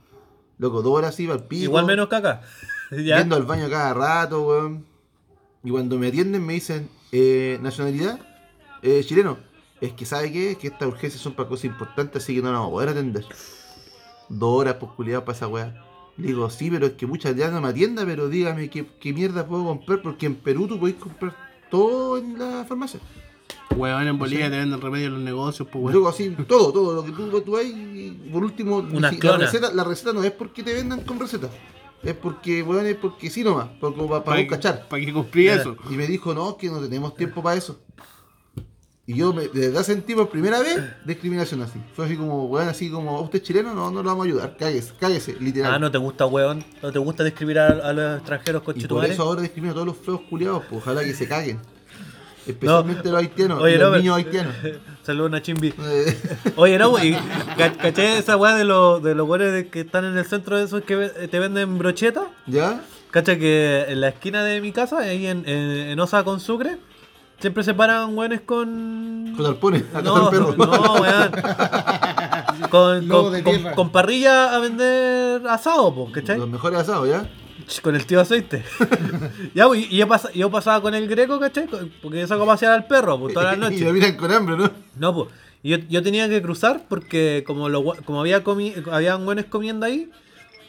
Speaker 1: Loco, dos horas iba al pico.
Speaker 3: Igual menos caca. <laughs> ¿Ya?
Speaker 1: Yendo al baño cada rato, weón. Y cuando me atienden me dicen, eh, nacionalidad, eh, chileno. Es que, ¿sabe qué? Es que estas urgencias son para cosas importantes, así que no las vamos a poder atender. Dos horas, pues, culiado, para esa weá. Le digo, sí, pero es que muchas ya no me atienda, pero dígame qué, qué mierda puedo comprar, porque en Perú tú podés comprar todo en la farmacia.
Speaker 5: Weón, en Bolivia te venden remedio en los negocios, pues weón.
Speaker 1: Luego así, todo, todo, lo que tú, tú hay, y por último,
Speaker 3: Unas
Speaker 1: si- la,
Speaker 3: clonas.
Speaker 1: receta, la receta no es porque te vendan con receta. Es porque, bueno, es porque sí nomás, por- como para, para
Speaker 5: que-
Speaker 1: cachar.
Speaker 5: Para que cumplí eso.
Speaker 1: Y me dijo, no, que no tenemos tiempo para eso. Y yo me, de verdad sentí por primera vez discriminación así. Fue así como, weón, así como, usted es chileno, no, no lo vamos a ayudar, cáguese, cáguese, literal.
Speaker 3: Ah, no te gusta, weón. No te gusta describir a, a los extranjeros con
Speaker 1: y por
Speaker 3: chituales.
Speaker 1: eso ahora discrimino a todos los feos culiados, pues ojalá que se caguen. Especialmente los haitianos,
Speaker 3: Oye,
Speaker 1: y los
Speaker 3: no, pero-
Speaker 1: niños haitianos.
Speaker 3: <laughs>
Speaker 1: <laughs>
Speaker 3: Saludos a Chimbi.
Speaker 1: Eh,
Speaker 3: Oye, no, y ca- caché esa weá de, los de los weones de que están en el centro de esos que ve- eh, te venden brochetas.
Speaker 1: ¿Ya?
Speaker 3: Cacha que en la esquina de mi casa, ahí en, en, en Osa con Sucre, siempre se paran weones con.
Speaker 1: Con arpones, a cazar
Speaker 3: No,
Speaker 1: perros. <laughs>
Speaker 3: no, weón. Con,
Speaker 4: Lobo
Speaker 3: con-
Speaker 4: de
Speaker 3: con-
Speaker 4: tierra.
Speaker 3: con parrilla a vender asado, po, ¿cachai?
Speaker 1: Los mejores asados, ¿ya?
Speaker 3: Ch, Con el tío aceite. ya, pues, y yo, pas- yo pasaba con el greco, ¿cachai? Con- Porque yo saco a pasear al perro, pues, todas las
Speaker 1: <laughs> Y me
Speaker 3: noches.
Speaker 1: miran con hambre, ¿no?
Speaker 3: No, pues. y Yo, yo tenía que cruzar porque como los gua- como había comi habían buenos comiendo ahí,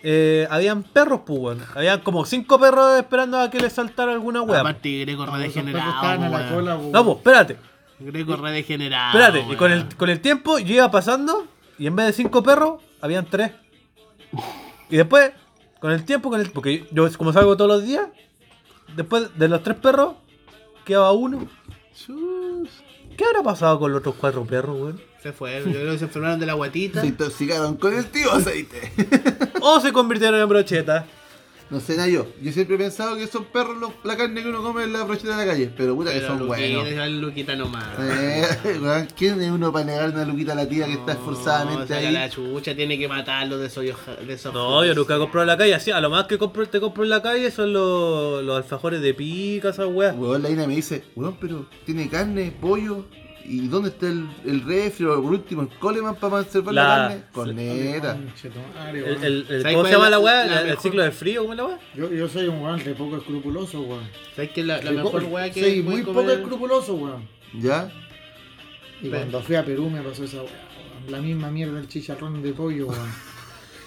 Speaker 3: eh, habían perros, pues, weón. Habían como cinco perros esperando a que les saltara alguna weá.
Speaker 5: Aparte, Greco re
Speaker 4: Esos perros
Speaker 5: degenerado.
Speaker 4: estaban a la
Speaker 5: weón.
Speaker 4: cola, weón.
Speaker 3: No, pues, espérate.
Speaker 5: Greco re degenerado.
Speaker 3: Espérate, y
Speaker 5: weón.
Speaker 3: con el, con el tiempo yo iba pasando y en vez de cinco perros, habían tres. Y después, con el tiempo, con el porque yo como salgo todos los días, después de los tres perros, quedaba uno.
Speaker 5: Chus.
Speaker 3: ¿Qué habrá pasado con los otros cuatro perros, weón?
Speaker 2: Se fue, yo creo que se enfermaron de la guatita.
Speaker 1: Se intoxicaron con el tío aceite.
Speaker 3: O se convirtieron en brochetas.
Speaker 1: No sé, nada yo. Yo siempre he pensado que son perros los- la carne que uno come en la brocheta de la calle. Pero puta que
Speaker 5: Pero
Speaker 1: son buenos.
Speaker 5: Luquita, Luquita nomás.
Speaker 1: <laughs> Eh, weón, ¿Quién es uno para negar una luquita a la tía que está
Speaker 5: No,
Speaker 1: esforzadamente
Speaker 5: saca
Speaker 1: ahí?
Speaker 5: La chucha tiene que matarlo de esos de esos-
Speaker 3: No, yo nunca he comprado en la calle. Así, a lo más que compro, te compro en la calle son los, los alfajores de pica, esas weas.
Speaker 1: Weón, la Ina me dice, weón, pero tiene carne, pollo. ¿Y dónde está el, el refri o por último el coleman para conservar la,
Speaker 3: La-
Speaker 1: carne? Corneta.
Speaker 4: Conchetumare,
Speaker 3: El,
Speaker 4: weón.
Speaker 3: el- el-
Speaker 5: ¿Sabes
Speaker 3: ¿Cómo
Speaker 5: cuál
Speaker 3: se
Speaker 5: es
Speaker 3: llama
Speaker 5: la-
Speaker 3: la wea?
Speaker 5: la
Speaker 3: El- el
Speaker 5: mejor?
Speaker 3: ciclo de frío, ¿cómo es la wea?
Speaker 4: Yo, yo soy un weón re poco escrupuloso, weón.
Speaker 5: ¿Sabes que la, la
Speaker 4: Re
Speaker 5: mejor
Speaker 4: poco-
Speaker 5: weá que
Speaker 4: Soy
Speaker 5: puede
Speaker 4: muy
Speaker 5: comer-
Speaker 4: poco escrupuloso, weón.
Speaker 1: ¿Ya?
Speaker 4: Y
Speaker 5: Pero-
Speaker 4: cuando fui a Perú me pasó esa weá, weón. La misma mierda el chicharrón de pollo,
Speaker 5: <laughs>
Speaker 4: weón.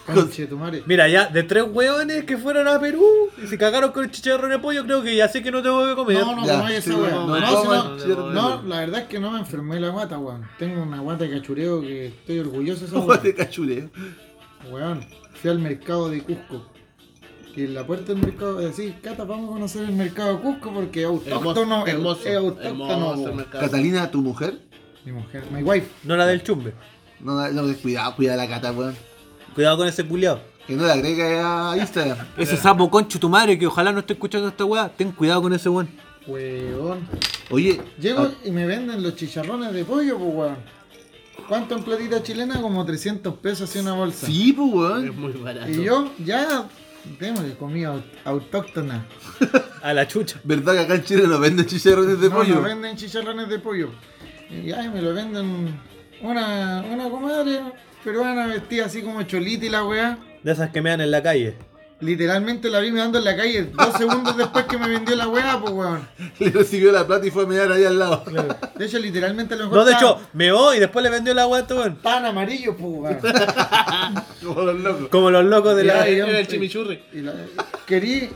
Speaker 4: Conchetumare.
Speaker 3: Mira, ya de tres weones que fueron a Perú y se cagaron con el chicharrón de pollo, creo que ya sé que no tengo que comer.
Speaker 4: No, no,
Speaker 1: Ya,
Speaker 4: no hay
Speaker 1: sí,
Speaker 4: esa weá.
Speaker 1: no,
Speaker 4: No,
Speaker 5: no,
Speaker 4: si
Speaker 1: coman
Speaker 4: no-
Speaker 1: chicharrón de
Speaker 4: no,
Speaker 1: pollo.
Speaker 4: la verdad es que no me enfermé la guata, weón. Tengo una guata de cachureo que estoy orgulloso de esa
Speaker 1: Weón,
Speaker 4: weón.
Speaker 1: de cachureo.
Speaker 4: Weón, fui al mercado de Cusco. Y en la puerta del mercado, decís, Cata, vamos a conocer el mercado de Cusco porque es autóctono,
Speaker 5: Hermoso,
Speaker 4: es-
Speaker 5: hermoso,
Speaker 4: es autóctono.
Speaker 5: hermoso
Speaker 4: weón.
Speaker 5: mercado.
Speaker 1: Catalina, tu mujer.
Speaker 4: Mi mujer, my wife.
Speaker 3: No la del chumbe.
Speaker 1: No, no, cuidado, cuidado la cata, weón.
Speaker 3: Cuidado con ese culiao.
Speaker 1: Que no la agrega a Instagram.
Speaker 3: Ese sapo concho tu madre que ojalá no esté escuchando esta weá. Ten cuidado con ese weón.
Speaker 4: Weón.
Speaker 1: Oye,
Speaker 4: Llego
Speaker 1: ah,
Speaker 4: y me venden los chicharrones de pollo, pues weón. ¿Cuánto en platita chilena? Como 300 pesos así una bolsa.
Speaker 1: sí, pues,
Speaker 5: Es
Speaker 1: weón.
Speaker 5: muy barato.
Speaker 4: Y yo ya tengo de comida aut- autóctona.
Speaker 3: A la chucha.
Speaker 1: ¿Verdad que acá en Chile no venden chicharrones de
Speaker 4: no,
Speaker 1: pollo?
Speaker 4: no venden chicharrones de pollo. Y ay, me lo venden una, una comadre peruana vestida así como cholita y la weá.
Speaker 3: De esas que me dan en la calle.
Speaker 4: Literalmente la vi dando en la calle dos segundos <laughs> después que me vendió la weá, pues weón.
Speaker 1: <laughs> Le recibió la plata y fue a mirar ahí al
Speaker 3: <laughs>
Speaker 1: lado.
Speaker 4: De hecho, literalmente a lo mejor
Speaker 3: No, de
Speaker 4: estaban-
Speaker 3: hecho, meó y después le vendió el agua a este weón.
Speaker 4: estaban amarillos, pues weón.
Speaker 1: Como los locos.
Speaker 3: Como los locos de
Speaker 4: Ya,
Speaker 3: la.
Speaker 4: ya.
Speaker 5: Era el chimichurri.
Speaker 4: Y la, querí.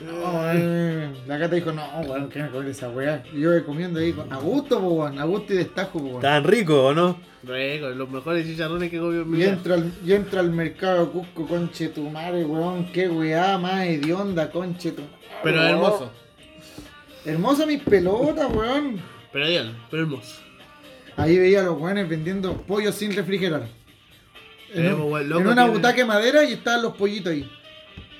Speaker 4: No, eh, la gata dijo, no, weón, que me comer esa weá. Y yo comiendo ahí, con- a gusto, po, weón, a gusto y destajo, po, weón.
Speaker 3: Tan rico, ¿o no?
Speaker 5: Rico, los mejores chicharrones que comió en mi
Speaker 4: Y
Speaker 5: vida.
Speaker 4: entro, al, y entro al mercado de Cusco, conche tu madre, weón, qué weá más hedionda, conche tu
Speaker 5: Pero hermoso.
Speaker 4: Hermosa mis pelotas, weón.
Speaker 5: Pero díganlo, pero hermoso.
Speaker 4: Ahí veía a los weones vendiendo pollos sin refrigerar. En,
Speaker 5: Eh,
Speaker 2: Pero,
Speaker 5: pues,
Speaker 4: un-
Speaker 2: weón, loco,
Speaker 4: en una
Speaker 2: tiene-
Speaker 4: butaca de madera y estaban los pollitos ahí.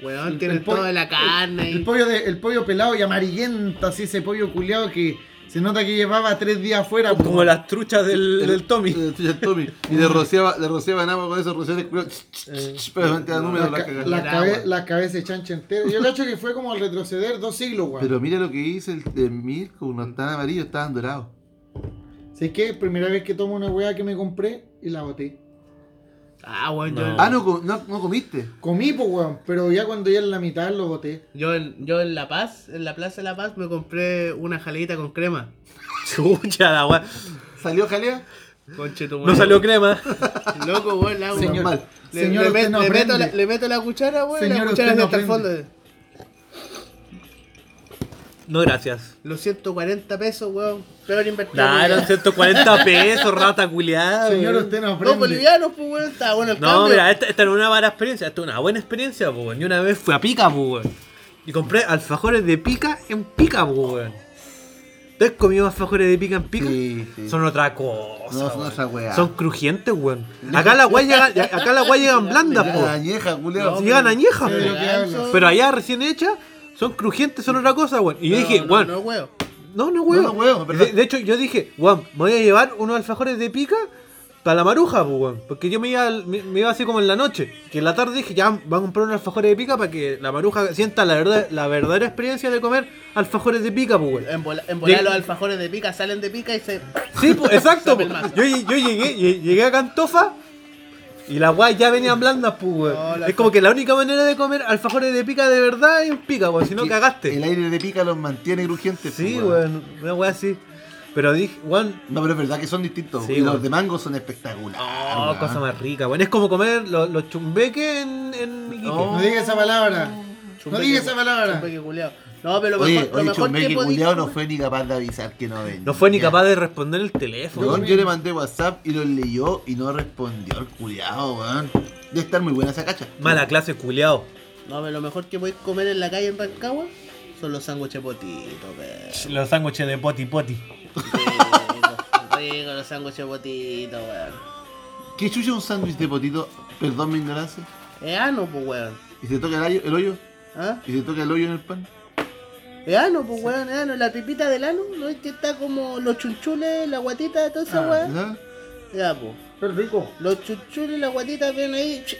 Speaker 2: Weón,
Speaker 4: El-
Speaker 2: tienen
Speaker 4: el pollo-
Speaker 2: toda la carne
Speaker 4: El
Speaker 2: y
Speaker 4: pollo, de- el pollo pelado y amarillento, así ese pollo culeado que se nota que llevaba tres días afuera. po.
Speaker 3: Como las truchas del,
Speaker 1: El-
Speaker 3: del Tommy.
Speaker 1: El, el Tommy. Y le rociaba, le rociaba en agua con esos rociadores culiados.
Speaker 3: Eh,
Speaker 1: Pero antes de números
Speaker 4: Las
Speaker 1: la
Speaker 4: ca-
Speaker 1: cagada.
Speaker 4: las
Speaker 2: Era
Speaker 4: cabe-
Speaker 2: agua.
Speaker 4: las cabezas de chancho entero. Yo le hecho que fue como al retroceder dos siglos, weón.
Speaker 1: Pero mira lo que hice el, el Mirko, no estaban amarillos, estaban dorados.
Speaker 4: ¿Sabes qué? Primera vez que tomo una weá que me compré y la boté.
Speaker 2: Ah, weón, yo,
Speaker 3: No.
Speaker 1: Ah, no, com- no, no comiste.
Speaker 4: Comí, pues, weón, pero ya cuando ya en la mitad lo boté.
Speaker 2: yo, en, yo en La Paz, en la Plaza de La Paz, me compré una jaleita con crema.
Speaker 3: Chucha la weá.
Speaker 1: ¿Salió jalea?
Speaker 2: Conche tu
Speaker 3: No
Speaker 2: madre.
Speaker 3: salió crema.
Speaker 2: Loco, weón, la hago.
Speaker 1: Señor,
Speaker 2: Le-
Speaker 1: mal.
Speaker 2: le,
Speaker 4: señor, usted
Speaker 2: met-
Speaker 4: no
Speaker 2: le meto la,
Speaker 4: aprende.
Speaker 2: le meto la cuchara, weón, la cuchara
Speaker 4: Señor, usted
Speaker 2: es
Speaker 4: no
Speaker 2: hasta el fondo.
Speaker 4: aprende.
Speaker 3: No, gracias.
Speaker 2: Los 140 pesos, weón, peor invertido.
Speaker 3: Nah,
Speaker 2: que-
Speaker 3: eran 140 pesos, rata culiada.
Speaker 4: Señor,
Speaker 3: weón.
Speaker 4: usted no
Speaker 2: Dos
Speaker 4: aprende.
Speaker 2: bolivianos, pues, weón, está bueno el
Speaker 3: No,
Speaker 2: cambio.
Speaker 3: mira, esta, esta no es una mala experiencia, esta es una buena experiencia, po, weón. Y una vez fui a pica, po, weón. Y compré alfajores de pica en pica, po, weón. ¿Tú has comido alfajores de pica en pica?
Speaker 1: Sí, sí.
Speaker 3: Son otra cosa.
Speaker 1: No, son
Speaker 3: weón.
Speaker 1: otra weá.
Speaker 3: Son crujientes, weón. Acá las weas llegan, ya- acá las weas llegan blandas,
Speaker 1: Llegan
Speaker 3: po.
Speaker 1: añeja, culiao.
Speaker 3: Si llegan añejas,
Speaker 4: Sí,
Speaker 3: po.
Speaker 4: lo que habla.
Speaker 3: eh, Pero allá recién hechas, son crujientes, son otra cosa, weón. Y yo
Speaker 2: No,
Speaker 3: dije,
Speaker 2: no,
Speaker 3: weón,
Speaker 2: No, weón.
Speaker 3: no, no, huevo.
Speaker 1: No, no, huevo, es verdad.
Speaker 3: de, de hecho, yo dije, weón, me voy a llevar unos alfajores de pica para la maruja, pues, weón. Porque yo me iba, al- me, me iba así como en la noche. Que en la tarde dije, ya, van a comprar unos alfajores de pica para que la maruja sienta la, verdad, la verdadera experiencia de comer alfajores de pica, pues, weón.
Speaker 2: En bola, en bola
Speaker 3: Llega-
Speaker 2: los alfajores de pica salen de pica y <laughs> se.
Speaker 1: <laughs>
Speaker 3: Sí, pues, exacto. pues.
Speaker 2: Sabe el
Speaker 3: Yo, lle- yo llegué, lle- llegué a Cantofa y las guayas ya venían blandas, pues, weón.
Speaker 2: No, la
Speaker 3: es como que la única manera de comer alfajores de pica de verdad es en pica, weón. Si no,
Speaker 1: Que
Speaker 3: cagaste.
Speaker 1: El aire de pica los mantiene crujientes.
Speaker 3: Sí,
Speaker 1: pues,
Speaker 3: weón. Una wea así. Pero dije, weón,
Speaker 1: No, pero es verdad que son distintos.
Speaker 3: Sí,
Speaker 1: y los
Speaker 3: weón.
Speaker 1: de mango son espectaculares.
Speaker 3: Oh,
Speaker 1: weón.
Speaker 3: cosa más rica, weón. Es como comer los, los chumbeques en, en Iquique.
Speaker 1: Oh.
Speaker 4: No diga esa palabra. No
Speaker 2: Chumbeque,
Speaker 4: diga esa palabra.
Speaker 2: chumbeque culiao. No, pero lo
Speaker 1: Oye,
Speaker 2: mejor, lo
Speaker 1: oye,
Speaker 2: mejor
Speaker 1: Chumbeque
Speaker 2: que podí-
Speaker 1: culiao no fue ni capaz de avisar que no venía.
Speaker 3: No fue ni capaz de responder el teléfono.
Speaker 1: Weón, yo le mandé WhatsApp y lo leyó y no respondió el culiao, weón. Debe estar muy buena esa cacha.
Speaker 3: Mala clase, culiao.
Speaker 2: No, pero lo mejor que podéis comer en la calle en Rancagua son los sándwiches potitos,
Speaker 4: <laughs>
Speaker 2: weón.
Speaker 3: Los sándwiches de poti
Speaker 1: ¿Eh?
Speaker 3: poti.
Speaker 2: Rico, rico los sándwiches potitos, weón.
Speaker 1: ¿Qué chucha un sándwich de potito? Perdón mi ignorancia.
Speaker 2: Es ano, pues, weón.
Speaker 1: ¿Y se toca el, hoyo- el hoyo?
Speaker 2: ¿Ah?
Speaker 1: ¿Y se toca el hoyo en el pan?
Speaker 2: Es ano, pues, weón, es ano. La pipita del ano, ¿no es que está como los chunchules, la guatita, toda esa
Speaker 4: Ah,
Speaker 2: weón?
Speaker 1: ¿Verdad?
Speaker 2: Ya, pues.
Speaker 4: Qué rico.
Speaker 2: Los chuchules y las guatitas ven ahí. ch-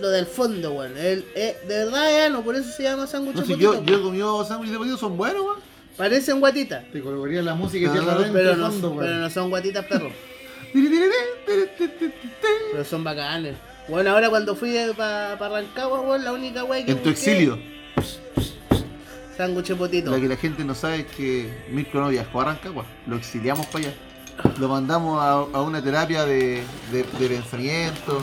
Speaker 2: Lo del fondo, weón. El, eh, de verdad es ano, por eso se llama sándwich
Speaker 1: No sé,
Speaker 2: potito,
Speaker 1: yo, yo he comido sándwiches de potito, son buenos, weón.
Speaker 2: Parecen guatitas.
Speaker 4: Te colocaría la música
Speaker 1: Ah,
Speaker 4: y tierra
Speaker 1: pero
Speaker 4: adentro
Speaker 2: Pero
Speaker 4: de
Speaker 2: no,
Speaker 4: fondo,
Speaker 2: pero
Speaker 4: weón.
Speaker 2: no son guatitas, perro. Pero son bacanes. Bueno, ahora cuando fui para Rancagua, weón, la única weá que
Speaker 1: En tu
Speaker 2: busqué,
Speaker 1: exilio,
Speaker 2: Sándwich potito.
Speaker 1: la que la gente no sabe es que Mirko no viajó a Rancagua, lo exiliamos para allá. Lo mandamos a, a una terapia de, de, de pensamiento,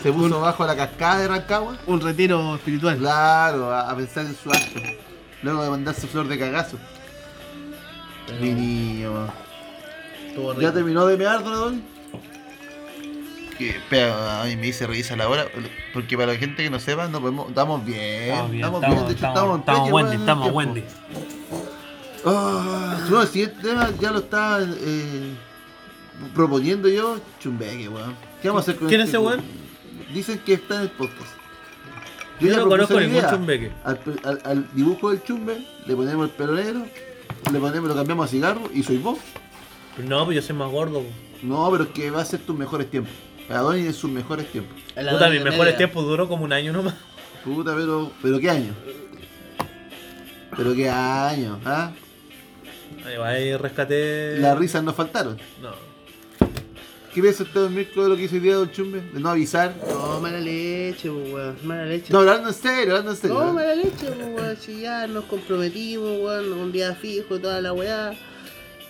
Speaker 1: se puso bajo la cascada de Rancagua.
Speaker 2: Un retiro espiritual.
Speaker 1: Claro, a, a pensar en su acto. Luego de mandarse flor de cagazo. Mi niño. weón.
Speaker 2: Estuvo rico.
Speaker 1: ¿Ya terminó de mear, Donadón? Que espera, ay, me dice revisa la hora, porque para la gente que no sepa, no podemos, estamos bien, estamos bien, de hecho, estamos, en Wendy, estamos Wendy. no, si este tema ya lo estaba eh, proponiendo yo, chumbeque, weón. ¿Qué vamos a hacer con
Speaker 3: ¿Quién
Speaker 1: este
Speaker 3: es ese weón?
Speaker 1: Dicen que está en el podcast.
Speaker 3: Yo
Speaker 1: ya
Speaker 3: no
Speaker 1: propuse
Speaker 3: conozco
Speaker 1: la
Speaker 3: ningún
Speaker 1: idea.
Speaker 3: chumbeque.
Speaker 1: Al, al- al dibujo del chumbe le ponemos el pelo negro, le ponemos, lo cambiamos a cigarro y soy vos.
Speaker 3: No, pues yo soy más gordo.
Speaker 1: No, pero es que va a ser tus mejores tiempos. Adonis es sus mejores tiempos.
Speaker 2: A la
Speaker 3: Puta,
Speaker 2: doña
Speaker 3: mis mejores
Speaker 2: Nerea.
Speaker 3: tiempos duró como un año nomás.
Speaker 1: Puta, pero. ¿Pero qué año? ¿Pero qué año? ¿Ah?
Speaker 3: Ahí va, ahí rescaté.
Speaker 1: Las risas nos faltaron.
Speaker 3: No.
Speaker 1: ¿Qué piensa usted, don Mirko, de lo que hizo el día Don Chumbe? De no avisar.
Speaker 2: No, mala leche, pues, weón. Mala leche.
Speaker 1: No, hablando en serio, hablando en serio.
Speaker 2: No, mala leche, pues, weón. Si ya nos comprometimos, weón, un día fijo, toda la weá.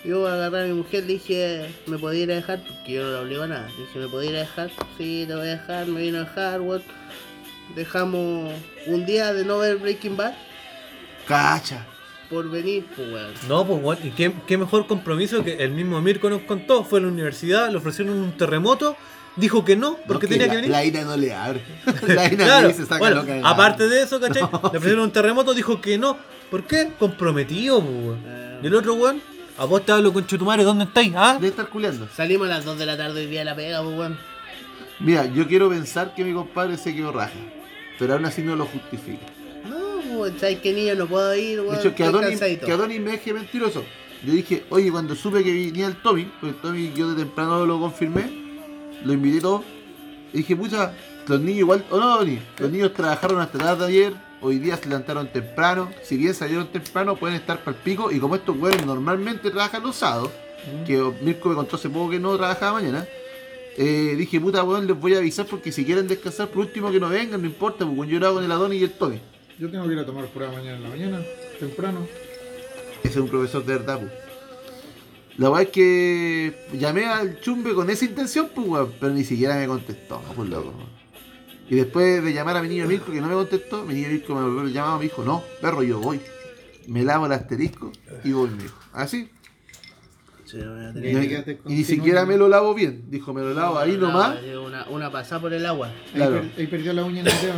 Speaker 2: Yo agarré a mi mujer, le dije, ¿me podía ir a dejar? Porque yo no la obligo a nada. Le dije, ¿me podía ir a dejar? Sí, te voy a dejar, me vino a dejar, weón. Dejamos un día de no ver Breaking Bad
Speaker 1: Cacha.
Speaker 2: por venir, pues, weón.
Speaker 3: No, pues weón, y qué, qué mejor compromiso que el mismo Mirko nos contó. Fue a la universidad, le ofrecieron un terremoto, dijo que no, porque
Speaker 1: No,
Speaker 3: tenía
Speaker 1: la-
Speaker 3: que venir.
Speaker 1: La ira no le abre. <laughs>
Speaker 3: <laughs>
Speaker 1: La ira
Speaker 3: Claro,
Speaker 1: le dice, saca
Speaker 3: bueno,
Speaker 1: loca. <laughs>
Speaker 3: aparte de eso, ¿cachai? Le ofrecieron un terremoto, dijo que no. ¿Por qué? Comprometido, pues, weón.
Speaker 2: Eh,
Speaker 3: Y el otro weón, a vos te hablo con Chetumare, ¿dónde estáis? ¿Ah?
Speaker 1: Debe estar culeando.
Speaker 2: Salimos a las 2 de la tarde hoy día a la pega, pues, weón.
Speaker 1: Mira, yo quiero pensar que mi compadre se quedó raja. Pero aún así no lo justifica.
Speaker 2: No, weón, ¿sabes qué niño no puedo ir,
Speaker 1: De
Speaker 2: weón?
Speaker 1: hecho, que
Speaker 2: Estoy
Speaker 1: Adonis,
Speaker 2: cansadito.
Speaker 1: que Adonis me deje mentiroso. Yo dije, oye, cuando supe que venía el Tommy, porque el Tommy yo de temprano lo confirmé, lo invité todo. Y dije, pucha, los niños igual, o no, Adonis, los niños trabajaron hasta tarde ayer, hoy día se levantaron temprano. Si bien salieron temprano, pueden estar para el pico. Y como estos güeyes normalmente trabajan los sábados, que Mirko me contó hace poco que no trabajaba mañana. eh, dije, puta, weón, les voy a avisar porque si quieren descansar, por último que no vengan, no importa, porque yo lo hago con el Adonis y el Tommy.
Speaker 4: Yo tengo que ir a tomar prueba mañana en la mañana, temprano.
Speaker 1: Ese es un profesor de verdad, pues. La weá es que llamé al chumbe con esa intención, pues, weón, pero ni siquiera me contestó, pues, loco. weón. Y después de llamar a mi niño Mirko, que no me contestó, mi niño Mirko me volvió a llamar, me dijo, no, perro, yo voy. Me lavo el asterisco y voy, me dijo. Así.
Speaker 2: Sí, voy a
Speaker 1: Y,
Speaker 2: tener-
Speaker 4: ahí te quedaste
Speaker 1: y ni
Speaker 4: continuando.
Speaker 1: siquiera me lo lavo bien. Dijo, me lo lavo ahí
Speaker 2: Una-
Speaker 1: nomás.
Speaker 2: eh, Una, una pasada por el agua.
Speaker 4: Ahí,
Speaker 1: Claro.
Speaker 4: per- ahí perdió la uña en el dedo,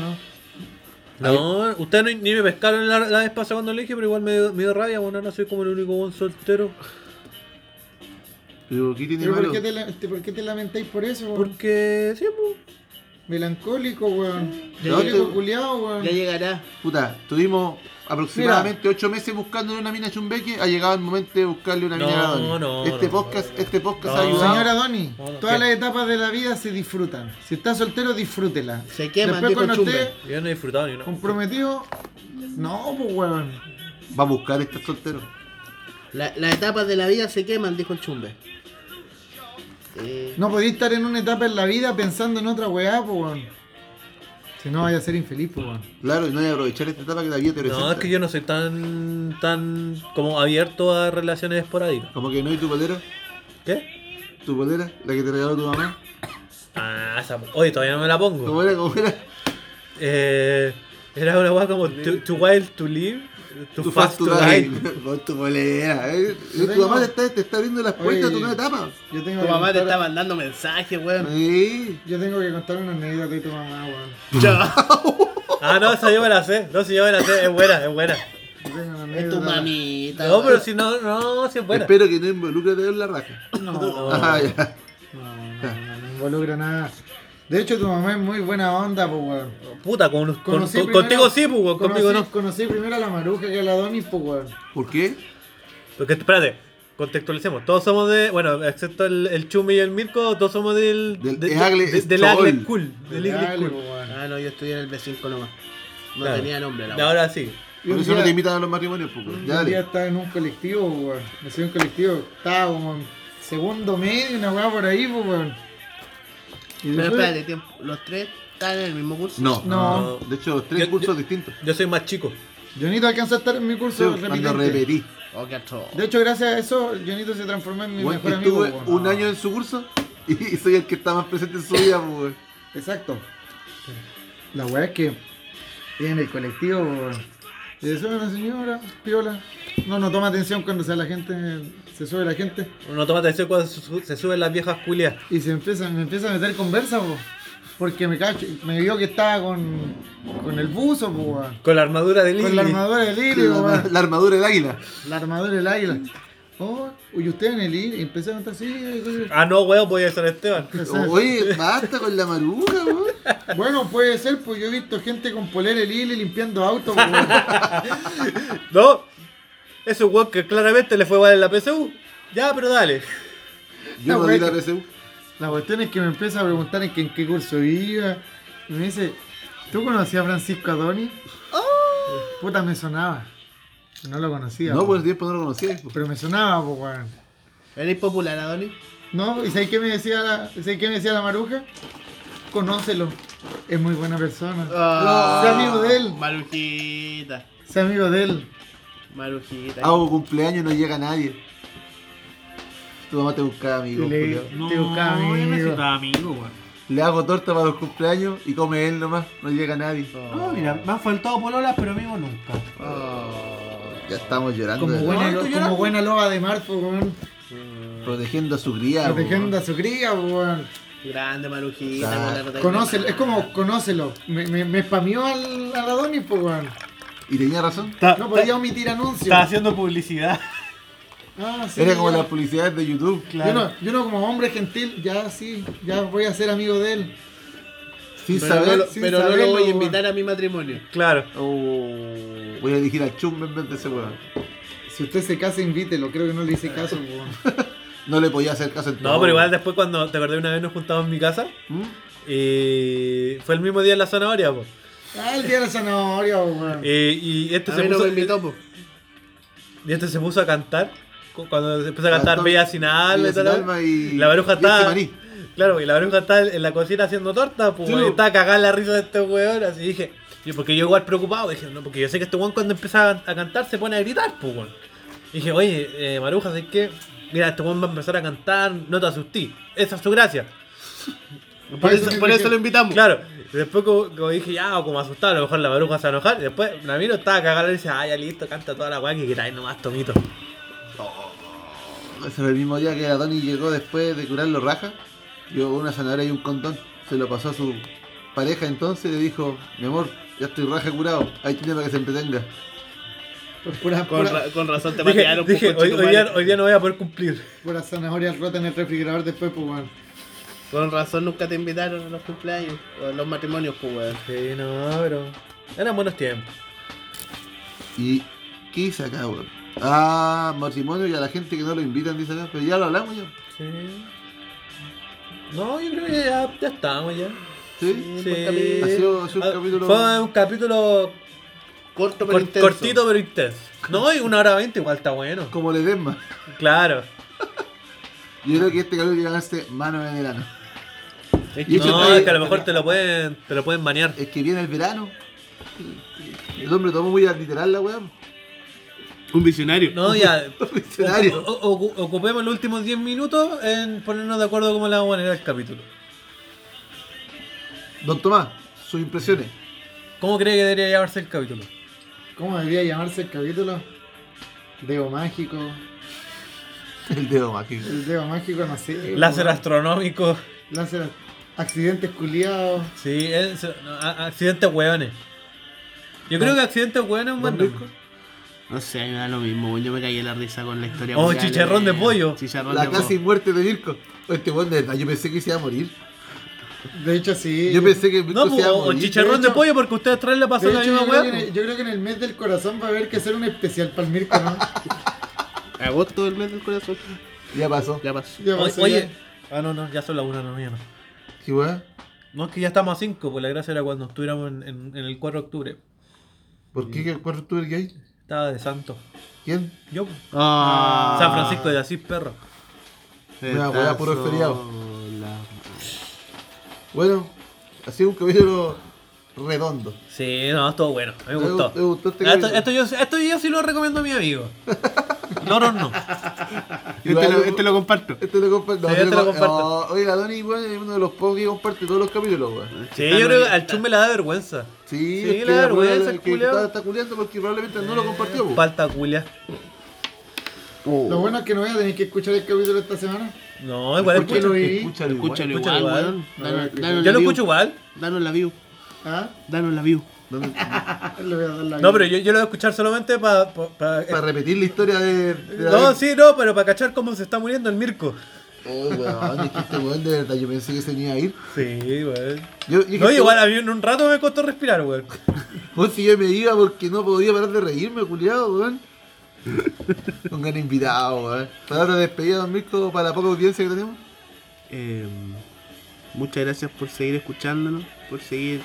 Speaker 4: ¿no?
Speaker 3: No, ustedes ni, ni me pescaron la, la vez pasada cuando le dije, pero igual me dio, me dio rabia, bueno, ahora soy como el único buen soltero.
Speaker 1: Digo, ¿qué tiene
Speaker 4: Pero
Speaker 1: malo?
Speaker 4: ¿por qué, te, la- te- ¿por qué te lamentáis por eso, weón?
Speaker 3: Porque sí, pues.
Speaker 4: Melancólico, weón.
Speaker 1: Ya
Speaker 4: Melancólico
Speaker 1: te-
Speaker 4: culiao, weón.
Speaker 2: Ya llegará.
Speaker 1: Puta, tuvimos aproximadamente ocho meses buscándole una mina a Chumbeque. Ha llegado el momento de buscarle una
Speaker 3: No,
Speaker 1: mina a Adonis.
Speaker 3: no,
Speaker 1: Este
Speaker 3: no,
Speaker 1: podcast, este podcast
Speaker 3: No.
Speaker 1: ha ayudado.
Speaker 4: Señora Doni,
Speaker 3: No, no,
Speaker 4: todas
Speaker 3: ¿qué?
Speaker 4: las etapas de la vida se disfrutan. Si estás soltero, disfrútela.
Speaker 2: Se queman,
Speaker 4: Después
Speaker 2: dijo
Speaker 4: cuando
Speaker 2: Chumbe.
Speaker 4: estés
Speaker 3: Yo no he disfrutado ni una.
Speaker 4: comprometido, no, pues weón.
Speaker 1: Va a buscar este soltero.
Speaker 2: La- las etapas de la vida se queman, dijo el chumbe. Eh,
Speaker 4: No podéis estar en una etapa en la vida pensando en otra weá, pues weón. Si no, vaya a ser infeliz, pues weón.
Speaker 1: Claro, y no hay que aprovechar esta etapa que la vida te presenta.
Speaker 3: No, es que yo no soy tan, tan como abierto a relaciones esporádicas.
Speaker 1: Como que no hay tu polera,
Speaker 3: ¿Qué?
Speaker 1: tu polera, la que te regaló tu mamá.
Speaker 3: Ah, esa... Oye, todavía no me la pongo.
Speaker 1: ¿Cómo era? ¿Cómo era?
Speaker 3: Eh, era una weá como too, too wild to live, too,
Speaker 1: Tu
Speaker 3: fast, to
Speaker 1: die.
Speaker 3: die.
Speaker 1: <laughs> Con tu polera. eh.
Speaker 4: Yo
Speaker 1: Tu
Speaker 4: tengo-
Speaker 1: mamá te está, te está abriendo las puertas a tu nueva etapa.
Speaker 4: Yo tengo
Speaker 2: tu
Speaker 4: que
Speaker 2: mamá te está
Speaker 4: contar-
Speaker 2: mandando mensajes, weón.
Speaker 1: Sí.
Speaker 4: Yo tengo que contar una anécdota de tu mamá, weón.
Speaker 2: Chao.
Speaker 3: Ah, no, esa yo me la sé. No, si yo me la sé, es buena, es buena.
Speaker 4: Yo tengo una
Speaker 2: Es tu
Speaker 4: anécdota.
Speaker 2: mamita.
Speaker 3: No, pero
Speaker 2: weón.
Speaker 3: si no, no, si es buena.
Speaker 1: Espero que no involucre a tener la raja.
Speaker 4: No, no,
Speaker 1: <laughs> Ah, ya.
Speaker 4: no, no, no involucra nada. Ah. De hecho, tu mamá es muy buena onda, pues weón.
Speaker 3: Puta, con, con-
Speaker 4: Conocí
Speaker 3: con-
Speaker 4: primero-
Speaker 3: contigo sí, pues, weón, conmigo
Speaker 4: conocí-
Speaker 3: no.
Speaker 4: Conocí primero a la maruja que a la Donis, pues weón.
Speaker 1: ¿Por qué?
Speaker 3: Porque espérate, contextualicemos. Todos somos de, bueno, excepto el, el Chumi y el Mirko, todos somos del
Speaker 1: Del
Speaker 3: de- de-
Speaker 1: Eagle
Speaker 3: de- del
Speaker 1: School.
Speaker 3: Eagle School, del Eagle
Speaker 4: Dale,
Speaker 3: School.
Speaker 4: pues, weón.
Speaker 2: Ah, no, yo estudié en el B5 nomás. No
Speaker 3: Claro.
Speaker 2: tenía nombre la
Speaker 3: Y
Speaker 2: weá.
Speaker 3: ahora sí.
Speaker 4: Y
Speaker 1: Por
Speaker 4: un
Speaker 1: eso no
Speaker 4: día-
Speaker 1: te invitan a los matrimonios, pues. weón. Ya,
Speaker 4: un día
Speaker 1: dale.
Speaker 4: estaba en un colectivo, weón. Me subí a un colectivo, estaba como en segundo medio, una weá por ahí, pues, weón. Y
Speaker 2: Pero
Speaker 4: después-
Speaker 2: espérate, tiempo. ¿Los tres están en el mismo curso?
Speaker 1: No,
Speaker 4: No.
Speaker 1: De hecho, los tres
Speaker 3: Yo-
Speaker 1: cursos distintos.
Speaker 3: Yo soy más chico.
Speaker 4: Jonito alcanzó a estar en mi
Speaker 1: Sí,
Speaker 4: curso
Speaker 1: cuando
Speaker 4: repitente.
Speaker 1: repetí.
Speaker 2: Oh, qué atroz.
Speaker 4: De hecho, gracias a eso, Jonito se transformó en mi
Speaker 1: Weón,
Speaker 4: mejor amigo.
Speaker 1: estuve
Speaker 4: weón.
Speaker 1: un año en su curso y <laughs> soy el que está más presente en su vida, pues. weón.
Speaker 4: Exacto. La weá es que en el colectivo, weón. Y se sube una señora, piola. No, no toma atención cuando sea la gente, se sube la gente.
Speaker 3: No toma atención cuando su- se suben las viejas culias.
Speaker 4: Y se empieza, me empieza a meter conversa, po. Porque me cacho, me vio que estaba con, con el buzo, po, weón.
Speaker 3: Con la armadura de
Speaker 4: Con la
Speaker 3: Lili.
Speaker 4: armadura del
Speaker 1: Sí,
Speaker 4: Ili, po,
Speaker 1: la,
Speaker 4: weón.
Speaker 1: la armadura del águila.
Speaker 4: La armadura del águila. Oh, y usted en el Ili, y empecé a contar así. eh, y-
Speaker 3: Ah, no, weón, voy a San Esteban.
Speaker 1: Oye, basta con la maruja, weón.
Speaker 4: Bueno, puede ser, pues yo he visto gente con polera del Ili limpiando autos, po, weón.
Speaker 3: No, ese weón que claramente le fue mal en la PSU. Ya, pero dale.
Speaker 1: Yo no
Speaker 4: Ah,
Speaker 1: di
Speaker 4: güey,
Speaker 1: la
Speaker 4: que-
Speaker 1: PSU.
Speaker 4: La cuestión es que me empieza a preguntar en qué, en qué curso iba. Y me dice, ¿tú conocías a Francisco Adoni?
Speaker 2: ¡Oh!
Speaker 4: Puta, me sonaba. No lo conocía.
Speaker 1: No, pues,
Speaker 4: po.
Speaker 1: por el tiempo no lo conocía. po.
Speaker 4: Pero me sonaba, po, weón.
Speaker 2: ¿Eres popular, Adonis?
Speaker 4: No, ¿y sabes qué me decía la, ¿sabes qué me decía la maruja? Conócelo. Es muy buena persona.
Speaker 2: Ah,
Speaker 4: Sé amigo de él.
Speaker 2: Marujita.
Speaker 4: Sé amigo de él.
Speaker 2: Marujita.
Speaker 1: Hago cumpleaños y no llega nadie. Tu mamá te busca, amigo.
Speaker 4: Y le-
Speaker 1: culiao.
Speaker 4: Te buscaba
Speaker 5: yo
Speaker 4: amigo.
Speaker 5: necesitaba amigo, weón.
Speaker 1: Le hago torta para los cumpleaños y come él nomás. No llega nadie.
Speaker 5: No, mira, me han faltado pololas, pero amigo nunca.
Speaker 1: Ah, Ya estamos llorando.
Speaker 4: Como
Speaker 1: de-
Speaker 4: buena,
Speaker 5: No,
Speaker 4: lo-
Speaker 5: tú lloras.
Speaker 4: como buena loba de marzo, weón.
Speaker 1: Protegiendo a su cría. Ah, po,
Speaker 4: Protegiendo a
Speaker 1: weón.
Speaker 4: su cría, weón.
Speaker 2: Grande Marujita.
Speaker 1: Ah,
Speaker 2: con la rotativa.
Speaker 4: Conócelo, es como conócelo. Me, me, me spameó al, al Adonis, pues, weón.
Speaker 1: Y tenía razón.
Speaker 3: Está,
Speaker 4: No podía omitir anuncios.
Speaker 3: haciendo publicidad.
Speaker 4: Ah, sí,
Speaker 1: Era como
Speaker 4: ya.
Speaker 1: las publicidades de YouTube.
Speaker 4: Yo, no, yo no como hombre gentil, ya sí, ya voy a ser amigo de él.
Speaker 1: Sin
Speaker 2: Pero,
Speaker 1: saber.
Speaker 2: no, lo-
Speaker 4: sin
Speaker 2: pero no
Speaker 4: saberlo,
Speaker 2: lo voy a
Speaker 4: weón.
Speaker 2: invitar a mi matrimonio.
Speaker 3: Claro.
Speaker 1: Oh, voy a dirigir a Chum en vez de ese weón.
Speaker 4: Si usted se casa, invítelo, creo que no le hice caso, weón.
Speaker 1: No le podía hacer caso en
Speaker 3: No, pero igual después cuando te acordé una vez nos juntamos en mi casa
Speaker 1: ¿Mm?
Speaker 3: y fue el mismo día en la zanahoria, po.
Speaker 4: Ah, el día de la zanahoria, weón.
Speaker 3: Y, y este
Speaker 2: A
Speaker 3: se
Speaker 2: mí no
Speaker 3: puso
Speaker 2: me invitó, po.
Speaker 3: y este se puso a cantar cu- cuando se empezó a cantar
Speaker 1: Cantó
Speaker 3: Bella sin alma
Speaker 1: Bella
Speaker 3: y
Speaker 1: sin
Speaker 3: tal.
Speaker 1: alma y-
Speaker 3: la bruja
Speaker 1: y
Speaker 3: está
Speaker 1: este maní.
Speaker 3: Claro, y la bruja está en la cocina haciendo torta, pues
Speaker 4: Sí.
Speaker 3: y estaba cagada en la risa de este weón, así dije, yo, porque yo igual preocupado, dije, no, porque yo sé que este weón cuando empieza a, a cantar se pone a gritar, pues weón. Dije, oye, eh, Maruja, ¿sabes qué? Mira, este weón va a empezar a cantar, no te asustí, esa es su gracia.
Speaker 2: Por eso, por eso lo invitamos.
Speaker 3: Claro, y después como, como dije, ya, o como asustado, a lo mejor la maruja se va a enojar. y después la miro, estaba cagada y dice, ah, ya listo, canta toda la weá que queráis nomás, Tomito.
Speaker 1: Ese fue el mismo día que la Tony llegó después de curar los rajas. Yo una zanahoria y un condón. Se lo pasó a su pareja entonces y le dijo, mi amor, ya estoy raja curado. Ahí tiene para que se entretenga.
Speaker 4: Por pura,
Speaker 2: Con,
Speaker 4: pura,
Speaker 2: ra- con razón te
Speaker 3: Dije,
Speaker 2: patearon, po,
Speaker 3: dije hoy, hoy
Speaker 2: conchetumare.
Speaker 3: día, hoy día no voy a poder cumplir.
Speaker 4: pura zanahoria rota en el refrigerador después, pues, weón.
Speaker 2: Con razón nunca te invitaron a los cumpleaños o a los matrimonios, pues, weón.
Speaker 3: Sí, no, pero... Eran buenos tiempos.
Speaker 1: ¿Y qué hice acá, weón? Ah, matrimonio y a la gente que no lo invitan, dice acá. Pero ya lo hablamos ya.
Speaker 3: Sí. No, yo creo que ya, ya estamos ya.
Speaker 1: ¿Sí?
Speaker 2: Sí,
Speaker 3: Sí.
Speaker 2: capítulo.
Speaker 1: Ha sido- ha sido un
Speaker 3: Ah,
Speaker 1: capítulo-
Speaker 3: Fue un capítulo
Speaker 2: Corto pero
Speaker 3: cor-
Speaker 2: intenso.
Speaker 3: cortito pero intenso. No, y una hora veinte igual está bueno.
Speaker 1: Como le den más.
Speaker 3: Claro.
Speaker 1: Yo creo que este calor que ganaste mano en el ano.
Speaker 2: Es que
Speaker 1: Y eso
Speaker 3: No,
Speaker 1: está-
Speaker 3: es que a lo
Speaker 1: <laughs>
Speaker 3: mejor te lo pueden, te lo pueden banear.
Speaker 1: Es que viene el verano. El hombre tomó muy a literal la <laughs> weón.
Speaker 5: Un visionario.
Speaker 3: No,
Speaker 1: <laughs>
Speaker 3: ya.
Speaker 1: Escenario.
Speaker 3: O- o- ocu- ocupemos los últimos 10 minutos en ponernos de acuerdo cómo le vamos a poner el capítulo.
Speaker 1: Don Tomás, sus impresiones.
Speaker 3: ¿Cómo cree que debería llamarse el capítulo?
Speaker 4: ¿Cómo debería llamarse el capítulo? Deo mágico.
Speaker 1: El dedo mágico.
Speaker 4: El dedo mágico, no sé.
Speaker 1: Eh,
Speaker 4: weón.
Speaker 3: Láser astronómico.
Speaker 4: Láser. ast- Accidentes culiados.
Speaker 3: Sí, es- no, a- accidentes hueones. Yo creo que accidentes hueones es un buen
Speaker 1: Don
Speaker 3: nombre.
Speaker 5: No sé, me da lo mismo, weón. Yo me caí en la risa con la historia.
Speaker 3: Oh,
Speaker 5: musical,
Speaker 3: chicharrón de
Speaker 5: weón.
Speaker 3: pollo.
Speaker 5: Chicharrón
Speaker 1: La
Speaker 5: de
Speaker 1: casi
Speaker 5: pollo.
Speaker 1: muerte de Mirko. Este weón de verdad, yo pensé que se iba a morir.
Speaker 4: De hecho, sí.
Speaker 1: Yo pensé que Mirko
Speaker 3: No,
Speaker 1: se
Speaker 3: pues,
Speaker 1: iba a
Speaker 3: o
Speaker 1: morir.
Speaker 3: chicharrón
Speaker 4: de
Speaker 3: de
Speaker 4: hecho-
Speaker 3: pollo porque ustedes tres le pasó
Speaker 4: De
Speaker 3: la
Speaker 4: hecho,
Speaker 3: misma
Speaker 4: yo, creo que
Speaker 3: hueá.
Speaker 4: en
Speaker 3: pues.
Speaker 4: el, yo creo que en el mes del corazón va a haber que hacer un especial para el
Speaker 3: <laughs>
Speaker 4: Mirko, ¿no?
Speaker 5: Agosto del mes del corazón.
Speaker 1: Ya pasó.
Speaker 5: Ya pasó.
Speaker 4: Ya
Speaker 3: O-
Speaker 4: pasó
Speaker 3: Oye,
Speaker 4: ya.
Speaker 3: ah no, no, ya son las una, no, ya no.
Speaker 1: Sí, weón.
Speaker 3: No, es que ya estamos a 5, pues la gracia era cuando estuviéramos en, en- en el 4 de octubre.
Speaker 1: ¿Por qué el cuarto tuve que hay?
Speaker 3: Estaba de santo.
Speaker 1: ¿Quién?
Speaker 3: Yo, pues.
Speaker 5: Ah,
Speaker 3: San Francisco de Asís, perro.
Speaker 1: Una weá, puro
Speaker 5: Está
Speaker 1: feriado.
Speaker 5: sola.
Speaker 1: Bueno, ha sido un capítulo redondo.
Speaker 3: Sí, no, estuvo bueno. A mí me
Speaker 1: Me
Speaker 3: gustó.
Speaker 1: gustó, me gustó este
Speaker 3: esto,
Speaker 1: capítulo.
Speaker 3: esto yo, esto yo sí lo recomiendo a mi amigo.
Speaker 4: <laughs>
Speaker 3: No, no, no.
Speaker 5: Este lo, este lo comparto.
Speaker 1: Este lo comparto.
Speaker 3: Sí, este lo comparto.
Speaker 1: oye, la Doni, weón, es uno de los pocos que comparte todos los capítulos, weón.
Speaker 3: Sí, yo creo que al chum me la da vergüenza.
Speaker 1: Sí,
Speaker 3: Sí,
Speaker 1: es que
Speaker 3: la vergüenza,
Speaker 1: prueba-
Speaker 3: el
Speaker 1: que
Speaker 3: culiao.
Speaker 1: está, está culiando porque probablemente no lo compartió. po.
Speaker 3: Falta culia.
Speaker 4: Lo bueno es que no voy a tener que escuchar el capítulo esta semana.
Speaker 3: No, igual es
Speaker 4: ¿Por qué
Speaker 3: culia.
Speaker 4: lo vi?
Speaker 1: Escúchalo,
Speaker 5: Escúchalo
Speaker 3: Escúchalo
Speaker 5: igual,
Speaker 3: igual.
Speaker 5: weón.
Speaker 4: No,
Speaker 5: Danos-
Speaker 3: Yo
Speaker 4: no,
Speaker 5: danos la
Speaker 3: lo
Speaker 5: view.
Speaker 3: escucho igual.
Speaker 5: Danos la view.
Speaker 4: ¿Ah?
Speaker 5: Danos la view.
Speaker 1: igual.
Speaker 4: Le voy a dar la
Speaker 3: No, pero yo, yo lo voy a escuchar solamente para...
Speaker 1: Para repetir la historia de. de la
Speaker 3: eh, No,
Speaker 1: vez.
Speaker 3: sí, no, pero para cachar cómo se está muriendo el Mirko.
Speaker 1: Oh, weón, es que este weón de verdad, yo pensé que se me iba a ir.
Speaker 3: Sí, weón.
Speaker 1: Yo, yo
Speaker 3: No,
Speaker 1: dije, "Oh,
Speaker 3: igual a mí en un rato me costó respirar, weón.
Speaker 1: Weón, si yo me iba porque no podía parar de reírme, culiado,
Speaker 3: <laughs>
Speaker 1: weón. Un gran invitado, weón. Palabra de despedida, don Mirko, para la poca audiencia que tenemos.
Speaker 5: Eh, muchas gracias por seguir escuchándonos, por seguir,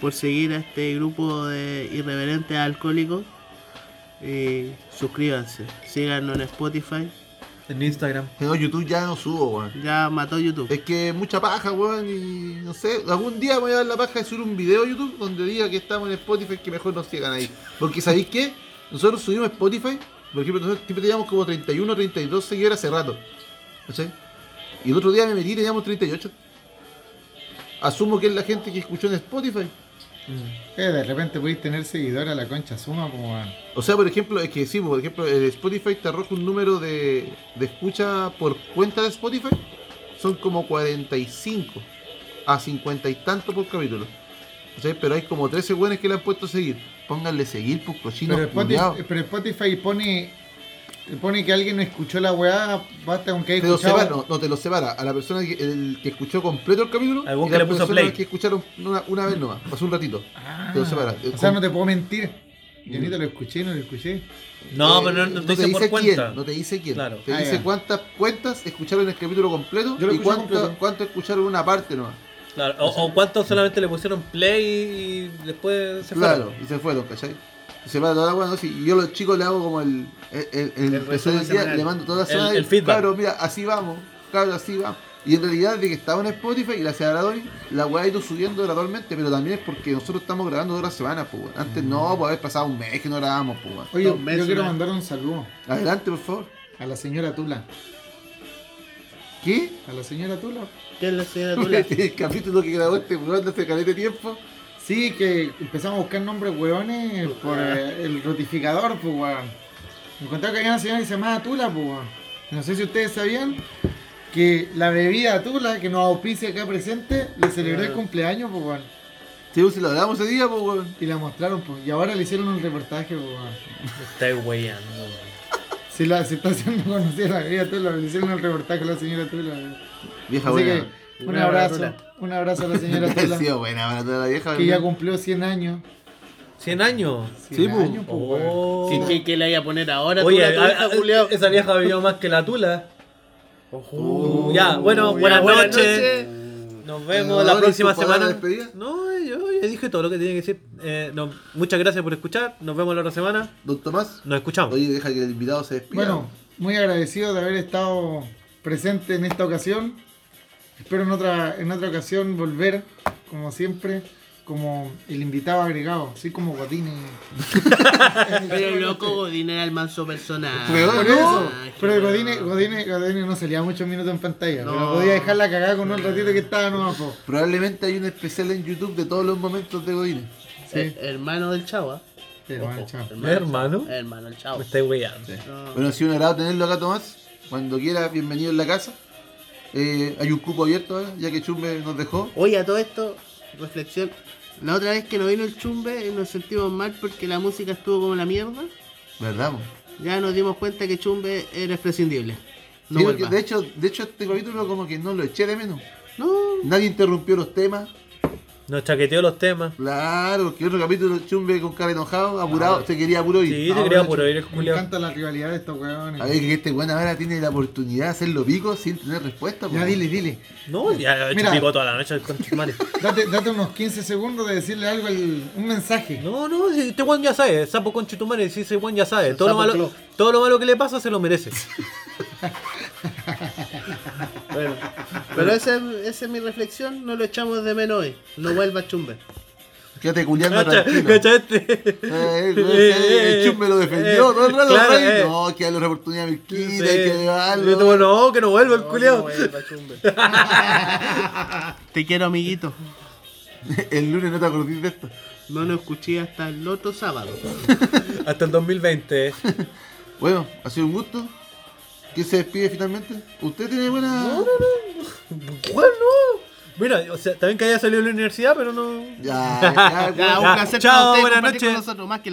Speaker 5: por seguir a este grupo de irreverentes alcohólicos. Eh, suscríbanse, síganos en Spotify.
Speaker 3: En Instagram.
Speaker 1: Que no, YouTube ya no subo, weón.
Speaker 5: Ya mató YouTube.
Speaker 1: Es que mucha paja, weón, y no sé, algún día me voy a dar la paja de subir un video a YouTube donde diga que estamos en Spotify, que mejor nos sigan ahí. Porque ¿sabéis qué? Nosotros subimos a Spotify, por ejemplo, nosotros siempre teníamos como 31, 32 seguidores hace rato. ¿Cachai? Y el otro día me metí y teníamos 38. Asumo que es la gente que escuchó en Spotify.
Speaker 4: Eh, de repente podéis tener seguidor a la concha suma, como weón.
Speaker 1: O sea, por ejemplo, es que sí, por ejemplo, el Spotify te arroja un número de, de escucha por cuenta de Spotify. Son como 45 a 50 y tanto por capítulo. ¿Cachai? Pero hay como 13 buenos que le han puesto a seguir. Pónganle seguir, pues cochino.
Speaker 4: Pero Spotify, pero Spotify pone te pone que alguien no escuchó la weá, basta con que haya
Speaker 1: Te lo
Speaker 4: escuchado.
Speaker 1: separa, no, no, te lo separa a la persona que, el que escuchó completo el capítulo
Speaker 3: Algún
Speaker 1: y
Speaker 3: que
Speaker 1: la
Speaker 3: le puso
Speaker 1: persona
Speaker 3: play.
Speaker 1: que escucharon una, una vez nomás, pasó un ratito.
Speaker 4: Ah,
Speaker 1: te lo separa.
Speaker 4: O sea, no te puedo mentir. Yo ni te lo escuché, no lo escuché.
Speaker 3: No,
Speaker 1: Eh,
Speaker 3: pero no, no te
Speaker 1: te
Speaker 3: dice por cuenta.
Speaker 1: quién, no te dice quién.
Speaker 3: Claro.
Speaker 1: Te
Speaker 4: Ah,
Speaker 1: dice
Speaker 4: ya.
Speaker 1: cuántas cuentas escucharon el capítulo completo
Speaker 4: Yo lo
Speaker 1: y
Speaker 4: escuché
Speaker 1: cuánto,
Speaker 4: completo.
Speaker 1: cuánto escucharon una parte nomás.
Speaker 3: Claro, O, o cuántos solamente le pusieron play y después se
Speaker 1: claro,
Speaker 3: fueron.
Speaker 1: y se fueron, ¿cachai? Y se va toda la weá, ¿no? Si yo a los chicos le hago como el. El, el, el,
Speaker 2: resumen
Speaker 1: PC del día,
Speaker 2: semanal.
Speaker 1: le mando toda la
Speaker 3: El-
Speaker 1: semana.
Speaker 3: el feedback.
Speaker 1: Claro, mira, así vamos. Claro, así vamos. Y en realidad, de que estaba en Spotify, y gracias a la Dori, la weá ha ido subiendo gradualmente, pero también es porque nosotros estamos grabando todas las semanas, pues weón.
Speaker 3: Mm.
Speaker 1: Antes no, pues haber pasado un mes que no grabamos, pues weón.
Speaker 4: Oye,
Speaker 2: Dos meses,
Speaker 4: yo quiero
Speaker 2: man.
Speaker 4: mandar un saludo
Speaker 1: Adelante, por favor.
Speaker 4: a la señora Tula.
Speaker 1: ¿Qué?
Speaker 4: A la señora Tula.
Speaker 2: ¿Qué es la señora Tula?
Speaker 1: el capítulo que grabó este weón hace caleta de tiempo.
Speaker 4: Sí, que empezamos a buscar nombres hueones por eh, el rotificador, pues weón. Encontré que había una señora que se llamaba Tula, pues weón. No sé si ustedes sabían que la bebida Tula, que nos auspicia acá presente, le celebró el cumpleaños, pues weón.
Speaker 1: Sí, si lo hablamos ese día, pues weón.
Speaker 4: Y la mostraron, pues. Y ahora le hicieron un reportaje, pues weón.
Speaker 3: Me Estáis weyando. weón.
Speaker 4: Si la, se está haciendo conocida la bebida Tula, le hicieron un reportaje a la señora Tula. weón.
Speaker 1: Vieja
Speaker 4: Así que,
Speaker 1: buena.
Speaker 4: un
Speaker 2: Una
Speaker 4: abrazo.
Speaker 2: Tula.
Speaker 4: Un abrazo a la señora
Speaker 1: <laughs>
Speaker 2: <laughs>
Speaker 1: Ha
Speaker 4: Tula,
Speaker 1: sido buena para toda la vieja.
Speaker 4: que ya
Speaker 1: weón.
Speaker 4: cumplió 100 años.
Speaker 3: 100 años.
Speaker 4: 100
Speaker 1: Sí, pues.
Speaker 4: años, pues weón.
Speaker 3: Oh.
Speaker 2: Sí, ¿Qué, qué le voy a poner ahora?
Speaker 3: Oye,
Speaker 2: Tula, Tula,
Speaker 3: a- eh, a-
Speaker 2: culiao?
Speaker 3: esa vieja vivió más que la tula.
Speaker 1: Oh.
Speaker 3: ya, bueno,
Speaker 4: ya,
Speaker 3: buenas,
Speaker 2: buenas
Speaker 3: noches. Nos vemos la
Speaker 1: Ahora,
Speaker 3: próxima
Speaker 1: ¿tu palabra
Speaker 3: semana.
Speaker 1: de despedida?
Speaker 3: No, yo ya dije todo lo que tenía que decir. Eh, no, muchas gracias por escuchar. Nos vemos la otra semana.
Speaker 1: Don Tomás,
Speaker 3: Nos escuchamos.
Speaker 1: oye, deja que el invitado se despida.
Speaker 4: Bueno, muy agradecido de haber estado presente en esta ocasión. Espero en otra, en otra ocasión volver, como siempre, como el invitado agregado, así como Godín.
Speaker 5: <laughs>
Speaker 4: eh,
Speaker 5: Pero loco, Godín era el manso personaje.
Speaker 1: Pero
Speaker 4: Por
Speaker 1: no.
Speaker 4: eso,
Speaker 5: Ay, qué
Speaker 4: pero Godín,
Speaker 5: bueno.
Speaker 4: Godín- Godín no salía muchos minutos en pantalla,
Speaker 5: No.
Speaker 4: pero podía dejar la cagada con un ratito que estaba nomás. po.
Speaker 1: Probablemente hay un especial en YouTube de todos los momentos de Godín.
Speaker 4: Sí,
Speaker 5: Eh, hermano del ¿ah? Chava.
Speaker 4: pero bueno, chao.
Speaker 3: Hermano.
Speaker 5: Hermano del Chava.
Speaker 3: Me estáis weyando.
Speaker 1: Bueno, ha sido un agrado tenerlo acá, Tomás. Cuando quiera, bienvenido en la casa. Eh, hay un cupo abierto ahora, ya que Chumbe nos dejó.
Speaker 2: Oye, a todo esto, reflexión.
Speaker 5: La otra vez que nos vino el chumbe eh, nos sentimos mal porque la música estuvo como la mierda.
Speaker 1: ¿Verdad, mo?
Speaker 5: Ya nos dimos cuenta que chumbe era prescindible. No
Speaker 1: Sí, porque
Speaker 5: vuelva.
Speaker 1: de hecho, de hecho, este capítulo como que no lo eché de menos.
Speaker 5: No.
Speaker 1: Nadie interrumpió los temas.
Speaker 3: Nos chaqueteó los temas.
Speaker 1: Claro, porque otro capítulo Chumbe con cara enojado, apurado, se quería apuro ir.
Speaker 3: Sí, te
Speaker 4: Ah,
Speaker 3: quería
Speaker 4: bueno,
Speaker 3: por oír el
Speaker 4: Me
Speaker 3: culiao.
Speaker 4: encanta la rivalidad de estos weones.
Speaker 1: A ver que este weón ahora tiene la oportunidad de hacerlo pico sin tener respuesta. pues.
Speaker 4: Ya
Speaker 1: po.
Speaker 4: dile, dile.
Speaker 3: No, ya he hecho
Speaker 4: Mira.
Speaker 3: pico toda la noche con tus manos.
Speaker 4: Date, date unos 15 segundos de decirle algo, al- un mensaje.
Speaker 3: No, no, si este Juan ya sabe, sapo con chitumare, si ese Juan ya sabe, todo lo,
Speaker 2: sapo
Speaker 3: malo,
Speaker 2: club.
Speaker 3: todo lo malo que le pasa se lo merece. <laughs>
Speaker 2: Bueno, pero esa, esa es mi reflexión, no lo echamos de menos hoy. No vuelva chumbe.
Speaker 1: Quédate culiando
Speaker 3: Cacha-
Speaker 1: tranquilo.
Speaker 3: ¿Cachaste?
Speaker 1: Eh, el- el- el Chumbe lo defendió
Speaker 3: Eh,
Speaker 1: todo el rato.
Speaker 3: claro,
Speaker 1: ¿no?
Speaker 3: eh.
Speaker 1: No, que darle la oportunidad a Milquita,
Speaker 3: Sí.
Speaker 1: hay que
Speaker 3: Yo digo,
Speaker 1: llevarlo.
Speaker 3: no, que no vuelva el
Speaker 2: No,
Speaker 3: culiao.
Speaker 2: no vuelva chumbe.
Speaker 5: Te quiero, amiguito.
Speaker 1: <laughs> El lunes no te acordís de esto.
Speaker 5: No lo escuché hasta el otro sábado.
Speaker 3: Hasta el 2020.
Speaker 1: Bueno, ha sido un gusto. ¿Quién se despide finalmente? ¿Usted tiene buena.?
Speaker 3: <laughs> ¿Cuál no? Mira, o sea, también que haya salido de la universidad, pero no.
Speaker 1: Ya, ya,
Speaker 4: <laughs>
Speaker 5: Ya,
Speaker 1: ya.
Speaker 5: un
Speaker 3: Ya.
Speaker 5: placer
Speaker 3: Chao,
Speaker 5: para
Speaker 3: buenas
Speaker 5: ustedes compartir con
Speaker 3: noches.
Speaker 5: nosotros, más que